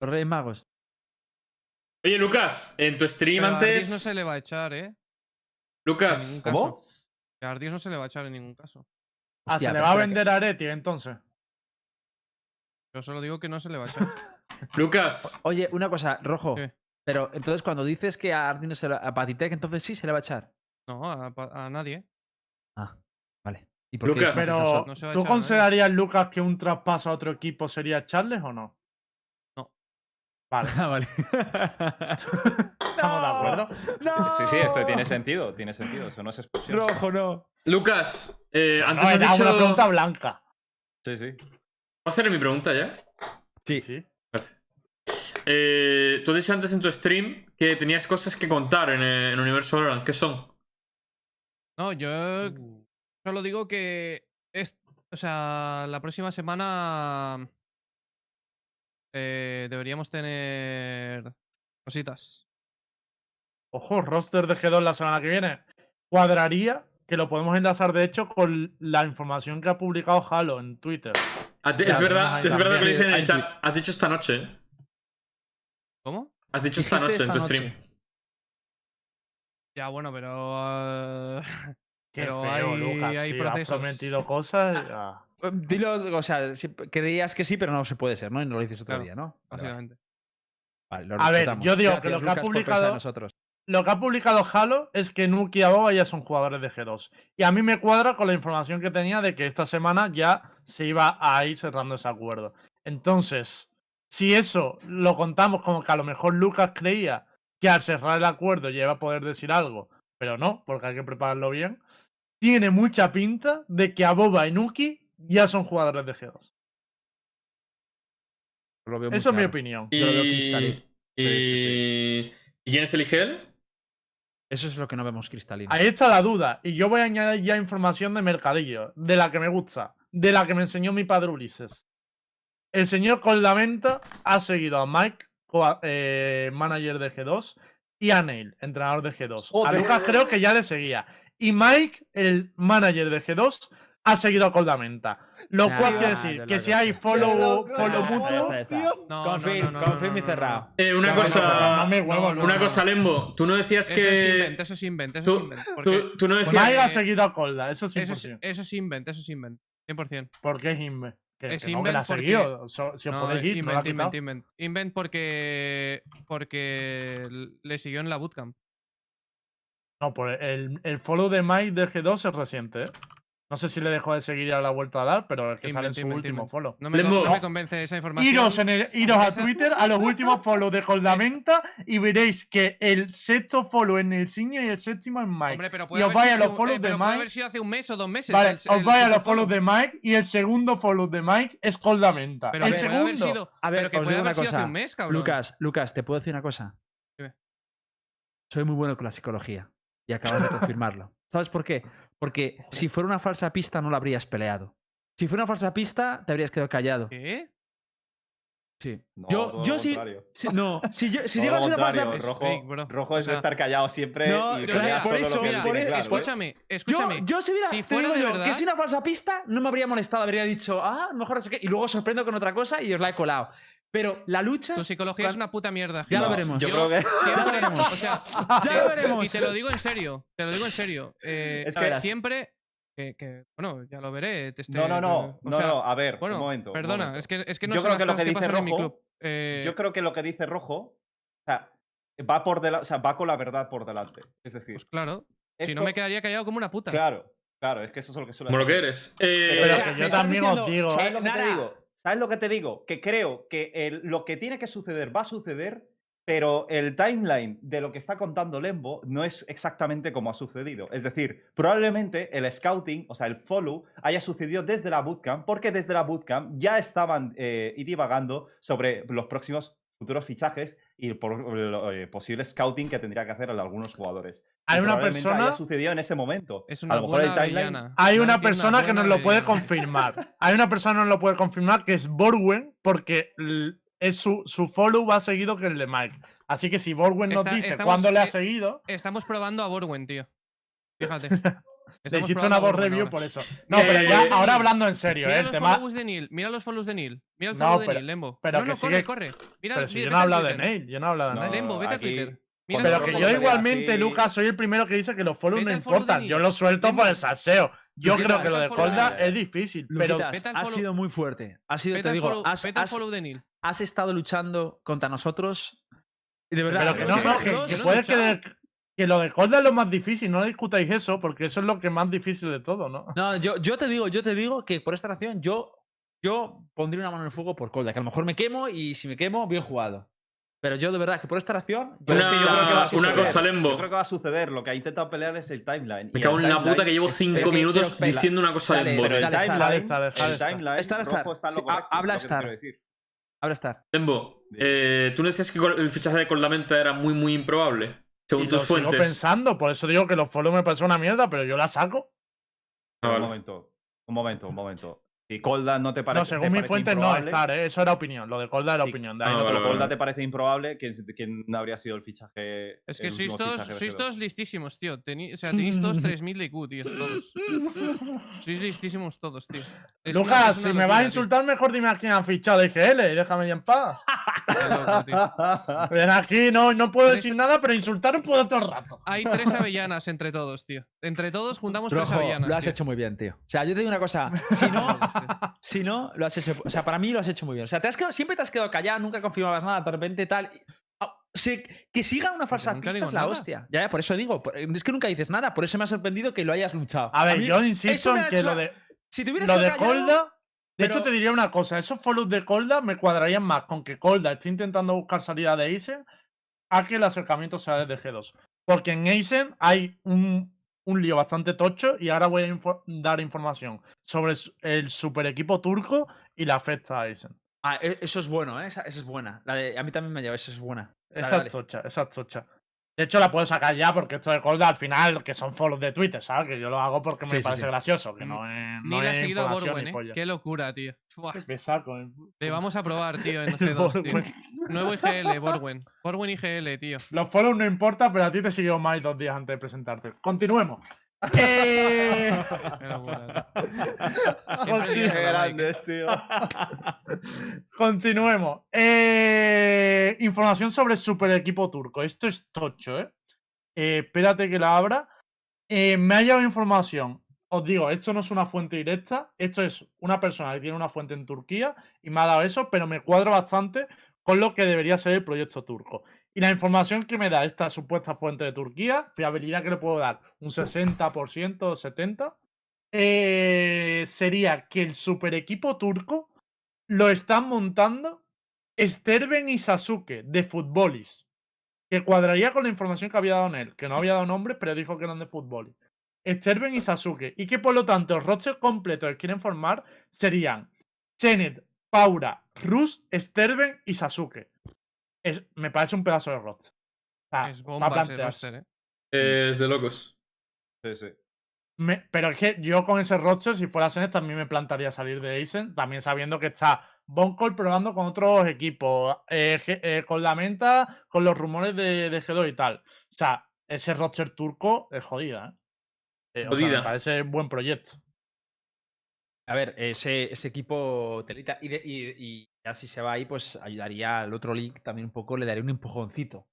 Speaker 4: Los Reyes Magos.
Speaker 1: Oye, Lucas, en tu stream
Speaker 6: Pero a Ardis
Speaker 1: antes.
Speaker 6: no se le va a echar, ¿eh? En ningún
Speaker 1: Lucas,
Speaker 6: caso.
Speaker 3: ¿Cómo?
Speaker 6: Que A Ardis no se le va a echar en ningún caso.
Speaker 2: Ah,
Speaker 4: Hostia,
Speaker 2: se le
Speaker 4: pero
Speaker 2: va a
Speaker 4: espera que-
Speaker 2: vender a Areti entonces.
Speaker 6: Yo solo digo que no se le va a echar.
Speaker 1: Lucas.
Speaker 4: Oye, una cosa, Rojo.
Speaker 6: ¿Qué?
Speaker 4: Pero entonces cuando dices que a Ardi no se la- a Patitec, entonces sí se le va a echar.
Speaker 6: No, a, pa- a nadie.
Speaker 4: Ah, vale. ¿Y
Speaker 1: Lucas,
Speaker 4: dices eso?
Speaker 2: Pero,
Speaker 6: no se va a
Speaker 2: ¿tú
Speaker 6: echar a nadie.
Speaker 2: considerarías, Lucas, que un traspaso a otro equipo sería Charles o no?
Speaker 6: No.
Speaker 2: Vale,
Speaker 4: Ah, vale.
Speaker 2: estamos de acuerdo.
Speaker 4: ¡No!
Speaker 3: Sí, sí, esto tiene sentido, tiene sentido. Eso no es expulsión.
Speaker 4: Rojo, no.
Speaker 1: Lucas, eh, antes
Speaker 2: no,
Speaker 1: has
Speaker 2: era una
Speaker 1: dicho-
Speaker 2: pregunta blanca.
Speaker 3: Sí, sí.
Speaker 1: ¿Puedo hacer mi pregunta ya?
Speaker 4: Sí.
Speaker 2: Sí.
Speaker 1: Eh, tú has dicho antes en tu stream que tenías cosas que contar en, eh, en Universo Valorant. ¿Qué son?
Speaker 6: No, yo
Speaker 4: Mm.
Speaker 2: Uh.
Speaker 6: solo digo que. Es, o sea, la próxima semana. eh, deberíamos tener. Cositas.
Speaker 2: Ojo, roster de G2 la semana que viene. Cuadraría que lo podemos enlazar, de hecho, con la información que ha publicado Halo en Twitter.
Speaker 1: Ah, te-
Speaker 2: Ya,
Speaker 1: es
Speaker 2: no,
Speaker 1: verdad,
Speaker 2: ahí
Speaker 1: es verdad que
Speaker 4: también.
Speaker 1: lo dicen en
Speaker 4: Ahí
Speaker 1: el chat. Has dicho esta noche. ¿eh?
Speaker 6: ¿Cómo?
Speaker 1: Has dicho esta noche
Speaker 4: Dijiste
Speaker 1: en tu
Speaker 4: esta
Speaker 1: stream.
Speaker 6: Ya, bueno, pero.
Speaker 4: ah,
Speaker 6: eh,
Speaker 2: Qué
Speaker 6: Pero
Speaker 2: feo,
Speaker 6: hay-
Speaker 2: Lucas. sí,
Speaker 6: hay
Speaker 2: has
Speaker 6: procesos.
Speaker 2: prometido cosas. y- ah.
Speaker 4: Eh, Dilo, o sea, si- creías que sí, pero no se puede ser, ¿no? Y no lo dices otro
Speaker 6: Claro,
Speaker 4: día, ¿no? Vale, vale.
Speaker 6: básicamente.
Speaker 4: Vale, lo
Speaker 2: A ver,
Speaker 4: respetamos.
Speaker 2: yo digo que
Speaker 4: Gracias,
Speaker 2: lo que ha
Speaker 4: Lucas, por pensar en
Speaker 2: publicado-
Speaker 4: nosotros.
Speaker 2: lo que ha publicado Halo es que Nuki y Aboba ya son jugadores de G2. Y a mí me cuadra con la información que tenía de que esta semana ya se iba a ir cerrando ese acuerdo. Entonces, si eso lo contamos como que a lo mejor Lucas creía que al cerrar el acuerdo ya iba a poder decir algo, pero no, porque hay que prepararlo bien, tiene mucha pinta de que Aboba y Nuki ya son jugadores de G2.
Speaker 8: Lo veo muy
Speaker 2: Eso es mi
Speaker 8: claro.
Speaker 2: opinión.
Speaker 1: Y...
Speaker 8: Yo lo veo cristalino.
Speaker 1: Y...
Speaker 8: Sí, sí,
Speaker 1: ¿Y quién es el IGL?
Speaker 4: Eso es lo que no vemos cristalino.
Speaker 2: Ahí está la duda. Y yo voy a añadir ya información de mercadillo, de la que me gusta, de la que me enseñó mi padre Ulises. El señor con la venta ha seguido a Mike, co- eh, manager de G2, y a Neil, entrenador de G2. A
Speaker 3: Joder.
Speaker 2: Lucas creo que ya le seguía. Y Mike, el manager de G2, ha seguido a Coldamenta. Lo
Speaker 4: Nah,
Speaker 2: cual quiere
Speaker 4: nah,
Speaker 2: decir
Speaker 4: ya
Speaker 2: que
Speaker 4: lo
Speaker 2: si
Speaker 4: creo.
Speaker 2: hay follow,
Speaker 3: Ya lo
Speaker 2: follow
Speaker 3: creo.
Speaker 2: mutuo,
Speaker 4: Ya está, ya está.
Speaker 6: No,
Speaker 4: Confirm, confirm y cerrado.
Speaker 1: Eh, una
Speaker 4: No, no,
Speaker 1: cosa.
Speaker 2: no, no, me huevo, pues, no,
Speaker 1: una
Speaker 2: no.
Speaker 1: cosa, Lembo. Tú no decías
Speaker 6: Eso
Speaker 1: que.
Speaker 6: es invent, eso es invent, eso es
Speaker 1: tú,
Speaker 6: invent.
Speaker 1: tú-
Speaker 6: porque
Speaker 1: tú no
Speaker 2: pues
Speaker 1: decías.
Speaker 2: Mike ha
Speaker 6: eh,
Speaker 2: seguido a Colda. Eso sí,
Speaker 6: eso, es, eso es invent, eso es invent. 100%.
Speaker 2: porque es Inve. Que,
Speaker 6: Es
Speaker 2: que no, que
Speaker 6: Inve
Speaker 2: la ha
Speaker 6: porque-
Speaker 2: seguido. So- si os
Speaker 6: No, eh,
Speaker 2: podéis ir, no la ha
Speaker 6: invent, invent,
Speaker 2: quitado.
Speaker 6: invent. Invent porque, porque le siguió en la bootcamp.
Speaker 2: No, pues el, el follow de Mike de G2 es reciente, ¿eh? No sé si le dejó de seguir y ahora la vuelta a dar, pero es que sale en
Speaker 6: Invent,
Speaker 2: su
Speaker 6: invent,
Speaker 2: último
Speaker 6: invent.
Speaker 2: follow.
Speaker 6: No me,
Speaker 1: Lembo.
Speaker 6: no me convence esa información.
Speaker 2: Iros, en el- iros a
Speaker 6: Esa-
Speaker 2: Twitter a los últimos follows de Coldamenta y veréis que el sexto follow en el signo y el séptimo en Mike.
Speaker 6: Hombre, pero
Speaker 2: os
Speaker 6: puede haber
Speaker 2: vais a
Speaker 6: sido-
Speaker 2: los follows
Speaker 6: eh,
Speaker 2: de
Speaker 6: pero puede
Speaker 2: Mike.
Speaker 6: haber sido hace un mes o dos meses.
Speaker 2: vale,
Speaker 6: el-
Speaker 2: os
Speaker 6: el
Speaker 2: vais a
Speaker 6: puto
Speaker 2: los follows
Speaker 6: follow.
Speaker 2: de Mike y el segundo follow de Mike es Coldamenta.
Speaker 6: Pero
Speaker 2: El
Speaker 6: que puede
Speaker 2: segundo.
Speaker 6: haber sido-
Speaker 4: A ver,
Speaker 6: pero que
Speaker 4: os
Speaker 6: puede
Speaker 4: digo
Speaker 6: haber
Speaker 4: una
Speaker 6: sido hace
Speaker 4: cosa.
Speaker 6: un mes, cabrón.
Speaker 4: Lucas, Lucas, ¿te puedo decir una cosa?
Speaker 6: Dime.
Speaker 4: Soy muy bueno con la psicología y acabas de confirmarlo. ¿Sabes por qué? Porque si fuera una falsa pista no la habrías peleado. Si fuera una falsa pista te habrías quedado callado.
Speaker 6: ¿Qué?
Speaker 4: Sí.
Speaker 3: No,
Speaker 4: Yo-
Speaker 3: todo lo
Speaker 4: yo sí-
Speaker 3: contrario.
Speaker 4: Si- no, si, yo- si
Speaker 3: Todo
Speaker 4: llegas
Speaker 3: lo
Speaker 4: a una falsa
Speaker 3: contrario,
Speaker 6: Es
Speaker 3: rojo,
Speaker 6: fake, bro.
Speaker 3: rojo
Speaker 6: O
Speaker 3: es
Speaker 6: sea,
Speaker 3: de estar callado siempre.
Speaker 4: no,
Speaker 3: y
Speaker 4: pero
Speaker 3: pelear
Speaker 4: mira,
Speaker 3: solo
Speaker 4: por
Speaker 3: lo que
Speaker 4: eso,
Speaker 3: él
Speaker 4: mira,
Speaker 3: tiene
Speaker 4: por eso,
Speaker 3: claro, ¿eh?
Speaker 6: escúchame,
Speaker 4: Yo,
Speaker 6: escúchame.
Speaker 4: yo si hubiera,
Speaker 6: si
Speaker 4: te
Speaker 6: fuera
Speaker 4: digo
Speaker 6: de
Speaker 4: yo, que
Speaker 6: verdad-
Speaker 4: si una falsa pista, no me habría molestado, habría dicho, ah, a lo mejor no sé qué, y luego os sorprendo con otra cosa y os la he colado. Pero la lucha,
Speaker 6: tu psicología es una puta mierda.
Speaker 4: Ya lo
Speaker 6: Gil.
Speaker 4: veremos.
Speaker 6: Yo,
Speaker 3: Yo creo que.
Speaker 6: siempre,
Speaker 4: veremos.
Speaker 6: o sea,
Speaker 4: ya
Speaker 6: Yo-
Speaker 4: lo veremos.
Speaker 6: Y te lo digo en serio, te lo digo en serio. eh,
Speaker 3: Es que verás.
Speaker 6: siempre. Que, que, bueno, ya lo veré. te
Speaker 3: No,
Speaker 6: estoy-
Speaker 3: no, no.
Speaker 6: Este, o
Speaker 3: No,
Speaker 6: sea,
Speaker 3: no, a ver,
Speaker 6: bueno,
Speaker 3: un momento. un
Speaker 6: Perdona,
Speaker 3: momento.
Speaker 6: Es, que, es que no
Speaker 3: Yo
Speaker 6: sé
Speaker 3: creo
Speaker 6: las
Speaker 3: que lo
Speaker 6: cosas
Speaker 3: que
Speaker 6: que,
Speaker 3: dice
Speaker 6: pasan en mi
Speaker 3: Rojo-
Speaker 6: club. Eh,
Speaker 3: Yo creo que lo que dice Rojo, o sea, va por dela- o sea, va con la verdad por delante. Es decir,
Speaker 6: Pues claro, si no
Speaker 3: esto-
Speaker 6: me quedaría callado como una puta.
Speaker 3: Claro, claro, es que eso es lo que suele
Speaker 1: Como lo que
Speaker 3: hacer.
Speaker 1: eres. Eh,
Speaker 2: Pero
Speaker 3: o sea,
Speaker 2: que
Speaker 3: me
Speaker 2: yo
Speaker 3: estás
Speaker 2: también os digo.
Speaker 3: ¿Sabes
Speaker 4: Eh,
Speaker 3: lo que te
Speaker 4: Nara.
Speaker 3: digo? ¿Sabes lo que te digo? Que creo que el- lo que tiene que suceder va a suceder, pero el timeline de lo que está contando Lembo no es exactamente como ha sucedido. Es decir, probablemente el scouting, o sea, el follow, haya sucedido desde la bootcamp, porque desde la bootcamp ya estaban eh, y divagando sobre los próximos futuros fichajes y el por- lo- eh, posible scouting que tendría que hacer a algunos jugadores. Y
Speaker 2: Hay una
Speaker 3: probablemente
Speaker 2: persona-
Speaker 3: Haya sucedido en ese momento.
Speaker 6: Es
Speaker 3: a
Speaker 6: una
Speaker 3: lo mejor el
Speaker 6: buena
Speaker 3: timeline
Speaker 6: avellana.
Speaker 2: Hay
Speaker 6: Nadie
Speaker 2: una
Speaker 6: tiene
Speaker 2: persona que
Speaker 6: buena
Speaker 2: nos lo puede
Speaker 6: avellana.
Speaker 2: confirmar. Hay una persona que nos lo puede confirmar que es Borwen, porque l- es su, su follow va seguido que el de Mike. Así que si Borwen nos
Speaker 6: Está-
Speaker 2: dice
Speaker 6: estamos,
Speaker 2: cuándo le ha
Speaker 6: eh,
Speaker 2: seguido,
Speaker 6: Estamos probando a Borwen, tío. Fíjate.
Speaker 2: le
Speaker 6: Estamos
Speaker 2: hiciste
Speaker 6: probando
Speaker 2: una
Speaker 6: a
Speaker 2: voz
Speaker 6: Borwen
Speaker 2: review
Speaker 6: ahora.
Speaker 2: por eso. No,
Speaker 1: Eh,
Speaker 2: pero ya,
Speaker 1: eh,
Speaker 2: ahora hablando en serio,
Speaker 6: Mira
Speaker 2: eh, el
Speaker 6: los
Speaker 2: tema.
Speaker 6: follows de Neil, mira los follows de Neil. Mira el
Speaker 2: No,
Speaker 6: follow de
Speaker 2: pero-
Speaker 6: Neil, Lembo.
Speaker 2: pero
Speaker 6: no,
Speaker 2: que
Speaker 6: no,
Speaker 2: sigue-
Speaker 6: corre, corre. Mira,
Speaker 2: Pero si
Speaker 6: vi-
Speaker 2: yo
Speaker 6: vete
Speaker 2: no he
Speaker 6: a
Speaker 2: hablado de
Speaker 6: Twitter.
Speaker 2: Neil, yo no he hablado de
Speaker 3: No,
Speaker 2: Neil.
Speaker 6: Lembo, vete a
Speaker 3: aquí-
Speaker 6: Twitter.
Speaker 3: Pero
Speaker 6: Mira los
Speaker 2: Pero
Speaker 3: no
Speaker 2: que
Speaker 6: follows
Speaker 2: yo
Speaker 3: lo
Speaker 6: de Neil.
Speaker 3: digas
Speaker 2: igualmente,
Speaker 3: así.
Speaker 2: Lucas, soy el primero que dice que los follows
Speaker 6: Vete
Speaker 2: no
Speaker 6: al follow de
Speaker 2: importan.
Speaker 6: Neil.
Speaker 2: Yo los suelto por
Speaker 6: Vete-
Speaker 2: el salseo. Yo
Speaker 6: Vete
Speaker 2: creo
Speaker 6: al
Speaker 2: que lo de
Speaker 6: follow de
Speaker 2: Colda
Speaker 3: Neil.
Speaker 2: es difícil, pero
Speaker 4: Luquitas,
Speaker 6: Vete al
Speaker 4: has
Speaker 6: follow-
Speaker 4: sido muy fuerte. Has sido,
Speaker 6: Vete
Speaker 4: te
Speaker 6: al
Speaker 4: digo,
Speaker 6: follow-
Speaker 4: has,
Speaker 6: vete al
Speaker 4: has-
Speaker 6: follow de Neil.
Speaker 4: has estado luchando contra nosotros. Y de verdad,
Speaker 2: Pero que no,
Speaker 6: Yo
Speaker 2: no,
Speaker 6: no-
Speaker 2: que,
Speaker 6: yo
Speaker 2: que
Speaker 6: no he
Speaker 2: puede que,
Speaker 6: luchado.
Speaker 2: de- que lo de Colda es lo más difícil, no discutáis eso, porque eso es lo que más difícil de todo, ¿no?
Speaker 4: No, yo, yo te digo, yo te digo que por esta razón yo, yo pondría una mano en el fuego por Colda, que a lo mejor me quemo y si me quemo, bien jugado. Pero yo de verdad que por esta razón. yo-
Speaker 3: Pero es que yo creo que va a
Speaker 1: una, una
Speaker 3: suceder.
Speaker 1: cosa,
Speaker 3: Yo
Speaker 1: Lembo.
Speaker 3: creo que va a suceder. Lo que ha intentado pelear es el timeline.
Speaker 1: Me
Speaker 3: y
Speaker 1: cago
Speaker 3: el
Speaker 1: en la
Speaker 3: timeline-
Speaker 1: puta que llevo
Speaker 3: es-
Speaker 1: cinco
Speaker 3: es-
Speaker 1: minutos
Speaker 4: pero-
Speaker 1: diciendo una cosa a
Speaker 4: dale,
Speaker 1: Lembo.
Speaker 3: Pero el
Speaker 4: Dale,
Speaker 3: timeline,
Speaker 2: dale, dale,
Speaker 3: el
Speaker 2: dale, dale.
Speaker 3: timeline
Speaker 4: Estar,
Speaker 3: rojo
Speaker 4: estar.
Speaker 3: está en
Speaker 4: Sí,
Speaker 3: lo
Speaker 4: ha-
Speaker 3: correcto, es
Speaker 4: habla
Speaker 3: lo que te
Speaker 4: estar.
Speaker 3: quiero decir.
Speaker 4: Ahora está.
Speaker 1: Lembo,
Speaker 3: Dime.
Speaker 1: eh, tú no decías que col- el fichaje de Coldamenta era muy, muy improbable, según
Speaker 2: Y lo
Speaker 1: tus
Speaker 2: sigo
Speaker 1: fuentes.
Speaker 2: pensando, por eso digo que los follows me parecen una mierda, pero yo la saco.
Speaker 1: Ah,
Speaker 3: Un
Speaker 1: vale.
Speaker 3: momento, un momento, un momento. Si Colda no te parece.
Speaker 2: no, según mis fuentes no, estar, ¿eh? eso era opinión. Lo de Colda era opinión. de ahí
Speaker 1: Ah,
Speaker 2: no
Speaker 1: vale,
Speaker 2: se lo
Speaker 1: vale.
Speaker 3: Colda te parece improbable, ¿quién, quién habría sido el fichaje?
Speaker 6: Es
Speaker 3: el
Speaker 6: que sois
Speaker 3: último
Speaker 6: todos,
Speaker 3: fichaje de
Speaker 6: sois
Speaker 3: G2?
Speaker 6: todos listísimos, tío. Tení- o sea, tenéis todos 3000 de IQ, tío. Todos. Sois listísimos todos, tío. Es una-
Speaker 2: Lucas,
Speaker 6: es una
Speaker 2: si me vas a
Speaker 6: locura, tío.
Speaker 2: insultar, mejor dime a quién han fichado de IGL, déjame ya en paz.
Speaker 6: Qué loco, tío.
Speaker 2: Ven aquí, no, no puedo
Speaker 6: Pero
Speaker 2: decir
Speaker 6: eso-
Speaker 2: nada, pero insultaros puedo todo el rato.
Speaker 6: Hay tres avellanas entre todos, tío. Entre todos juntamos tres
Speaker 4: Rojo,
Speaker 6: avellanas.
Speaker 4: lo has
Speaker 6: tío.
Speaker 4: hecho muy bien, tío. O sea, yo te digo una cosa. Si no, si no, lo has hecho. O sea, para mí lo has hecho muy bien. O sea, te has quedado, siempre te has quedado callado, nunca confirmabas nada, de repente tal. y- ah, se- que siga una falsa
Speaker 6: nunca
Speaker 4: pista
Speaker 6: digo
Speaker 4: es la
Speaker 6: nada.
Speaker 4: hostia. Ya, ya, por eso digo. por- Es que nunca dices nada. Por eso me ha sorprendido que lo hayas luchado.
Speaker 2: A ver,
Speaker 4: mí-
Speaker 2: yo insisto
Speaker 4: me
Speaker 2: en
Speaker 4: ha
Speaker 2: que
Speaker 4: hecho-
Speaker 2: lo de,
Speaker 4: Si te hubieras
Speaker 2: lo
Speaker 4: quedado
Speaker 2: de
Speaker 4: callado-
Speaker 2: Colda. De
Speaker 4: pero-
Speaker 2: hecho, te diría una cosa: esos follows de Colda me cuadrarían más con que Colda esté intentando buscar salida de Aizen a que el acercamiento sea desde G2. Porque en Aizen hay un, un lío bastante tocho y ahora voy a info- dar información sobre su- el super equipo turco y la afecta a Aizen.
Speaker 4: Ah, e- eso es bueno, ¿eh? Esa, esa es buena. La de- a mí también me ha llegado, esa es buena. Dale,
Speaker 2: Esa
Speaker 4: dale.
Speaker 2: es tocha, esa es tocha. De hecho, la puedo sacar ya porque esto de Colda al final, que son follows de Twitter, ¿sabes? Que yo lo hago porque
Speaker 4: Sí,
Speaker 2: me
Speaker 4: sí,
Speaker 2: parece
Speaker 4: sí.
Speaker 2: gracioso, que
Speaker 6: Mm,
Speaker 2: no es.
Speaker 6: Ni
Speaker 2: no
Speaker 6: le ha
Speaker 2: es
Speaker 6: seguido a
Speaker 2: información ni
Speaker 6: Borwen, eh.
Speaker 2: polla.
Speaker 6: Qué locura, tío. Buah.
Speaker 2: Me saco, eh.
Speaker 6: Le vamos a probar, tío, en
Speaker 2: El
Speaker 6: G2, tío.
Speaker 2: Borwen.
Speaker 6: Nuevo IGL, Borwen. Borwen IGL, tío.
Speaker 2: Los follows no importa, pero a ti te siguió más dos días antes de presentarte. Continuemos. Eh,
Speaker 6: Qué locura, tío. Siempre
Speaker 3: Qué
Speaker 6: liando la Mike.
Speaker 3: grandes, tío.
Speaker 2: Continuemos. Eh, información sobre el super equipo turco. Esto es tocho, ¿eh? Eh, espérate que la abra. Eh, me ha llegado información. Os digo, esto no es una fuente directa. Esto es una persona que tiene una fuente en Turquía y me ha dado eso, pero me cuadra bastante con lo que debería ser el proyecto turco. Y la información que me da esta supuesta fuente de Turquía, fiabilidad que le puedo dar, un 60%, 70%, eh, sería que el super equipo turco lo están montando Sterben y Sasuke de Futbolis. Que cuadraría con la información que había dado en él, que no había dado nombres, pero dijo que eran de Futbolis. Sterben y Sasuke. Y que por lo tanto el roster completo que quieren formar serían Chenet, Paura, Rus, Sterben y Sasuke. Es- me parece un pedazo de roster. O sea,
Speaker 6: Es
Speaker 2: pa'
Speaker 6: bomba ese
Speaker 2: plantearse.
Speaker 6: roster, eh.
Speaker 8: Eh, es de locos.
Speaker 3: Sí, sí.
Speaker 2: Me- pero es que yo con ese roster, si fuera Senes, también me plantaría salir de Aizen, también sabiendo que está Boncol probando con otros equipos, eh, G- eh, con la menta, con los rumores de, de G2 y tal. O sea, ese roster turco es jodida, ¿eh? Eh, o sea,
Speaker 8: Jodida.
Speaker 2: me parece buen proyecto.
Speaker 4: A ver, ese, ese equipo telita. Y, de- y- y ya si se va ahí, pues ayudaría al otro link también un poco, le daría un empujoncito.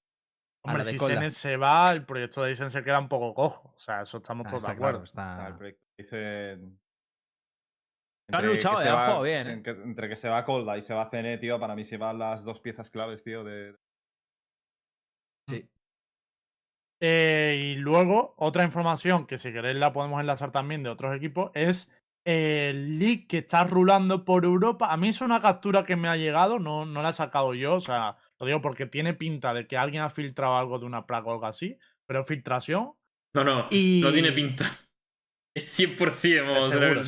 Speaker 4: a la
Speaker 2: Hombre,
Speaker 4: de
Speaker 2: si
Speaker 4: Kolda.
Speaker 2: Senes se va, el proyecto de Aizen se queda un poco cojo. O sea, eso estamos
Speaker 4: Ah,
Speaker 2: todos de
Speaker 4: está
Speaker 2: acuerdo.
Speaker 4: claro, está-
Speaker 3: Ah, el proyecto dicen.
Speaker 4: han
Speaker 3: entre que
Speaker 4: luchado,
Speaker 3: se
Speaker 4: eh, han
Speaker 3: va-
Speaker 4: jugado bien, eh.
Speaker 3: en que- entre que se va Colda y se va Cene, tío, para mí se van las dos piezas claves, tío, de,
Speaker 2: Eh, y luego, otra información que si queréis la podemos enlazar también de otros equipos es eh, el leak que está rulando por Europa. A mí es una captura que me ha llegado, no, no la he sacado yo, o sea, lo digo porque tiene pinta de que alguien ha filtrado algo de una placa o algo así, pero filtración.
Speaker 8: No, no.
Speaker 2: Y-
Speaker 8: No tiene pinta. Es 100%, vamos
Speaker 2: Seguro,
Speaker 8: a ver.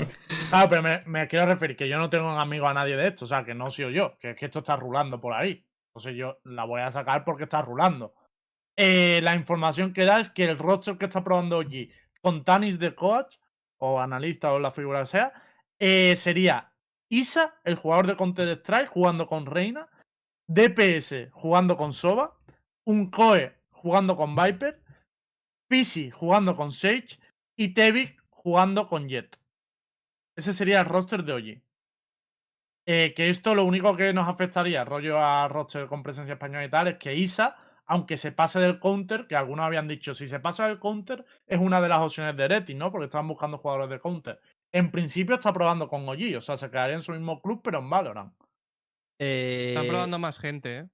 Speaker 2: seguro. Claro, pero me, me quiero referir que yo no tengo un amigo a nadie de esto, o sea, que no soy yo, que es que esto está rulando por ahí. Entonces yo la voy a sacar porque está rulando. Eh, la información que da es que el roster que está probando allí con Tanis de coach o analista o la figura que sea, eh, sería Isa, el jugador de Counter-Strike, jugando con Reina, DPS jugando con Sova, un Koe jugando con Viper, Pisi jugando con Sage y Tevic jugando con Jet. Ese sería el roster de Oji. Eh, que esto lo único que nos afectaría, rollo a roster con presencia española y tal, es que Isa, aunque se pase del counter, que algunos habían dicho, si se pasa del counter, es una de las opciones de Ereti, ¿no? Porque estaban buscando jugadores de counter. En principio está probando con Oji, o sea, se quedaría en su mismo club, pero en Valorant.
Speaker 6: Están
Speaker 4: Eh,
Speaker 6: probando más gente, eh.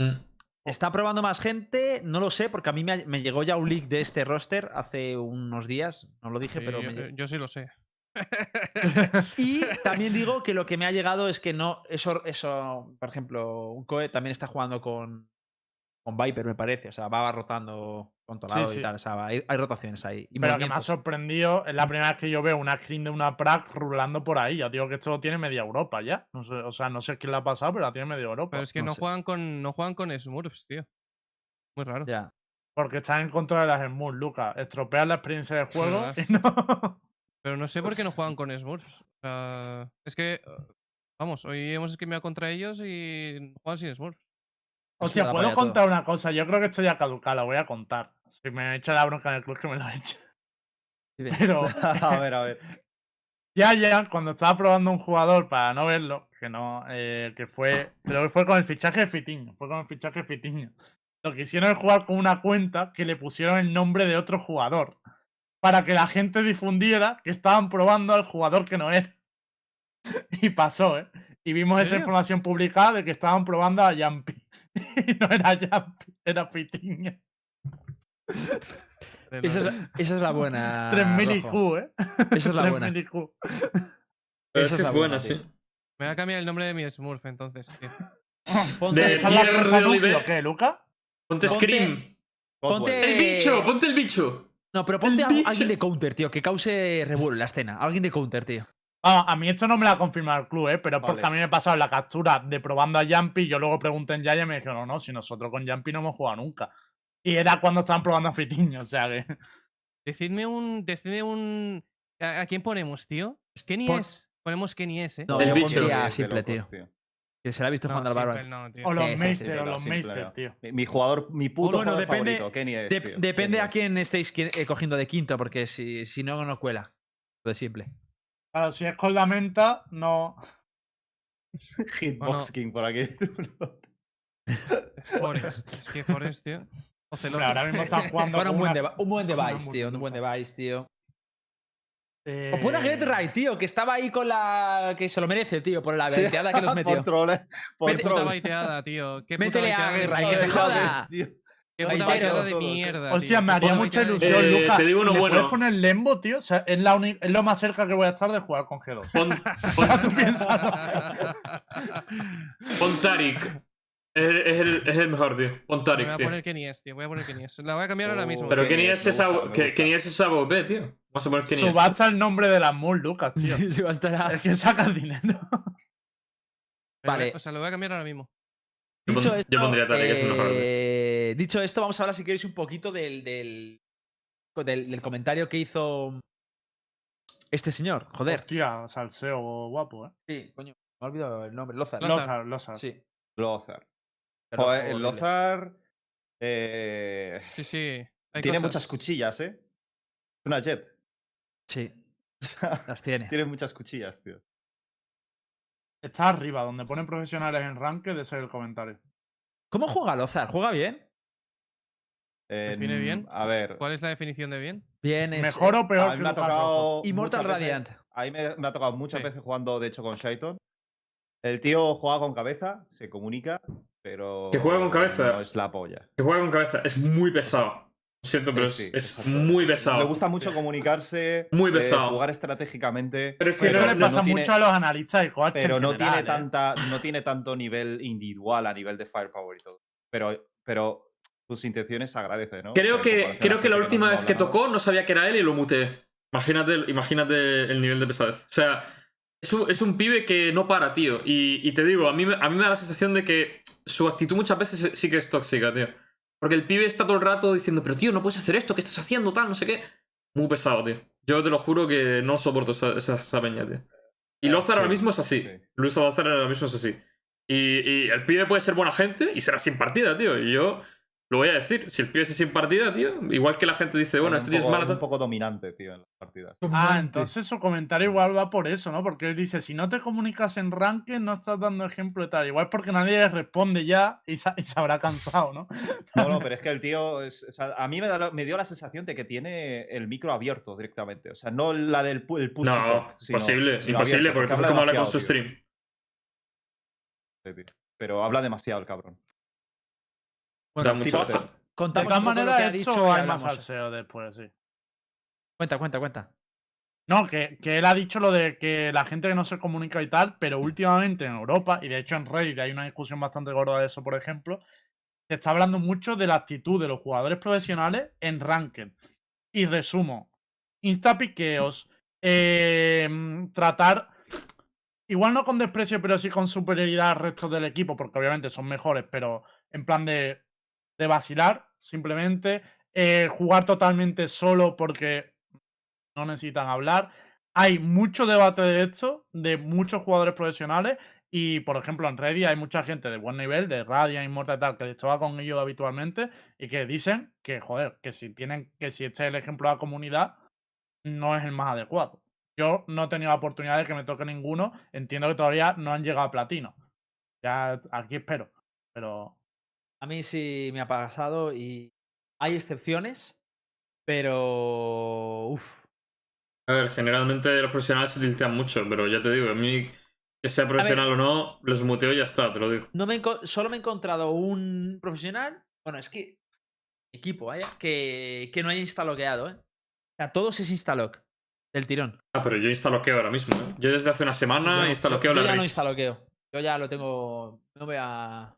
Speaker 1: Mm.
Speaker 4: Está probando más gente, no lo sé, porque a mí me, ha- me llegó ya un leak de este roster hace unos días, no lo dije,
Speaker 6: Sí,
Speaker 4: pero
Speaker 6: yo, eh,
Speaker 4: me llegó.
Speaker 6: yo sí lo sé.
Speaker 4: Y también digo que lo que me ha llegado es que no, eso, eso por ejemplo, un Coe también está jugando con, con Viper, me parece, o sea, va rotando con
Speaker 2: Sí,
Speaker 4: Tolado y
Speaker 2: sí.
Speaker 4: tal, o sea, hay, hay rotaciones ahí. y
Speaker 2: Pero que me ha
Speaker 4: movimientos.
Speaker 2: sorprendido, es la
Speaker 6: Mm.
Speaker 2: primera vez que yo veo una screen de una Prague rulando por ahí. Ya digo que esto lo tiene media Europa ya. No sé, o sea, no sé quién la ha pasado, pero la tiene media Europa.
Speaker 6: Pero es que
Speaker 4: no
Speaker 6: no,
Speaker 4: sé.
Speaker 6: juegan con no juegan con Smurfs, tío. Muy raro.
Speaker 4: Ya.
Speaker 2: Porque están en contra de las Smurfs, Lucas. Estropean la experiencia de juego
Speaker 6: ¿verdad?
Speaker 2: y no.
Speaker 6: Pero no sé por qué no juegan con Smurfs. O sea, es que uh, vamos, hoy hemos esquimiado contra ellos y juegan sin Smurfs.
Speaker 2: Hostia,
Speaker 4: una
Speaker 2: ¿puedo
Speaker 4: polla todo.
Speaker 2: contar una cosa? Yo creo que esto ya caduca, la voy a contar. Si me echa la bronca en el club, que me lo eche.
Speaker 4: Dime.
Speaker 2: Pero
Speaker 3: a ver, a ver.
Speaker 2: ya, ya, cuando estaba probando un jugador para no verlo, que no, eh, que fue, creo que fue con el fichaje de Fitiño, fue con el fichaje de Fitiño. Lo que hicieron es jugar con una cuenta que le pusieron el nombre de otro jugador, para que la gente difundiera que estaban probando al jugador que no era. Y pasó, ¿eh? Y vimos
Speaker 6: ¿En
Speaker 2: esa
Speaker 6: serio?
Speaker 2: información publicada de que estaban probando a Yampi. Y no era Jumpy, era Pitiña.
Speaker 6: de
Speaker 4: Esa
Speaker 6: los-
Speaker 4: es, esa es la buena.
Speaker 2: 3000
Speaker 4: Ah, Rojo.
Speaker 2: IQ, ¿eh?
Speaker 4: Esa es la buena.
Speaker 2: 3000 IQ.
Speaker 8: Pero
Speaker 4: Esa
Speaker 8: es
Speaker 4: es
Speaker 8: que
Speaker 4: la
Speaker 8: es buena,
Speaker 4: buena, tío.
Speaker 8: sí.
Speaker 6: Me voy a cambiar el nombre de mi Smurf entonces. tío.
Speaker 4: Ponte,
Speaker 1: De
Speaker 2: ¿Esa es la
Speaker 1: Pierre
Speaker 2: cosa
Speaker 1: de
Speaker 2: Lucky,
Speaker 1: Oliver.
Speaker 2: ¿o qué, Luca?
Speaker 1: Ponte
Speaker 4: Ponte-
Speaker 1: Scream.
Speaker 3: Godwell.
Speaker 1: ¡El bicho! ¡Ponte el bicho!
Speaker 4: No, pero ponte
Speaker 1: El
Speaker 4: a
Speaker 1: bicho.
Speaker 4: alguien de counter, tío, que cause revuelo en la escena. Alguien de counter, tío.
Speaker 2: Ah, a mí esto no me lo ha confirmado el club, ¿eh? pero es porque
Speaker 3: Vale.
Speaker 2: a mí me he pasado la captura de probando a Jumpy. Yo luego pregunté en Yaya y me dijeron, no, no, si nosotros con Jumpy no hemos jugado nunca. Y era cuando estaban probando a Fitiño, o sea que.
Speaker 6: Decidme un. Decidme un. ¿A, a quién ponemos, tío? Kenny
Speaker 4: Pon-
Speaker 6: es. Ponemos Kenny es, eh.
Speaker 4: No,
Speaker 8: El
Speaker 4: yo
Speaker 8: bicho.
Speaker 3: Es
Speaker 4: pondría
Speaker 3: de
Speaker 4: simple,
Speaker 3: locos,
Speaker 4: tío. este. Que se la ha visto
Speaker 6: No,
Speaker 4: jugando al
Speaker 6: Simple
Speaker 4: Baron.
Speaker 6: no, tío.
Speaker 2: O los
Speaker 4: sí, sí,
Speaker 2: Meister,
Speaker 4: sí,
Speaker 2: o
Speaker 3: no,
Speaker 2: los
Speaker 3: simple,
Speaker 2: Meister,
Speaker 3: no.
Speaker 2: tío.
Speaker 3: Mi, mi jugador, mi puto
Speaker 4: Pues Bueno,
Speaker 3: jugador
Speaker 4: depende-
Speaker 3: favorito, Kenny es,
Speaker 4: Dep-
Speaker 3: tío, Kenny
Speaker 4: depende a
Speaker 3: es.
Speaker 4: quién estéis qui- eh, cogiendo de quinto, porque si, si no, no cuela. Lo de simple.
Speaker 2: Claro, si es con la menta, no.
Speaker 3: Hitbox
Speaker 6: Bueno.
Speaker 3: King por aquí.
Speaker 6: Forest. Es que Forest, tío. O
Speaker 2: Hombre, ahora mismo están jugando.
Speaker 4: Bueno,
Speaker 2: con
Speaker 4: un buen,
Speaker 2: una-
Speaker 4: deva- un buen
Speaker 2: con una
Speaker 4: device, tío. Un buen
Speaker 2: multitud.
Speaker 4: device, tío.
Speaker 2: Eh,
Speaker 4: O Pues pon a Get Right, tío, que estaba ahí con la. que se lo merece, tío, por la
Speaker 3: Sí.
Speaker 4: venteada que nos metió.
Speaker 3: por troll, eh, por
Speaker 6: Qué puta
Speaker 3: troll.
Speaker 6: baiteada, tío. Qué puta
Speaker 4: Métele a
Speaker 6: baiteada de
Speaker 4: Guerra,
Speaker 3: Ay,
Speaker 4: que se
Speaker 3: ya
Speaker 6: mierda.
Speaker 4: joda.
Speaker 3: ves, tío.
Speaker 6: Qué puta
Speaker 4: Baitero,
Speaker 6: baiteada de
Speaker 3: todos, eh.
Speaker 6: mierda. tío.
Speaker 2: Hostia, me
Speaker 6: Qué
Speaker 2: haría
Speaker 6: puta
Speaker 2: mucha
Speaker 6: baiteada de
Speaker 2: ilusión,
Speaker 6: mierda.
Speaker 1: Eh,
Speaker 2: Luca.
Speaker 1: te digo uno
Speaker 2: ¿Le
Speaker 1: bueno.
Speaker 2: Puedes poner Lembo, tío. O sea, es, la uni- es lo más cerca que voy a estar de jugar con G2.
Speaker 1: Pon,
Speaker 2: Tú piénsalo.
Speaker 1: pon Tarik. Es, el- es el, es el mejor, tío. Pon
Speaker 6: Me
Speaker 1: Tarik,
Speaker 6: voy a
Speaker 1: tío.
Speaker 6: poner Kenny es, tío. Voy a poner Kenny es. La voy a cambiar ahora
Speaker 3: Oh,
Speaker 6: mismo.
Speaker 1: Pero
Speaker 3: Kenny
Speaker 1: Kenny
Speaker 3: es,
Speaker 1: es
Speaker 3: me
Speaker 1: esa
Speaker 3: gusta, me
Speaker 1: que-
Speaker 3: gusta.
Speaker 1: Kenny es esa BOP, tío. Vamos a poner Kenny es.
Speaker 2: Subasta el nombre de la Moon, Lucas, tío.
Speaker 4: Sí, sí, va a estar a-
Speaker 2: Es que sacas dinero.
Speaker 6: Pero,
Speaker 4: Vale.
Speaker 6: O sea, lo voy a cambiar ahora mismo.
Speaker 1: Yo
Speaker 4: Dicho
Speaker 1: pon-
Speaker 4: esto,
Speaker 1: yo pondría Tare, que es el mejor, tío.
Speaker 4: eh, dicho esto, vamos a hablar, si queréis, un poquito del, del, del- del comentario que hizo este señor. Joder.
Speaker 2: Hostia, salseo guapo, ¿eh?
Speaker 4: Sí, coño. Me he olvidado el nombre. Lozar.
Speaker 6: Lozar.
Speaker 2: Lozar, Lozar.
Speaker 4: Sí.
Speaker 3: Lozar.
Speaker 4: Perdón,
Speaker 3: Joder, el
Speaker 4: horrible.
Speaker 3: Lozar. eh,
Speaker 6: Sí, sí. hay
Speaker 3: tiene
Speaker 6: cosas.
Speaker 3: muchas cuchillas, ¿eh? Es una jet.
Speaker 4: Sí,
Speaker 3: O sea,
Speaker 4: las tiene.
Speaker 3: tiene muchas cuchillas, tío.
Speaker 2: Está arriba, donde ponen profesionales en ranked, ese es el comentario.
Speaker 4: ¿Cómo juega Lozar? ¿Juega bien?
Speaker 3: Eh,
Speaker 6: Define bien.
Speaker 3: A ver.
Speaker 6: ¿Cuál es la definición de bien?
Speaker 4: Bien, es. eh,
Speaker 2: ¿Mejor o peor
Speaker 3: A mí
Speaker 2: que
Speaker 3: me ha
Speaker 2: Lucas Rojo?
Speaker 3: tocado.
Speaker 4: Immortal
Speaker 3: muchas veces-
Speaker 4: Radiant.
Speaker 3: A mí me, me ha tocado muchas
Speaker 6: Sí.
Speaker 3: veces jugando, de hecho, con Shaiton. El tío juega con cabeza, se comunica, pero.
Speaker 1: ¿Que juega con cabeza?
Speaker 3: No es la polla.
Speaker 1: Que juega con cabeza. Es muy pesado. Lo siento, pero es,
Speaker 3: Sí, sí,
Speaker 1: es
Speaker 3: exacto.
Speaker 1: muy
Speaker 3: Le
Speaker 1: pesado.
Speaker 3: gusta mucho comunicarse.
Speaker 1: Muy
Speaker 3: eh,
Speaker 1: pesado.
Speaker 3: jugar estratégicamente.
Speaker 1: Pero es que
Speaker 2: Eso
Speaker 1: no-
Speaker 2: le
Speaker 1: no
Speaker 2: pasa
Speaker 3: tiene-
Speaker 2: mucho a los analistas y coaches.
Speaker 3: pero
Speaker 2: en
Speaker 3: no tiene,
Speaker 2: general, ¿eh?
Speaker 3: tanta, no tiene tanto nivel individual a nivel de firepower y todo. Pero, pero sus intenciones se agradece, ¿no?
Speaker 1: Creo
Speaker 3: En
Speaker 1: que,
Speaker 3: comparación a
Speaker 1: creo que la
Speaker 3: gente
Speaker 1: última
Speaker 3: no
Speaker 1: vez
Speaker 3: habla
Speaker 1: que
Speaker 3: nada.
Speaker 1: tocó no sabía que era él y lo muteé. Imagínate, el- imagínate el nivel de pesadez. O sea, es un, es un pibe que no para, tío. Y, y te digo, a mí, me- a mí me da la sensación de que su actitud muchas veces sí que es tóxica, tío. Porque el pibe está todo el rato diciendo, pero tío, no puedes hacer esto, ¿qué estás haciendo? Tal, no sé qué. Muy pesado, tío. Yo te lo juro que no soporto esa, esa, esa peña, tío. Y
Speaker 3: Eh,
Speaker 1: Lozar
Speaker 3: sí,
Speaker 1: ahora mismo es así.
Speaker 3: sí.
Speaker 1: Luis Lozar ahora mismo es así. Y, y el pibe puede ser buena gente y será sin partida, tío. Y yo lo voy a decir. Si el pibe es sin partida, tío, igual que la gente dice, bueno,
Speaker 3: Pero
Speaker 1: este
Speaker 3: un
Speaker 1: tío es
Speaker 3: poco,
Speaker 1: malo.
Speaker 3: es un poco dominante, tío, en las partidas.
Speaker 2: Ah, entonces su comentario igual va por eso, ¿no? Porque él dice, si no te comunicas en ranked, no estás dando ejemplo de tal. Igual es porque nadie le responde ya y, sa- y se habrá cansado, ¿no?
Speaker 3: No, no, pero es que el tío. es- o sea, a mí me, da la- me dio la sensación de que tiene el micro abierto directamente. O sea, no la del pu- el push to
Speaker 1: No,
Speaker 3: talk, sino
Speaker 1: imposible,
Speaker 3: el
Speaker 1: imposible,
Speaker 3: abierto,
Speaker 1: porque entonces cómo habla con su
Speaker 3: demasiado, tío.
Speaker 1: stream.
Speaker 3: Sí, tío. Pero habla demasiado el cabrón.
Speaker 1: Da
Speaker 4: Bueno,
Speaker 1: mucha
Speaker 4: chicos,
Speaker 1: cosa.
Speaker 2: De
Speaker 4: contamos
Speaker 2: todas
Speaker 4: un poco lo
Speaker 2: maneras,
Speaker 4: que ha dicho
Speaker 2: esto
Speaker 4: y
Speaker 2: hay más
Speaker 4: hablamos. eh.
Speaker 2: salseo después, sí.
Speaker 4: Cuenta, cuenta, cuenta.
Speaker 2: No, que, que él ha dicho lo de que la gente que no se comunica y tal, pero últimamente en Europa, y de hecho en Reddit hay una discusión bastante gorda de eso, por ejemplo, se está hablando mucho de la actitud de los jugadores profesionales en Ranked. Y resumo, instapiqueos, eh, mm, tratar, igual no con desprecio, pero sí con superioridad al resto del equipo, porque obviamente son mejores, pero en plan de, de vacilar, simplemente, eh, jugar totalmente solo porque no necesitan hablar. Hay mucho debate de esto, de muchos jugadores profesionales. Y por ejemplo, en Reddit hay mucha gente de buen nivel, de Radiant, Immortal y tal, que estaba con ellos habitualmente y que dicen que, joder, que si tienen, que si este es el ejemplo de la comunidad, no es el más adecuado. Yo no he tenido la oportunidad de que me toque ninguno. Entiendo que todavía no han llegado a platino. Ya aquí espero. Pero
Speaker 4: A mí sí me ha pasado y hay excepciones, pero. Uf.
Speaker 1: A ver, generalmente los profesionales se tiltean mucho, pero ya te digo, a mí Que sea profesional o no, los muteo y ya está, te lo digo.
Speaker 4: No me he enco- solo me he encontrado un profesional. Bueno, es que. Equipo, vaya. Que, que no haya instaloqueado, ¿eh? O sea, todos es instaloc. Del tirón.
Speaker 1: Ah, pero yo instaloqueo ahora mismo, ¿eh? Yo desde hace una semana
Speaker 4: yo,
Speaker 1: instaloqueo
Speaker 4: yo- yo
Speaker 1: la
Speaker 4: ya no
Speaker 1: RIS.
Speaker 4: instaloqueo. Yo ya lo tengo. No voy a.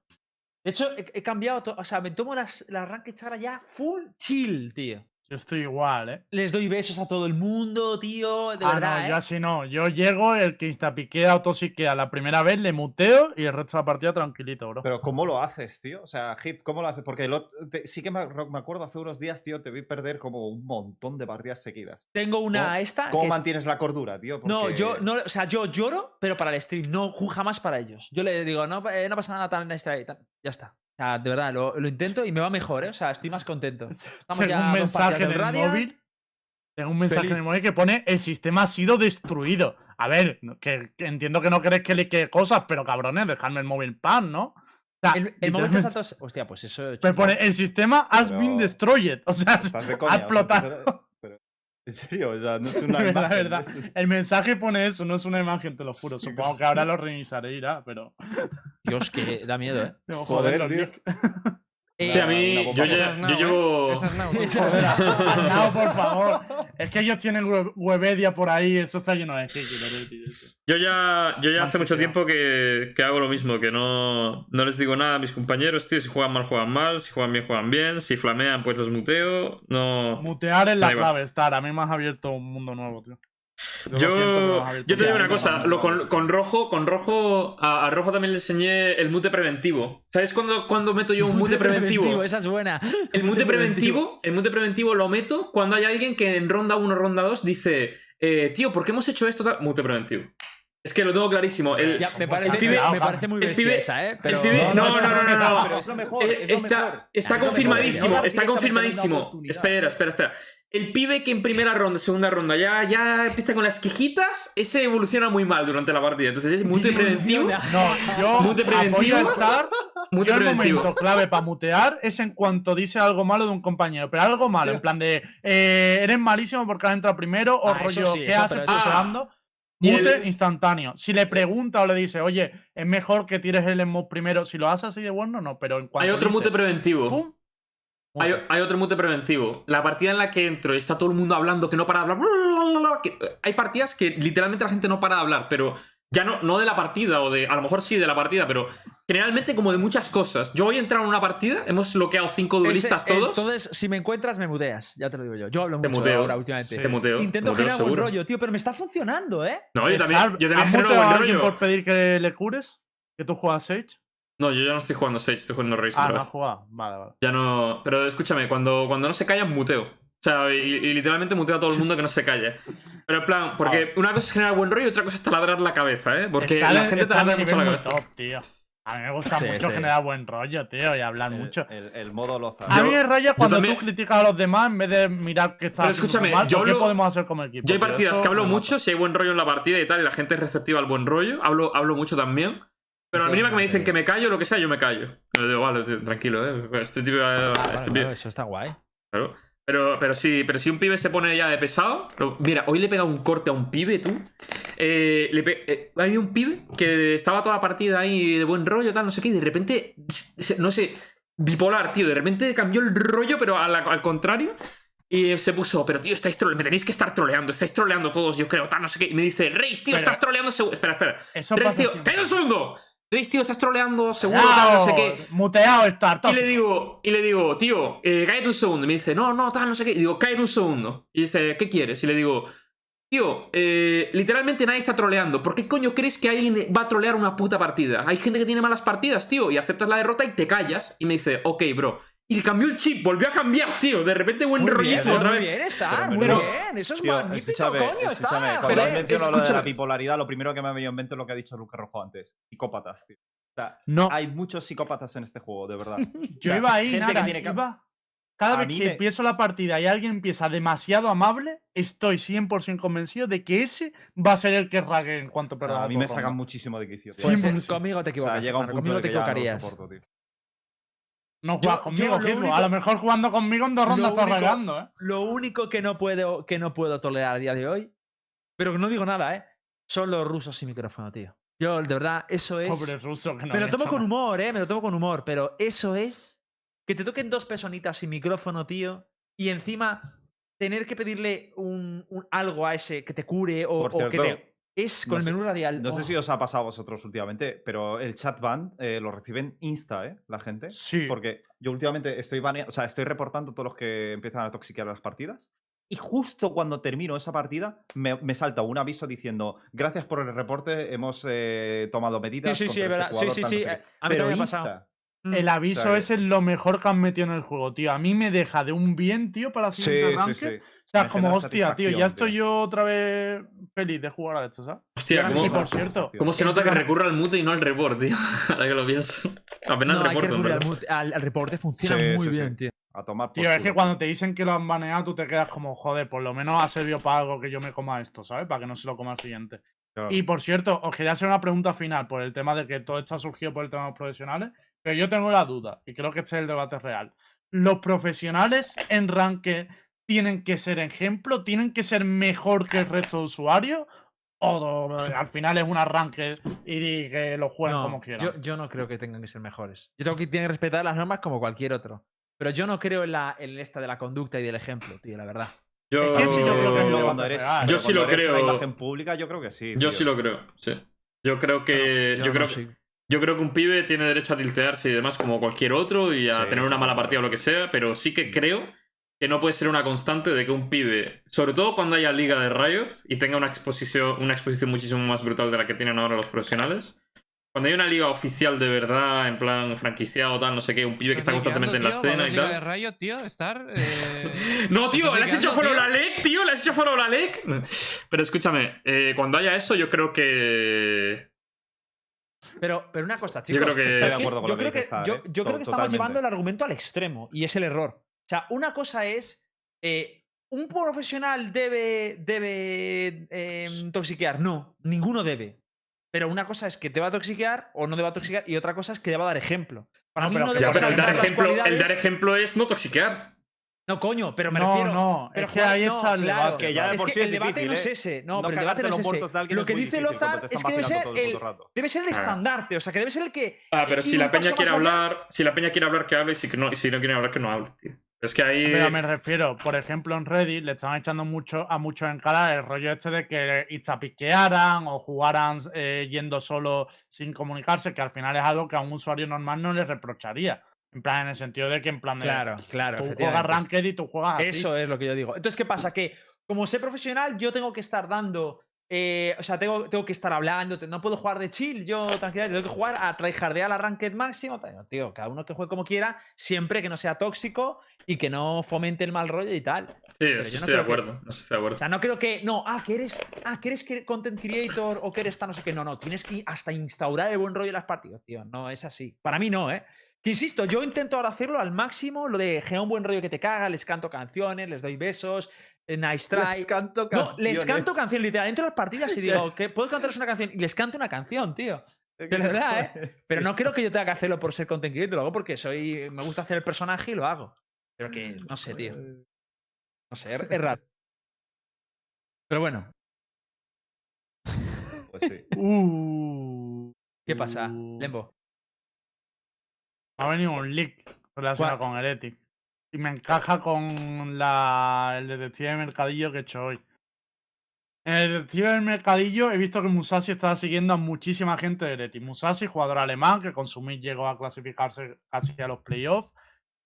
Speaker 4: De hecho, he, he cambiado. to- O sea, me tomo las, las rankings ahora ya full chill, tío.
Speaker 2: Yo estoy igual, ¿eh?
Speaker 4: Les doy besos a todo el mundo, tío. De
Speaker 2: ah,
Speaker 4: verdad.
Speaker 2: no,
Speaker 4: ¿eh?
Speaker 2: yo así no. Yo llego, el que instapiquea o tosiquea la primera vez, le muteo y el resto de la partida tranquilito, bro.
Speaker 3: Pero ¿cómo lo haces, tío? O sea, Hit, ¿cómo lo haces? Porque el ot- te- sí que me, ac- me acuerdo hace unos días, tío, te vi perder como un montón de partidas seguidas.
Speaker 4: Tengo una
Speaker 3: ¿Cómo-
Speaker 4: esta.
Speaker 3: ¿Cómo
Speaker 4: Ah, que es-
Speaker 3: mantienes la cordura, tío?
Speaker 4: No,
Speaker 3: Porque-
Speaker 4: yo no, o sea, yo lloro, pero para el stream, no ju- jamás para ellos. Yo le digo, no, eh, no pasa nada tal, en stream, tal. ya está. O sea, de verdad, lo, lo intento y me va mejor, ¿eh? O sea, estoy más contento. Estamos
Speaker 2: tengo
Speaker 4: ya
Speaker 2: un
Speaker 4: dos
Speaker 2: mensaje
Speaker 4: partidas
Speaker 2: en
Speaker 4: del
Speaker 2: el
Speaker 4: Radiant.
Speaker 2: móvil. Tengo un mensaje en el
Speaker 3: Feliz.
Speaker 2: móvil que pone el sistema ha sido destruido. A ver, no- que, que entiendo que no queréis que le quede cosas, pero cabrones, dejadme el móvil en paz, ¿no? O sea,
Speaker 4: El, el momento
Speaker 2: Ah, literalmente
Speaker 4: exacto es- Hostia, pues eso.
Speaker 2: me
Speaker 4: chungo.
Speaker 2: pone el sistema has been
Speaker 3: Pero-
Speaker 2: destroyed. O sea,
Speaker 3: Estás de
Speaker 2: ha
Speaker 3: coña. o sea,
Speaker 2: explotado.
Speaker 3: pero- pero- en serio, o sea, no es una
Speaker 2: Verdad,
Speaker 3: imagen, no
Speaker 2: verdad.
Speaker 3: es un-
Speaker 2: El mensaje pone eso, no es una imagen, te lo juro. Supongo que ahora lo revisaré, irá, pero.
Speaker 4: Dios, que da miedo, ¿eh?
Speaker 2: Digo,
Speaker 3: Joder,
Speaker 2: los
Speaker 3: tío.
Speaker 2: nick-
Speaker 1: Sí, a
Speaker 4: Eh,
Speaker 3: Una
Speaker 1: mí,
Speaker 3: bomba
Speaker 1: yo,
Speaker 6: Esa
Speaker 1: ya-
Speaker 6: es
Speaker 1: yo
Speaker 6: now, ¿eh?
Speaker 1: llevo...
Speaker 6: Esa es now,
Speaker 4: Esa-
Speaker 6: tú.
Speaker 2: Joder, a- al lado, por favor. Es que ellos tienen web- Webedia por ahí, eso está lleno de hate, tío.
Speaker 1: Yo ya, yo ya hace
Speaker 2: Manchester.
Speaker 1: mucho tiempo que, que hago lo mismo, que no, no les digo nada a mis compañeros, tío. Si juegan mal, juegan mal. Si juegan bien, juegan bien. Si flamean, pues los muteo. No.
Speaker 2: Mutear es la
Speaker 1: Da igual.
Speaker 2: clave, estar. A mí me has abierto un mundo nuevo, tío. Yo lo siento, pero
Speaker 1: Yo,
Speaker 2: vas a ver
Speaker 1: yo te digo
Speaker 2: tutorial,
Speaker 1: una
Speaker 2: no
Speaker 1: cosa,
Speaker 2: pasa
Speaker 1: lo
Speaker 2: nada.
Speaker 1: con, con rojo, con rojo, a, a rojo también le enseñé el mute preventivo. ¿Sabes cuándo, cuándo meto yo un mute preventivo?
Speaker 4: Esa es buena.
Speaker 1: El mute preventivo, el mute preventivo lo meto cuando hay alguien que en ronda 1 ronda 2 dice, eh, tío, ¿por qué hemos hecho esto? tal?". Mute preventivo. Es que lo tengo clarísimo. El,
Speaker 4: Ya, me,
Speaker 2: El
Speaker 4: parece,
Speaker 1: pibe-
Speaker 4: me parece muy
Speaker 1: el
Speaker 4: bestia
Speaker 1: pibe-
Speaker 4: esa, ¿eh? Pero...
Speaker 1: pibe- No, no, no, no, no.
Speaker 3: Pero es lo mejor.
Speaker 1: Eh,
Speaker 3: es lo mejor.
Speaker 1: está, está
Speaker 4: Ah, no,
Speaker 1: confirmadísimo, está
Speaker 3: pero- Ahora directamente
Speaker 1: confirmadísimo.
Speaker 3: una
Speaker 1: Espera, espera, espera. El pibe que en primera ronda, segunda ronda, ya, ya empieza con las quejitas, ese evoluciona muy mal durante la partida. Entonces es mute preventivo.
Speaker 2: No, yo
Speaker 1: Mute
Speaker 2: apoyo
Speaker 1: preventivo,
Speaker 2: a estar.
Speaker 1: Mute
Speaker 2: yo el
Speaker 1: preventivo.
Speaker 2: momento clave para mutear es en cuanto dice algo malo de un compañero. Pero algo malo, en plan de eh, eres malísimo porque has entrado primero o
Speaker 4: Ah, eso
Speaker 2: rollo,
Speaker 4: sí, Ah.
Speaker 2: ¿qué
Speaker 4: eso,
Speaker 2: haces
Speaker 4: pero eso
Speaker 1: sí.
Speaker 2: pulsando?
Speaker 1: Y el-
Speaker 2: Mute instantáneo. Si le pregunta o le dice, oye, es mejor que tires el emote primero. Si lo haces así de bueno, no, pero en cuanto.
Speaker 1: Hay otro
Speaker 2: dice,
Speaker 1: mute preventivo.
Speaker 2: pum,
Speaker 1: Hay,
Speaker 2: mute.
Speaker 1: hay otro mute preventivo. La partida en la que entro y está todo el mundo hablando que no para de hablar. bla, bla, bla, bla, que- eh, hay partidas que literalmente la gente no para de hablar, pero ya no, no de la partida o de. A lo mejor sí de la partida, pero generalmente como de muchas cosas. Yo hoy he entrado en una partida, hemos bloqueado cinco
Speaker 4: Ese-
Speaker 1: duelistas todos.
Speaker 4: Entonces, si me encuentras, me muteas. Ya te lo digo yo. Yo hablo
Speaker 1: Te
Speaker 4: mucho
Speaker 1: muteo,
Speaker 4: ahora últimamente.
Speaker 2: sí.
Speaker 1: Te muteo. te
Speaker 4: Intento
Speaker 1: muteo
Speaker 4: generar buen
Speaker 1: seguro.
Speaker 4: rollo, tío, pero me está funcionando, ¿eh?
Speaker 1: No, yo también,
Speaker 2: Sar,
Speaker 1: yo también
Speaker 2: ¿has
Speaker 1: genero
Speaker 2: muteado a
Speaker 1: buen
Speaker 2: alguien
Speaker 1: rollo.
Speaker 2: por pedir que le cures? ¿Que tú juegas Sage?
Speaker 1: No, yo ya no estoy jugando Sage, estoy jugando Raze
Speaker 2: Ah,
Speaker 1: otra
Speaker 2: no
Speaker 1: vez.
Speaker 2: has jugado. Vale, vale.
Speaker 1: Ya no. Pero escúchame, cuando, cuando no se callan, muteo. O sea, y, y literalmente muteo a todo el mundo que no se calle. Pero en plan, porque una cosa es generar buen rollo y otra cosa es taladrar la cabeza, ¿eh? Porque
Speaker 2: Ah. Está
Speaker 1: la
Speaker 2: en-
Speaker 1: gente
Speaker 2: está en
Speaker 1: taladra
Speaker 2: un
Speaker 1: mucho la
Speaker 2: nivel
Speaker 1: cabeza.
Speaker 2: muy top, tío. A mí me gusta
Speaker 4: Sí,
Speaker 2: mucho
Speaker 4: sí.
Speaker 2: generar buen rollo, tío, y hablar mucho. Ah,
Speaker 3: El, el- el modo loza.
Speaker 2: A
Speaker 1: Yo-
Speaker 2: mí me raya cuando
Speaker 1: también-
Speaker 2: tú criticas a los demás en vez de mirar que está
Speaker 1: Pero
Speaker 2: haciendo
Speaker 1: escúchame,
Speaker 2: mal,
Speaker 1: yo
Speaker 2: o ¿qué
Speaker 1: hablo-
Speaker 2: podemos hacer como equipo?
Speaker 1: Yo hay
Speaker 2: tío?
Speaker 1: partidas
Speaker 2: Eso
Speaker 1: que hablo
Speaker 2: me mata.
Speaker 1: mucho, si hay buen rollo en la partida y tal, y la gente es receptiva al buen rollo, hablo, hablo mucho también. Pero a la mínima que me dicen que me callo, lo que sea, yo me callo. Yo digo, vale, tío, tranquilo, ¿eh? Este tío, este
Speaker 4: Bueno,
Speaker 1: pibe-
Speaker 4: eso está guay.
Speaker 1: Claro. Pero, pero sí, pero si un pibe se pone ya de pesado. lo- mira, hoy le he pegado un corte a un pibe, tú. Eh, le pe- eh, hay un pibe que estaba toda la partida ahí de buen rollo, tal, no sé qué, y de repente. se- No sé, bipolar, tío. De repente cambió el rollo, pero a la- al contrario. Y se puso, pero tío, estáis trole- me tenéis que estar troleando, estáis troleando todos, yo creo, tal, no sé qué. Y me dice, Reis, tío,
Speaker 2: Pero-
Speaker 1: estás troleando seguro. Espera, espera.
Speaker 2: Eso
Speaker 1: Reis,
Speaker 2: pasa
Speaker 1: tío,
Speaker 2: siempre.
Speaker 1: ¡cállate un segundo! Reis, tío, estás troleando seguro, tal, no sé qué.
Speaker 2: ¡Lao! Muteado estar.
Speaker 1: Y le digo, y le digo, tío, eh, cállate un segundo. Y me dice, no, no, tal, no sé qué. Y digo, cállate un segundo. Y dice, ¿qué quieres? Y le digo, tío, eh, literalmente nadie está troleando. ¿Por qué coño crees que alguien va a trolear una puta partida? Hay gente que tiene malas partidas, tío, y aceptas la derrota y te callas. Y me dice, ok, bro. Y le cambió el chip, volvió a cambiar, tío. De repente buen
Speaker 4: Muy
Speaker 1: rollismo
Speaker 4: bien, ¿eh?
Speaker 1: otra
Speaker 4: muy
Speaker 1: vez.
Speaker 4: bien, Star,
Speaker 3: Pero,
Speaker 4: muy
Speaker 1: pero,
Speaker 4: bien. Eso es
Speaker 3: Tío,
Speaker 4: magnífico,
Speaker 3: escúchame,
Speaker 4: coño,
Speaker 3: escúchame,
Speaker 4: Star.
Speaker 3: Cuando has
Speaker 1: Pero,
Speaker 3: mencionado lo de la
Speaker 1: escúchame.
Speaker 3: bipolaridad, lo primero que me ha venido en mente es lo que ha dicho Luca Rojo antes. Psicópatas, tío. O sea,
Speaker 2: No,
Speaker 3: hay muchos psicópatas en este juego, de verdad.
Speaker 2: yo
Speaker 3: sea,
Speaker 2: iba ahí,
Speaker 3: gente
Speaker 2: nada,
Speaker 3: que tiene cam-
Speaker 2: iba- Cada
Speaker 3: A
Speaker 2: vez
Speaker 3: mí
Speaker 2: que
Speaker 3: me-
Speaker 2: empiezo la partida y alguien empieza demasiado amable, estoy 100% convencido de que ese va a ser el que rague en cuanto perdamos.
Speaker 3: a mí me sacan muchísimo de quicio. tío.
Speaker 4: Pues,
Speaker 3: O
Speaker 4: eh,
Speaker 2: 100%.
Speaker 4: conmigo te
Speaker 3: sea,
Speaker 4: equivocas.
Speaker 3: llega un
Speaker 4: Star,
Speaker 3: punto en
Speaker 4: conmigo
Speaker 3: el
Speaker 4: te
Speaker 3: que ya no lo
Speaker 4: equivocarías.
Speaker 3: soporto, tío.
Speaker 2: No juegas
Speaker 4: yo-
Speaker 2: conmigo,
Speaker 4: yo lo
Speaker 2: Hitler.
Speaker 4: único-
Speaker 2: A lo mejor jugando conmigo en dos
Speaker 4: lo
Speaker 2: rondas estás
Speaker 4: único-
Speaker 2: regando, ¿eh?
Speaker 4: Lo único que no puedo, que no puedo tolerar a día de hoy, pero que no digo nada, ¿eh? Son los rusos sin micrófono, tío. Yo, de verdad, eso es.
Speaker 2: Pobre ruso que no
Speaker 4: me lo
Speaker 2: han
Speaker 4: tomo
Speaker 2: hecho
Speaker 4: con
Speaker 2: nada.
Speaker 4: humor, eh. Me lo tomo con humor, pero eso es. Que te toquen dos personitas sin micrófono, tío. Y encima tener que pedirle un, un- algo a ese que te cure o,
Speaker 3: Por
Speaker 4: o que
Speaker 3: cierto,
Speaker 4: te. Es con
Speaker 3: no
Speaker 4: el
Speaker 3: sé-
Speaker 4: menú radial.
Speaker 3: No sé
Speaker 4: Oh.
Speaker 3: si os ha pasado a vosotros últimamente, pero el chat ban eh, lo reciben insta, ¿eh? La gente.
Speaker 2: Sí.
Speaker 3: Porque yo últimamente estoy banea- o sea, estoy reportando todos los que empiezan a toxiquear las partidas. Y justo cuando termino esa partida, me, me salta un aviso diciendo gracias por el reporte, hemos eh, tomado medidas.
Speaker 4: Sí, sí, sí,
Speaker 3: contra
Speaker 4: es verdad.
Speaker 3: este
Speaker 4: Sí,
Speaker 3: jugador,
Speaker 4: sí,
Speaker 3: tal, no sé
Speaker 4: sí. A
Speaker 3: qué".
Speaker 4: a mí también
Speaker 3: Pero
Speaker 4: me ha pasado.
Speaker 3: Insta.
Speaker 2: El aviso
Speaker 3: sea,
Speaker 2: ese es lo mejor que han metido en el juego, tío. A mí me deja de un bien, tío, para
Speaker 3: Sí,
Speaker 2: hacer un
Speaker 3: sí,
Speaker 2: arranque.
Speaker 3: sí.
Speaker 2: O sea,
Speaker 3: Me
Speaker 2: como
Speaker 3: genera
Speaker 2: hostia, tío, ya
Speaker 3: satisfacción,
Speaker 2: estoy
Speaker 3: tío.
Speaker 2: yo otra vez feliz de jugar a esto, ¿sabes?
Speaker 8: Hostia,
Speaker 4: ahora
Speaker 8: ¿cómo,
Speaker 2: Y
Speaker 3: Claro.
Speaker 2: por cierto,
Speaker 8: cómo se
Speaker 4: el
Speaker 8: nota que
Speaker 4: programa-
Speaker 8: recurre al mute y no al report, tío? Ahora que lo pienso. Apenas
Speaker 4: No,
Speaker 8: el
Speaker 4: hay que
Speaker 8: report, en
Speaker 4: recurrir al,
Speaker 8: verdad.
Speaker 4: mut- al, al reporte, funciona
Speaker 3: Sí,
Speaker 4: muy
Speaker 3: sí, sí.
Speaker 4: bien, tío.
Speaker 3: A tomar por
Speaker 2: tío, es que
Speaker 3: culo.
Speaker 2: cuando te dicen que lo han baneado, tú te quedas como, joder, por lo menos ha servido para algo que yo me coma esto, ¿sabes? Para que no se lo coma el siguiente.
Speaker 3: Claro.
Speaker 2: Y por cierto, os quería hacer una pregunta final por el tema de que todo esto ha surgido por el tema de los profesionales, pero yo tengo la duda, y creo que este es el debate real. ¿Los profesionales en ranque tienen que ser ejemplo? ¿Tienen que ser mejor que el resto de usuarios? ¿O do- al final es un arranque y que lo jueguen
Speaker 4: No,
Speaker 2: como quieran?
Speaker 4: Yo, yo no creo que tengan que ser mejores. Yo creo que tienen que respetar las normas como cualquier otro. Pero yo no creo en, la, en esta de la conducta y del ejemplo, tío, la verdad.
Speaker 8: Yo,
Speaker 2: Es que sí, yo creo que
Speaker 3: Pero
Speaker 2: no.
Speaker 3: cuando eres,
Speaker 2: Yo
Speaker 3: pero
Speaker 8: sí
Speaker 3: cuando
Speaker 8: lo
Speaker 3: eres una
Speaker 8: creo.
Speaker 3: imagen pública, yo creo que sí.
Speaker 8: yo
Speaker 3: tío.
Speaker 8: sí lo creo, sí. Yo creo que. Yo,
Speaker 4: no
Speaker 8: creo,
Speaker 4: soy-
Speaker 8: yo creo que un pibe tiene derecho a tiltearse y demás como cualquier otro y a
Speaker 3: Sí,
Speaker 8: tener
Speaker 3: eso
Speaker 8: una
Speaker 3: está
Speaker 8: mala
Speaker 3: claro.
Speaker 8: partida o lo que sea, pero sí que creo que no puede ser una constante de que un pibe, sobre todo cuando haya liga de rayo y tenga una exposición, una exposición muchísimo más brutal de la que tienen ahora los profesionales. Cuando hay una liga oficial de verdad, en plan franquiciado, tal, no sé qué, un pibe que está constantemente en la escena y
Speaker 6: de
Speaker 8: tal.
Speaker 6: rayo, tío, estar. eh,
Speaker 8: No, tío,
Speaker 6: Estás
Speaker 8: le has hecho
Speaker 6: liqueando,
Speaker 8: fuera
Speaker 6: tío.
Speaker 8: la LEC, tío, le has hecho fuera la LEC. Pero escúchame, eh, cuando haya eso, yo creo que.
Speaker 4: Pero, pero una cosa, chicos.
Speaker 8: creo que-
Speaker 4: ¿sabes
Speaker 8: Estoy de
Speaker 4: qué?
Speaker 3: acuerdo con
Speaker 4: Yo
Speaker 3: lo que
Speaker 4: creo
Speaker 3: dice
Speaker 4: que-
Speaker 3: Star,
Speaker 4: yo-
Speaker 3: ¿eh?
Speaker 4: yo
Speaker 3: To-
Speaker 4: creo que estamos
Speaker 3: totalmente.
Speaker 4: llevando el argumento al extremo y es el error. O sea, una cosa es. eh, ¿Un profesional debe, debe eh, toxiquear? No, ninguno debe. Pero una cosa es que te va a toxiquear o no te va a toxiquear y otra cosa es que te va a dar ejemplo. Para
Speaker 2: No,
Speaker 4: mí
Speaker 2: pero-
Speaker 4: no debe
Speaker 8: Ya, pero el
Speaker 4: exaltar
Speaker 8: dar,
Speaker 4: las
Speaker 8: ejemplo, el
Speaker 4: cualidades-
Speaker 8: dar ejemplo es no toxiquear.
Speaker 4: No, coño, pero me
Speaker 2: no,
Speaker 4: refiero.
Speaker 2: no,
Speaker 4: pero
Speaker 2: es que
Speaker 4: Juan,
Speaker 2: ahí
Speaker 4: no,
Speaker 2: está el
Speaker 4: claro,
Speaker 2: debate.
Speaker 3: que ya de
Speaker 4: es
Speaker 3: por
Speaker 4: que
Speaker 3: sí
Speaker 4: el
Speaker 3: es
Speaker 4: debate
Speaker 3: difícil,
Speaker 4: no es
Speaker 3: ¿eh?
Speaker 4: ese. No, pero el
Speaker 3: cagarte
Speaker 4: debate no
Speaker 3: los
Speaker 4: es ese.
Speaker 3: muertos de alguien
Speaker 4: Lo
Speaker 3: es
Speaker 4: que
Speaker 3: muy
Speaker 4: dice
Speaker 3: difícil cuando
Speaker 4: Lozar
Speaker 3: te
Speaker 4: es
Speaker 3: están
Speaker 4: que debe
Speaker 3: vacilando
Speaker 4: ser,
Speaker 3: todo el
Speaker 4: el,
Speaker 3: puto rato.
Speaker 4: debe ser el
Speaker 8: Ah.
Speaker 4: estandarte, o sea, que debe ser el que.
Speaker 8: Ah, pero
Speaker 4: ir
Speaker 8: si
Speaker 4: un
Speaker 8: la peña
Speaker 4: paso
Speaker 8: quiere
Speaker 4: más allá.
Speaker 8: hablar, si la peña quiere hablar, que hable y si, que no, y si no quiere hablar, que no hable, tío. Es que ahí.
Speaker 2: Pero me
Speaker 4: Eh,
Speaker 2: refiero, por ejemplo, en Reddit le estaban echando mucho a muchos en cara el rollo este de que instapiquearan o jugaran eh, yendo solo sin comunicarse, que al final es algo que a un usuario normal no le reprocharía. En plan, en el sentido de que en plan de,
Speaker 4: Claro, claro.
Speaker 2: tú juegas
Speaker 4: efectivamente.
Speaker 2: ranked y tú juegas así.
Speaker 4: Eso es lo que yo digo. Entonces, ¿qué pasa? Que como sé profesional, yo tengo que estar dando. eh, o sea, tengo, tengo que estar hablando. te- No puedo jugar de chill, yo tranquila, tengo que jugar a tryhardear la ranked máximo. tal. No, tío, cada uno que juegue como quiera, siempre que no sea tóxico y que no fomente el mal rollo y tal.
Speaker 8: Sí,
Speaker 4: yo no
Speaker 8: eso estoy
Speaker 4: creo
Speaker 8: de
Speaker 4: que-
Speaker 8: acuerdo. eso estoy de acuerdo.
Speaker 4: O sea, no creo que. No, ah, que eres. Ah, que eres cre- content creator o que eres tan no sé qué. No, no. Tienes que hasta instaurar el buen rollo en las partidas, tío. No es así. Para mí no, ¿eh? Que insisto, yo intento ahora hacerlo al máximo, lo de genera un buen rollo que te caga, les canto canciones, les doy besos, eh, nice try.
Speaker 3: Les canto
Speaker 4: no, les
Speaker 3: canciones.
Speaker 4: canto canciones, literal. Entro a las partidas y digo, que ¿puedo cantarles una canción? Y les canto una canción, tío.
Speaker 3: De
Speaker 4: verdad, Pero no creo que yo tenga que hacerlo por ser content creator, lo hago porque soy. Me gusta hacer el personaje y lo hago. Pero que,
Speaker 2: Mm,
Speaker 4: no sé, tío. No sé, es raro. Pero bueno,
Speaker 3: Pues sí.
Speaker 2: Uh,
Speaker 4: ¿Qué pasa,
Speaker 2: Uh.
Speaker 4: Lembo?
Speaker 2: ha venido un leak relacionado con Heretic. Y me encaja con la, el detective de mercadillo que he hecho hoy. En el detective del mercadillo he visto que Musashi estaba siguiendo a muchísima gente de Heretic. Musashi, jugador alemán, que con Sumit llegó a clasificarse casi a los playoffs.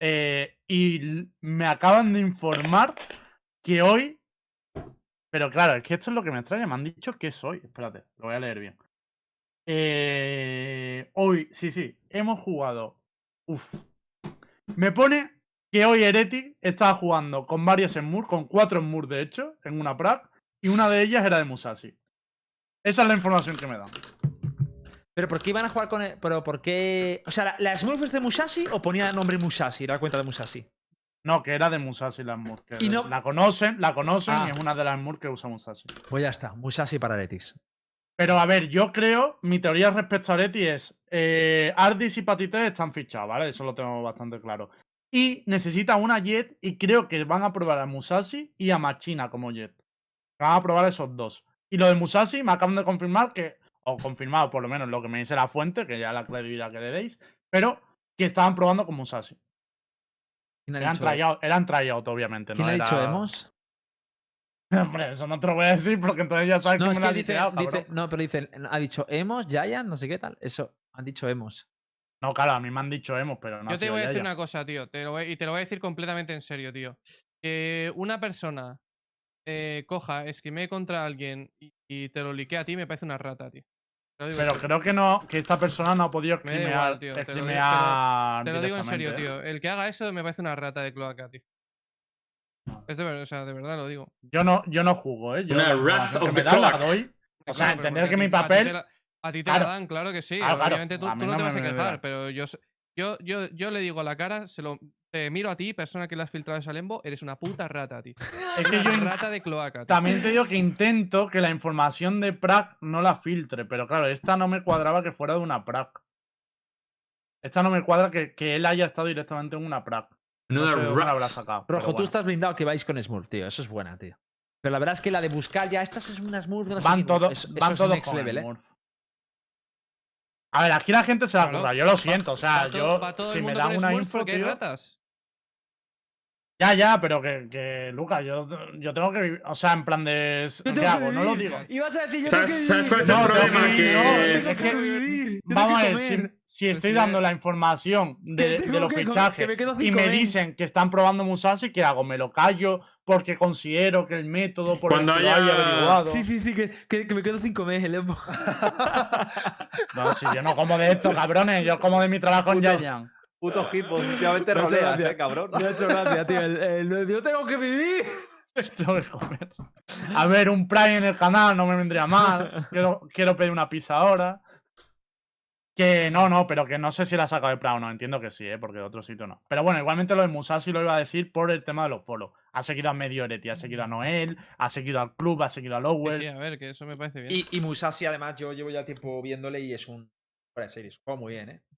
Speaker 2: Eh, y l- me acaban de informar que hoy. Pero claro, es que esto es lo que me extraña. Me han dicho que es hoy. Espérate, lo voy a leer bien. Eh, hoy, sí, sí, hemos jugado. Uf. Me pone que hoy Heretic estaba jugando con varias Smur, con cuatro Smur de hecho, en una prac, y una de ellas era de Musashi. Esa es la información que me dan.
Speaker 4: ¿Pero por qué iban a jugar con el, pero por qué? O sea, ¿la, la Smurf es de Musashi o ponía el nombre Musashi, la cuenta de Musashi?
Speaker 2: No, que era de Musashi la Smur. que
Speaker 4: Y no-
Speaker 2: La conocen, la conocen
Speaker 4: Ah.
Speaker 2: y es una de las Smur que usa Musashi.
Speaker 4: Pues ya está, Musashi para Heretics.
Speaker 2: Pero a ver, yo creo, mi teoría respecto a Areti es, eh, Ardis y Patite están fichados, ¿vale? Eso lo tengo bastante claro. Y necesita una Jet y creo que van a probar a Musashi y a Machina como Jet. Van a probar esos dos. Y lo de Musashi me acaban de confirmar que o confirmado por lo menos lo que me dice la fuente, que ya la credibilidad que le deis, pero que estaban probando con Musashi.
Speaker 4: ¿Quién ha
Speaker 2: Eran
Speaker 4: dicho-
Speaker 2: tryout, eran tryout, obviamente.
Speaker 4: ¿quién
Speaker 2: no
Speaker 4: ha dicho
Speaker 2: era-
Speaker 4: Emos?
Speaker 2: Hombre, eso no te lo voy a decir porque entonces ya sabes
Speaker 4: No,
Speaker 2: que
Speaker 4: es
Speaker 2: me lo
Speaker 4: que
Speaker 2: has
Speaker 4: dice,
Speaker 2: liquidado,
Speaker 4: dice-
Speaker 2: cabrón.
Speaker 4: no, pero dicen, ha dicho Emos, Giant, no sé qué tal. Eso, han dicho Emos.
Speaker 2: No, claro, a mí me han dicho hemos, pero no. ha
Speaker 6: Yo te
Speaker 2: sido
Speaker 6: voy a decir
Speaker 2: Yaya.
Speaker 6: una cosa, tío, te lo voy- y te lo voy a decir completamente en serio, tío. Que una persona eh, coja, esquime contra alguien y, y te lo liquea a ti, me parece una rata, tío. Te lo digo en
Speaker 2: Pero
Speaker 6: serio.
Speaker 2: creo que no, que esta persona no ha podido
Speaker 6: Me da
Speaker 2: crimear.
Speaker 6: igual, tío, te lo digo-
Speaker 2: crimear
Speaker 6: Te lo digo en
Speaker 2: directamente,
Speaker 6: serio,
Speaker 2: ¿eh?
Speaker 6: tío. El que haga eso me parece una rata de cloaca, tío. Es de verdad, o sea, de verdad lo digo.
Speaker 2: ¿eh? Yo no, yo no jugo, ¿eh? Yo
Speaker 8: Una
Speaker 2: la información
Speaker 8: rat
Speaker 2: que
Speaker 8: of
Speaker 2: me
Speaker 8: the
Speaker 2: dan la
Speaker 8: clock.
Speaker 2: doy. O sea,
Speaker 6: Claro, pero
Speaker 2: entender
Speaker 6: porque
Speaker 2: que
Speaker 6: a
Speaker 2: mi
Speaker 6: ti- a ti te
Speaker 2: papel.
Speaker 6: la- A ti te
Speaker 2: Claro.
Speaker 6: la dan, claro que sí.
Speaker 2: Claro, claro.
Speaker 6: Obviamente tú,
Speaker 2: A
Speaker 6: tú
Speaker 2: mí
Speaker 6: no,
Speaker 2: no
Speaker 6: te
Speaker 2: me
Speaker 6: vas a
Speaker 2: me
Speaker 6: quejar,
Speaker 2: darán.
Speaker 6: pero yo, s- yo, yo, yo le digo a la cara, se lo, te miro a ti, persona que le has filtrado ese lembo, eres una puta rata, tío.
Speaker 2: Es que
Speaker 6: Una
Speaker 2: yo in-
Speaker 6: rata de cloaca. tío.
Speaker 2: también te digo que intento que la información de Prac no la filtre, pero claro, esta no me cuadraba que fuera de una Prac. Esta no me cuadra que, que él haya estado directamente en una Prac. No
Speaker 8: Una
Speaker 2: sé de dónde la habrá
Speaker 8: rat.
Speaker 2: sacado. pero
Speaker 4: Rojo, tú
Speaker 2: bueno.
Speaker 4: estás blindado que vais con Smurf, tío. Eso es buena, tío. Pero la verdad es que la de buscar ya, estas es una Smurf de no sé qué,
Speaker 2: Van
Speaker 4: bueno,
Speaker 2: todos,
Speaker 4: eso- eso
Speaker 2: van
Speaker 4: es
Speaker 2: todos
Speaker 4: next
Speaker 2: con el
Speaker 4: level, ¿eh?
Speaker 2: Murph. A ver, aquí la gente se la
Speaker 6: Claro,
Speaker 2: curra, yo lo siento, o sea,
Speaker 6: Va todo-
Speaker 2: yo
Speaker 6: va todo el
Speaker 2: si me
Speaker 6: mundo
Speaker 2: dan
Speaker 6: con
Speaker 2: una
Speaker 6: Smurfs
Speaker 2: info,
Speaker 6: porque hay
Speaker 2: tío,
Speaker 6: ratas.
Speaker 2: ya, ya, pero que, que Lucas, yo, yo tengo que vivir, o sea, en plan de, s-
Speaker 4: Yo
Speaker 2: ¿qué
Speaker 4: tengo que
Speaker 2: hago? No lo
Speaker 4: vivir.
Speaker 2: digo.
Speaker 4: Y vas a decir, yo
Speaker 8: ¿Sabes-
Speaker 4: tengo que
Speaker 8: sabes
Speaker 4: vivir,
Speaker 8: cuál es
Speaker 4: yo
Speaker 2: el
Speaker 4: tengo
Speaker 2: problema?
Speaker 4: vivir,
Speaker 2: Que-
Speaker 4: yo tengo
Speaker 2: es que-
Speaker 4: vivir, yo tengo
Speaker 2: Vamos a
Speaker 4: que
Speaker 2: ver, si,
Speaker 4: comer. Pues
Speaker 2: si estoy
Speaker 6: sí.
Speaker 2: dando la información de,
Speaker 4: tengo
Speaker 2: de los
Speaker 4: que comer, que
Speaker 2: fichajes
Speaker 4: me quedo
Speaker 2: y
Speaker 4: sin
Speaker 2: me
Speaker 4: comer.
Speaker 2: dicen que están probando Musashi, ¿qué hago? ¿Me lo callo? Porque considero que el método por
Speaker 8: Cuando
Speaker 2: el que lo
Speaker 8: haya-
Speaker 2: haya averiguado.
Speaker 4: Sí, sí, sí, que, que- que me quedo cinco meses, Lembo.
Speaker 2: No, si yo no como de esto, cabrones, yo como de mi trabajo en
Speaker 3: Puto-
Speaker 2: Yayan.
Speaker 3: Puto Hitbox, últimamente
Speaker 4: No, eso
Speaker 3: roleas,
Speaker 4: gracias.
Speaker 3: eh, cabrón.
Speaker 4: Me ha hecho gracia, tío. el- el- yo tengo que vivir.
Speaker 2: Tengo que comer. A ver, un Prime en el canal no me vendría mal. Quiero, quiero pedir una pizza ahora. Que no, no, pero que no sé si la ha sacado de Prime o no. Entiendo que sí, ¿eh? porque de otro sitio no. Pero bueno, igualmente lo de Musashi lo iba a decir por el tema de los polos. Ha seguido a Medio Oreti, ha seguido a Noel, ha seguido al club, ha seguido a
Speaker 6: Sí,
Speaker 2: Lowell.
Speaker 6: sí, a ver, que eso me parece bien.
Speaker 4: Y, y Musashi, además, yo llevo ya tiempo viéndole y es un fuera de series. Juega muy bien, ¿eh? O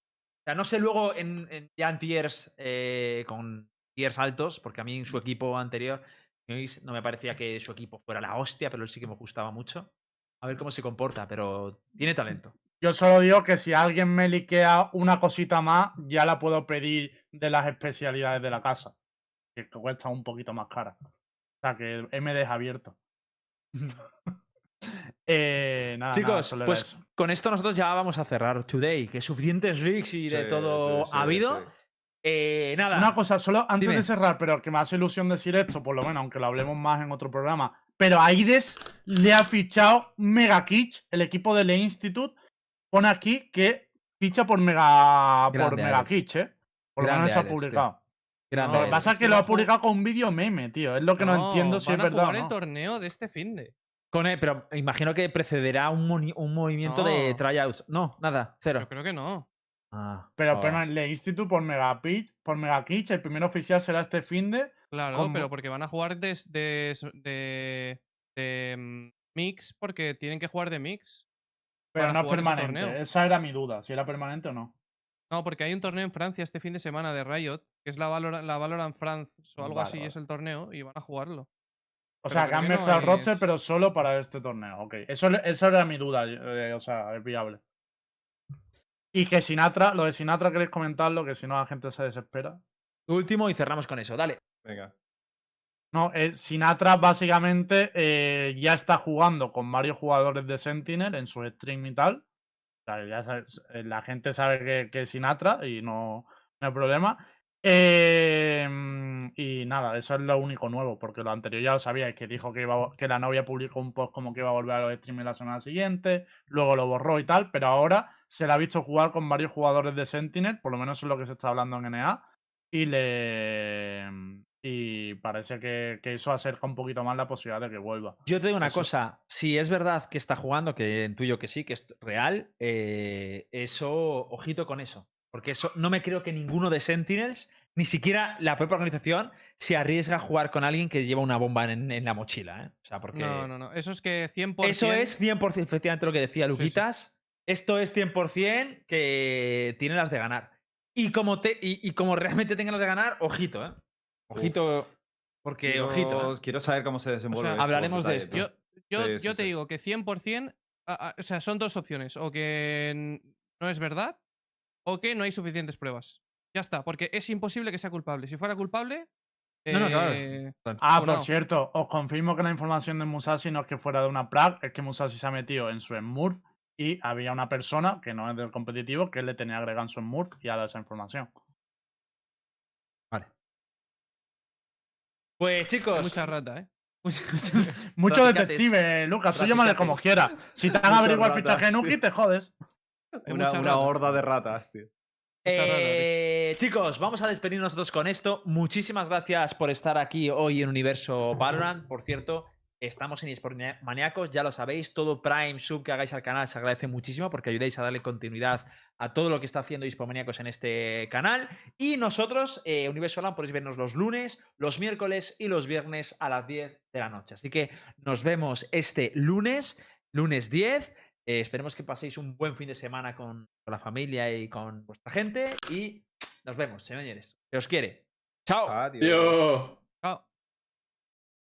Speaker 4: sea, no sé luego en, en- ya en tiers eh, con tiers altos, porque a mí en su equipo anterior Phoenix, no me parecía que su equipo fuera la hostia, pero él sí que me gustaba mucho. A ver cómo se comporta, pero tiene talento.
Speaker 2: Yo solo digo que si alguien me liquea una cosita más, ya la puedo pedir de las especialidades de la casa. Que cuesta un poquito más cara. O sea que MD es abierto. Eh, nada, nada,
Speaker 4: Chicos,
Speaker 2: solo era
Speaker 4: pues
Speaker 2: eso.
Speaker 4: con esto nosotros ya vamos a cerrar Today, que suficientes rigs y de
Speaker 3: Sí,
Speaker 4: todo
Speaker 3: sí, sí,
Speaker 4: ha habido.
Speaker 3: sí.
Speaker 4: Eh, nada.
Speaker 2: Una cosa, solo antes
Speaker 4: Dime.
Speaker 2: de cerrar, pero que me hace ilusión decir esto, por lo menos, aunque lo hablemos más en otro programa. Pero Aires le ha fichado Mega Kitsch, el equipo de Le Institute. Pone aquí que ficha por Mega, por
Speaker 4: Grande,
Speaker 2: Mega
Speaker 4: Alex.
Speaker 2: Kitsch, ¿eh? Por lo
Speaker 4: Grande,
Speaker 2: menos se ha
Speaker 4: Alex, tío.
Speaker 2: publicado.
Speaker 4: Grande,
Speaker 2: Lo que
Speaker 6: No,
Speaker 2: pasa
Speaker 6: es
Speaker 2: es que
Speaker 6: que
Speaker 2: lo ha
Speaker 6: ojo.
Speaker 2: publicado con un vídeo meme, tío. Es lo que no, entiendo si es
Speaker 6: van a
Speaker 2: verdad o
Speaker 6: jugar
Speaker 2: no.
Speaker 6: el torneo de este finde.
Speaker 4: Con él, pero imagino que precederá un, moni- un movimiento de
Speaker 6: No.
Speaker 4: tryouts. No, nada, cero.
Speaker 6: Yo creo que no.
Speaker 4: Ah,
Speaker 2: Pero,
Speaker 4: ah.
Speaker 2: pero en Le Institute por Mega Pitch, por Mega Kitsch, el primer oficial será este finde.
Speaker 6: Claro,
Speaker 2: ¿Cómo?
Speaker 6: pero porque van a jugar de, s- de, s- de, de, mm, mix, porque tienen que jugar de mix.
Speaker 2: Pero
Speaker 6: Para
Speaker 2: no es
Speaker 6: jugar ese
Speaker 2: permanente.
Speaker 6: torneo.
Speaker 2: Esa era mi duda, si era permanente o no.
Speaker 6: No, porque hay un torneo en Francia este fin de semana de Riot, que es la, Valora- la Valorant France o algo
Speaker 2: Vale,
Speaker 6: así,
Speaker 2: vale.
Speaker 6: es el torneo, y van a jugarlo.
Speaker 2: O
Speaker 6: Pero
Speaker 2: sea, que
Speaker 6: creo
Speaker 2: han
Speaker 6: que no
Speaker 2: mezclado el roster,
Speaker 6: es-
Speaker 2: pero solo para este torneo. Ok. Eso, esa era mi duda, eh, o sea, es viable. Y que Sinatra, lo de Sinatra queréis comentarlo, que si no la gente se desespera.
Speaker 4: Último y cerramos con eso. Dale.
Speaker 3: Venga.
Speaker 2: No, eh, Sinatra básicamente eh, ya está jugando con varios jugadores de Sentinel en su stream y tal. O sea, ya sabes, eh, la gente sabe que, que es Sinatra y no, no hay problema. Eh, mm, y nada, eso es lo único nuevo, porque lo anterior ya lo sabíais, que dijo que, iba, a vo- que la novia publicó un post como que iba a volver a los streams la semana siguiente, luego lo borró y tal, pero ahora se la ha visto jugar con varios jugadores de Sentinel, por lo menos eso es lo que se está hablando en NA. Y le. mm, Y parece que, que eso acerca un poquito más la posibilidad de que vuelva.
Speaker 4: Yo te digo una
Speaker 2: Eso.
Speaker 4: cosa. Si es verdad que está jugando, que intuyo que sí, que es real, eh, eso, ojito con eso. Porque eso no me creo que ninguno de Sentinels, ni siquiera la propia organización, se arriesga a jugar con alguien que lleva una bomba en, en la mochila. ¿eh? O sea, porque
Speaker 6: No, no, no. Eso es que 100%.
Speaker 4: Eso es 100% efectivamente lo que decía
Speaker 6: sí.
Speaker 4: Luquitas. Esto es 100% que tiene las de ganar. Y como, te, y, y como realmente tengan las de ganar, ojito, ¿eh? Ojito, porque
Speaker 3: Quiero-
Speaker 4: ojito. ¿eh?
Speaker 3: Quiero saber cómo se desenvuelve.
Speaker 6: sea,
Speaker 3: esto,
Speaker 4: hablaremos de
Speaker 3: detalle,
Speaker 4: esto.
Speaker 3: tío.
Speaker 6: Yo, yo,
Speaker 3: Sí, sí,
Speaker 6: yo te
Speaker 3: sí.
Speaker 6: digo que 100% a- a- o sea, son dos opciones. O que n- no es verdad, o que no hay suficientes pruebas. Ya está, porque es imposible que sea culpable. Si fuera culpable.
Speaker 9: No, no, claro, es-
Speaker 6: eh,
Speaker 2: Ah,
Speaker 6: o
Speaker 2: por
Speaker 6: no.
Speaker 2: cierto, os confirmo que la información de Musashi no es que fuera de una plug, es que Musashi se ha metido en su Smurf y había una persona que no es del competitivo que le tenía agregado en su Smurf y ha dado esa información.
Speaker 4: Pues
Speaker 6: hay
Speaker 4: chicos,
Speaker 6: mucha rata, ¿eh?
Speaker 2: Mucho
Speaker 4: Traficantes.
Speaker 2: detective, Lucas, tú llámale como
Speaker 4: Traficantes.
Speaker 2: quieras. Si te han
Speaker 3: Muchas
Speaker 2: averiguado el
Speaker 3: ratas,
Speaker 2: fichaje de Nuki,
Speaker 3: sí.
Speaker 2: te jodes.
Speaker 6: Hay
Speaker 3: Una,
Speaker 6: mucha
Speaker 3: una
Speaker 6: rata.
Speaker 3: horda de ratas, tío.
Speaker 6: Mucha rata,
Speaker 4: Eh, chicos, vamos a despedirnos nosotros con esto. Muchísimas gracias por estar aquí hoy en Universo Valorant. Por cierto, estamos en eSport Maníacos, ya lo sabéis. Todo Prime Sub que hagáis al canal se agradece muchísimo porque ayudáis a darle continuidad a todo lo que está haciendo eSport Maníacos en este canal. Y nosotros, eh, Universo Valorant, podéis vernos los lunes, los miércoles y los viernes a las 10 de la noche. Así que nos vemos este lunes, lunes 10. Eh, esperemos que paséis un buen fin de semana con, con la familia y con vuestra
Speaker 3: Ah,
Speaker 4: gente. Y nos vemos, señores. Se os quiere. Chao.
Speaker 3: Adiós.
Speaker 1: Yo.
Speaker 6: Chao.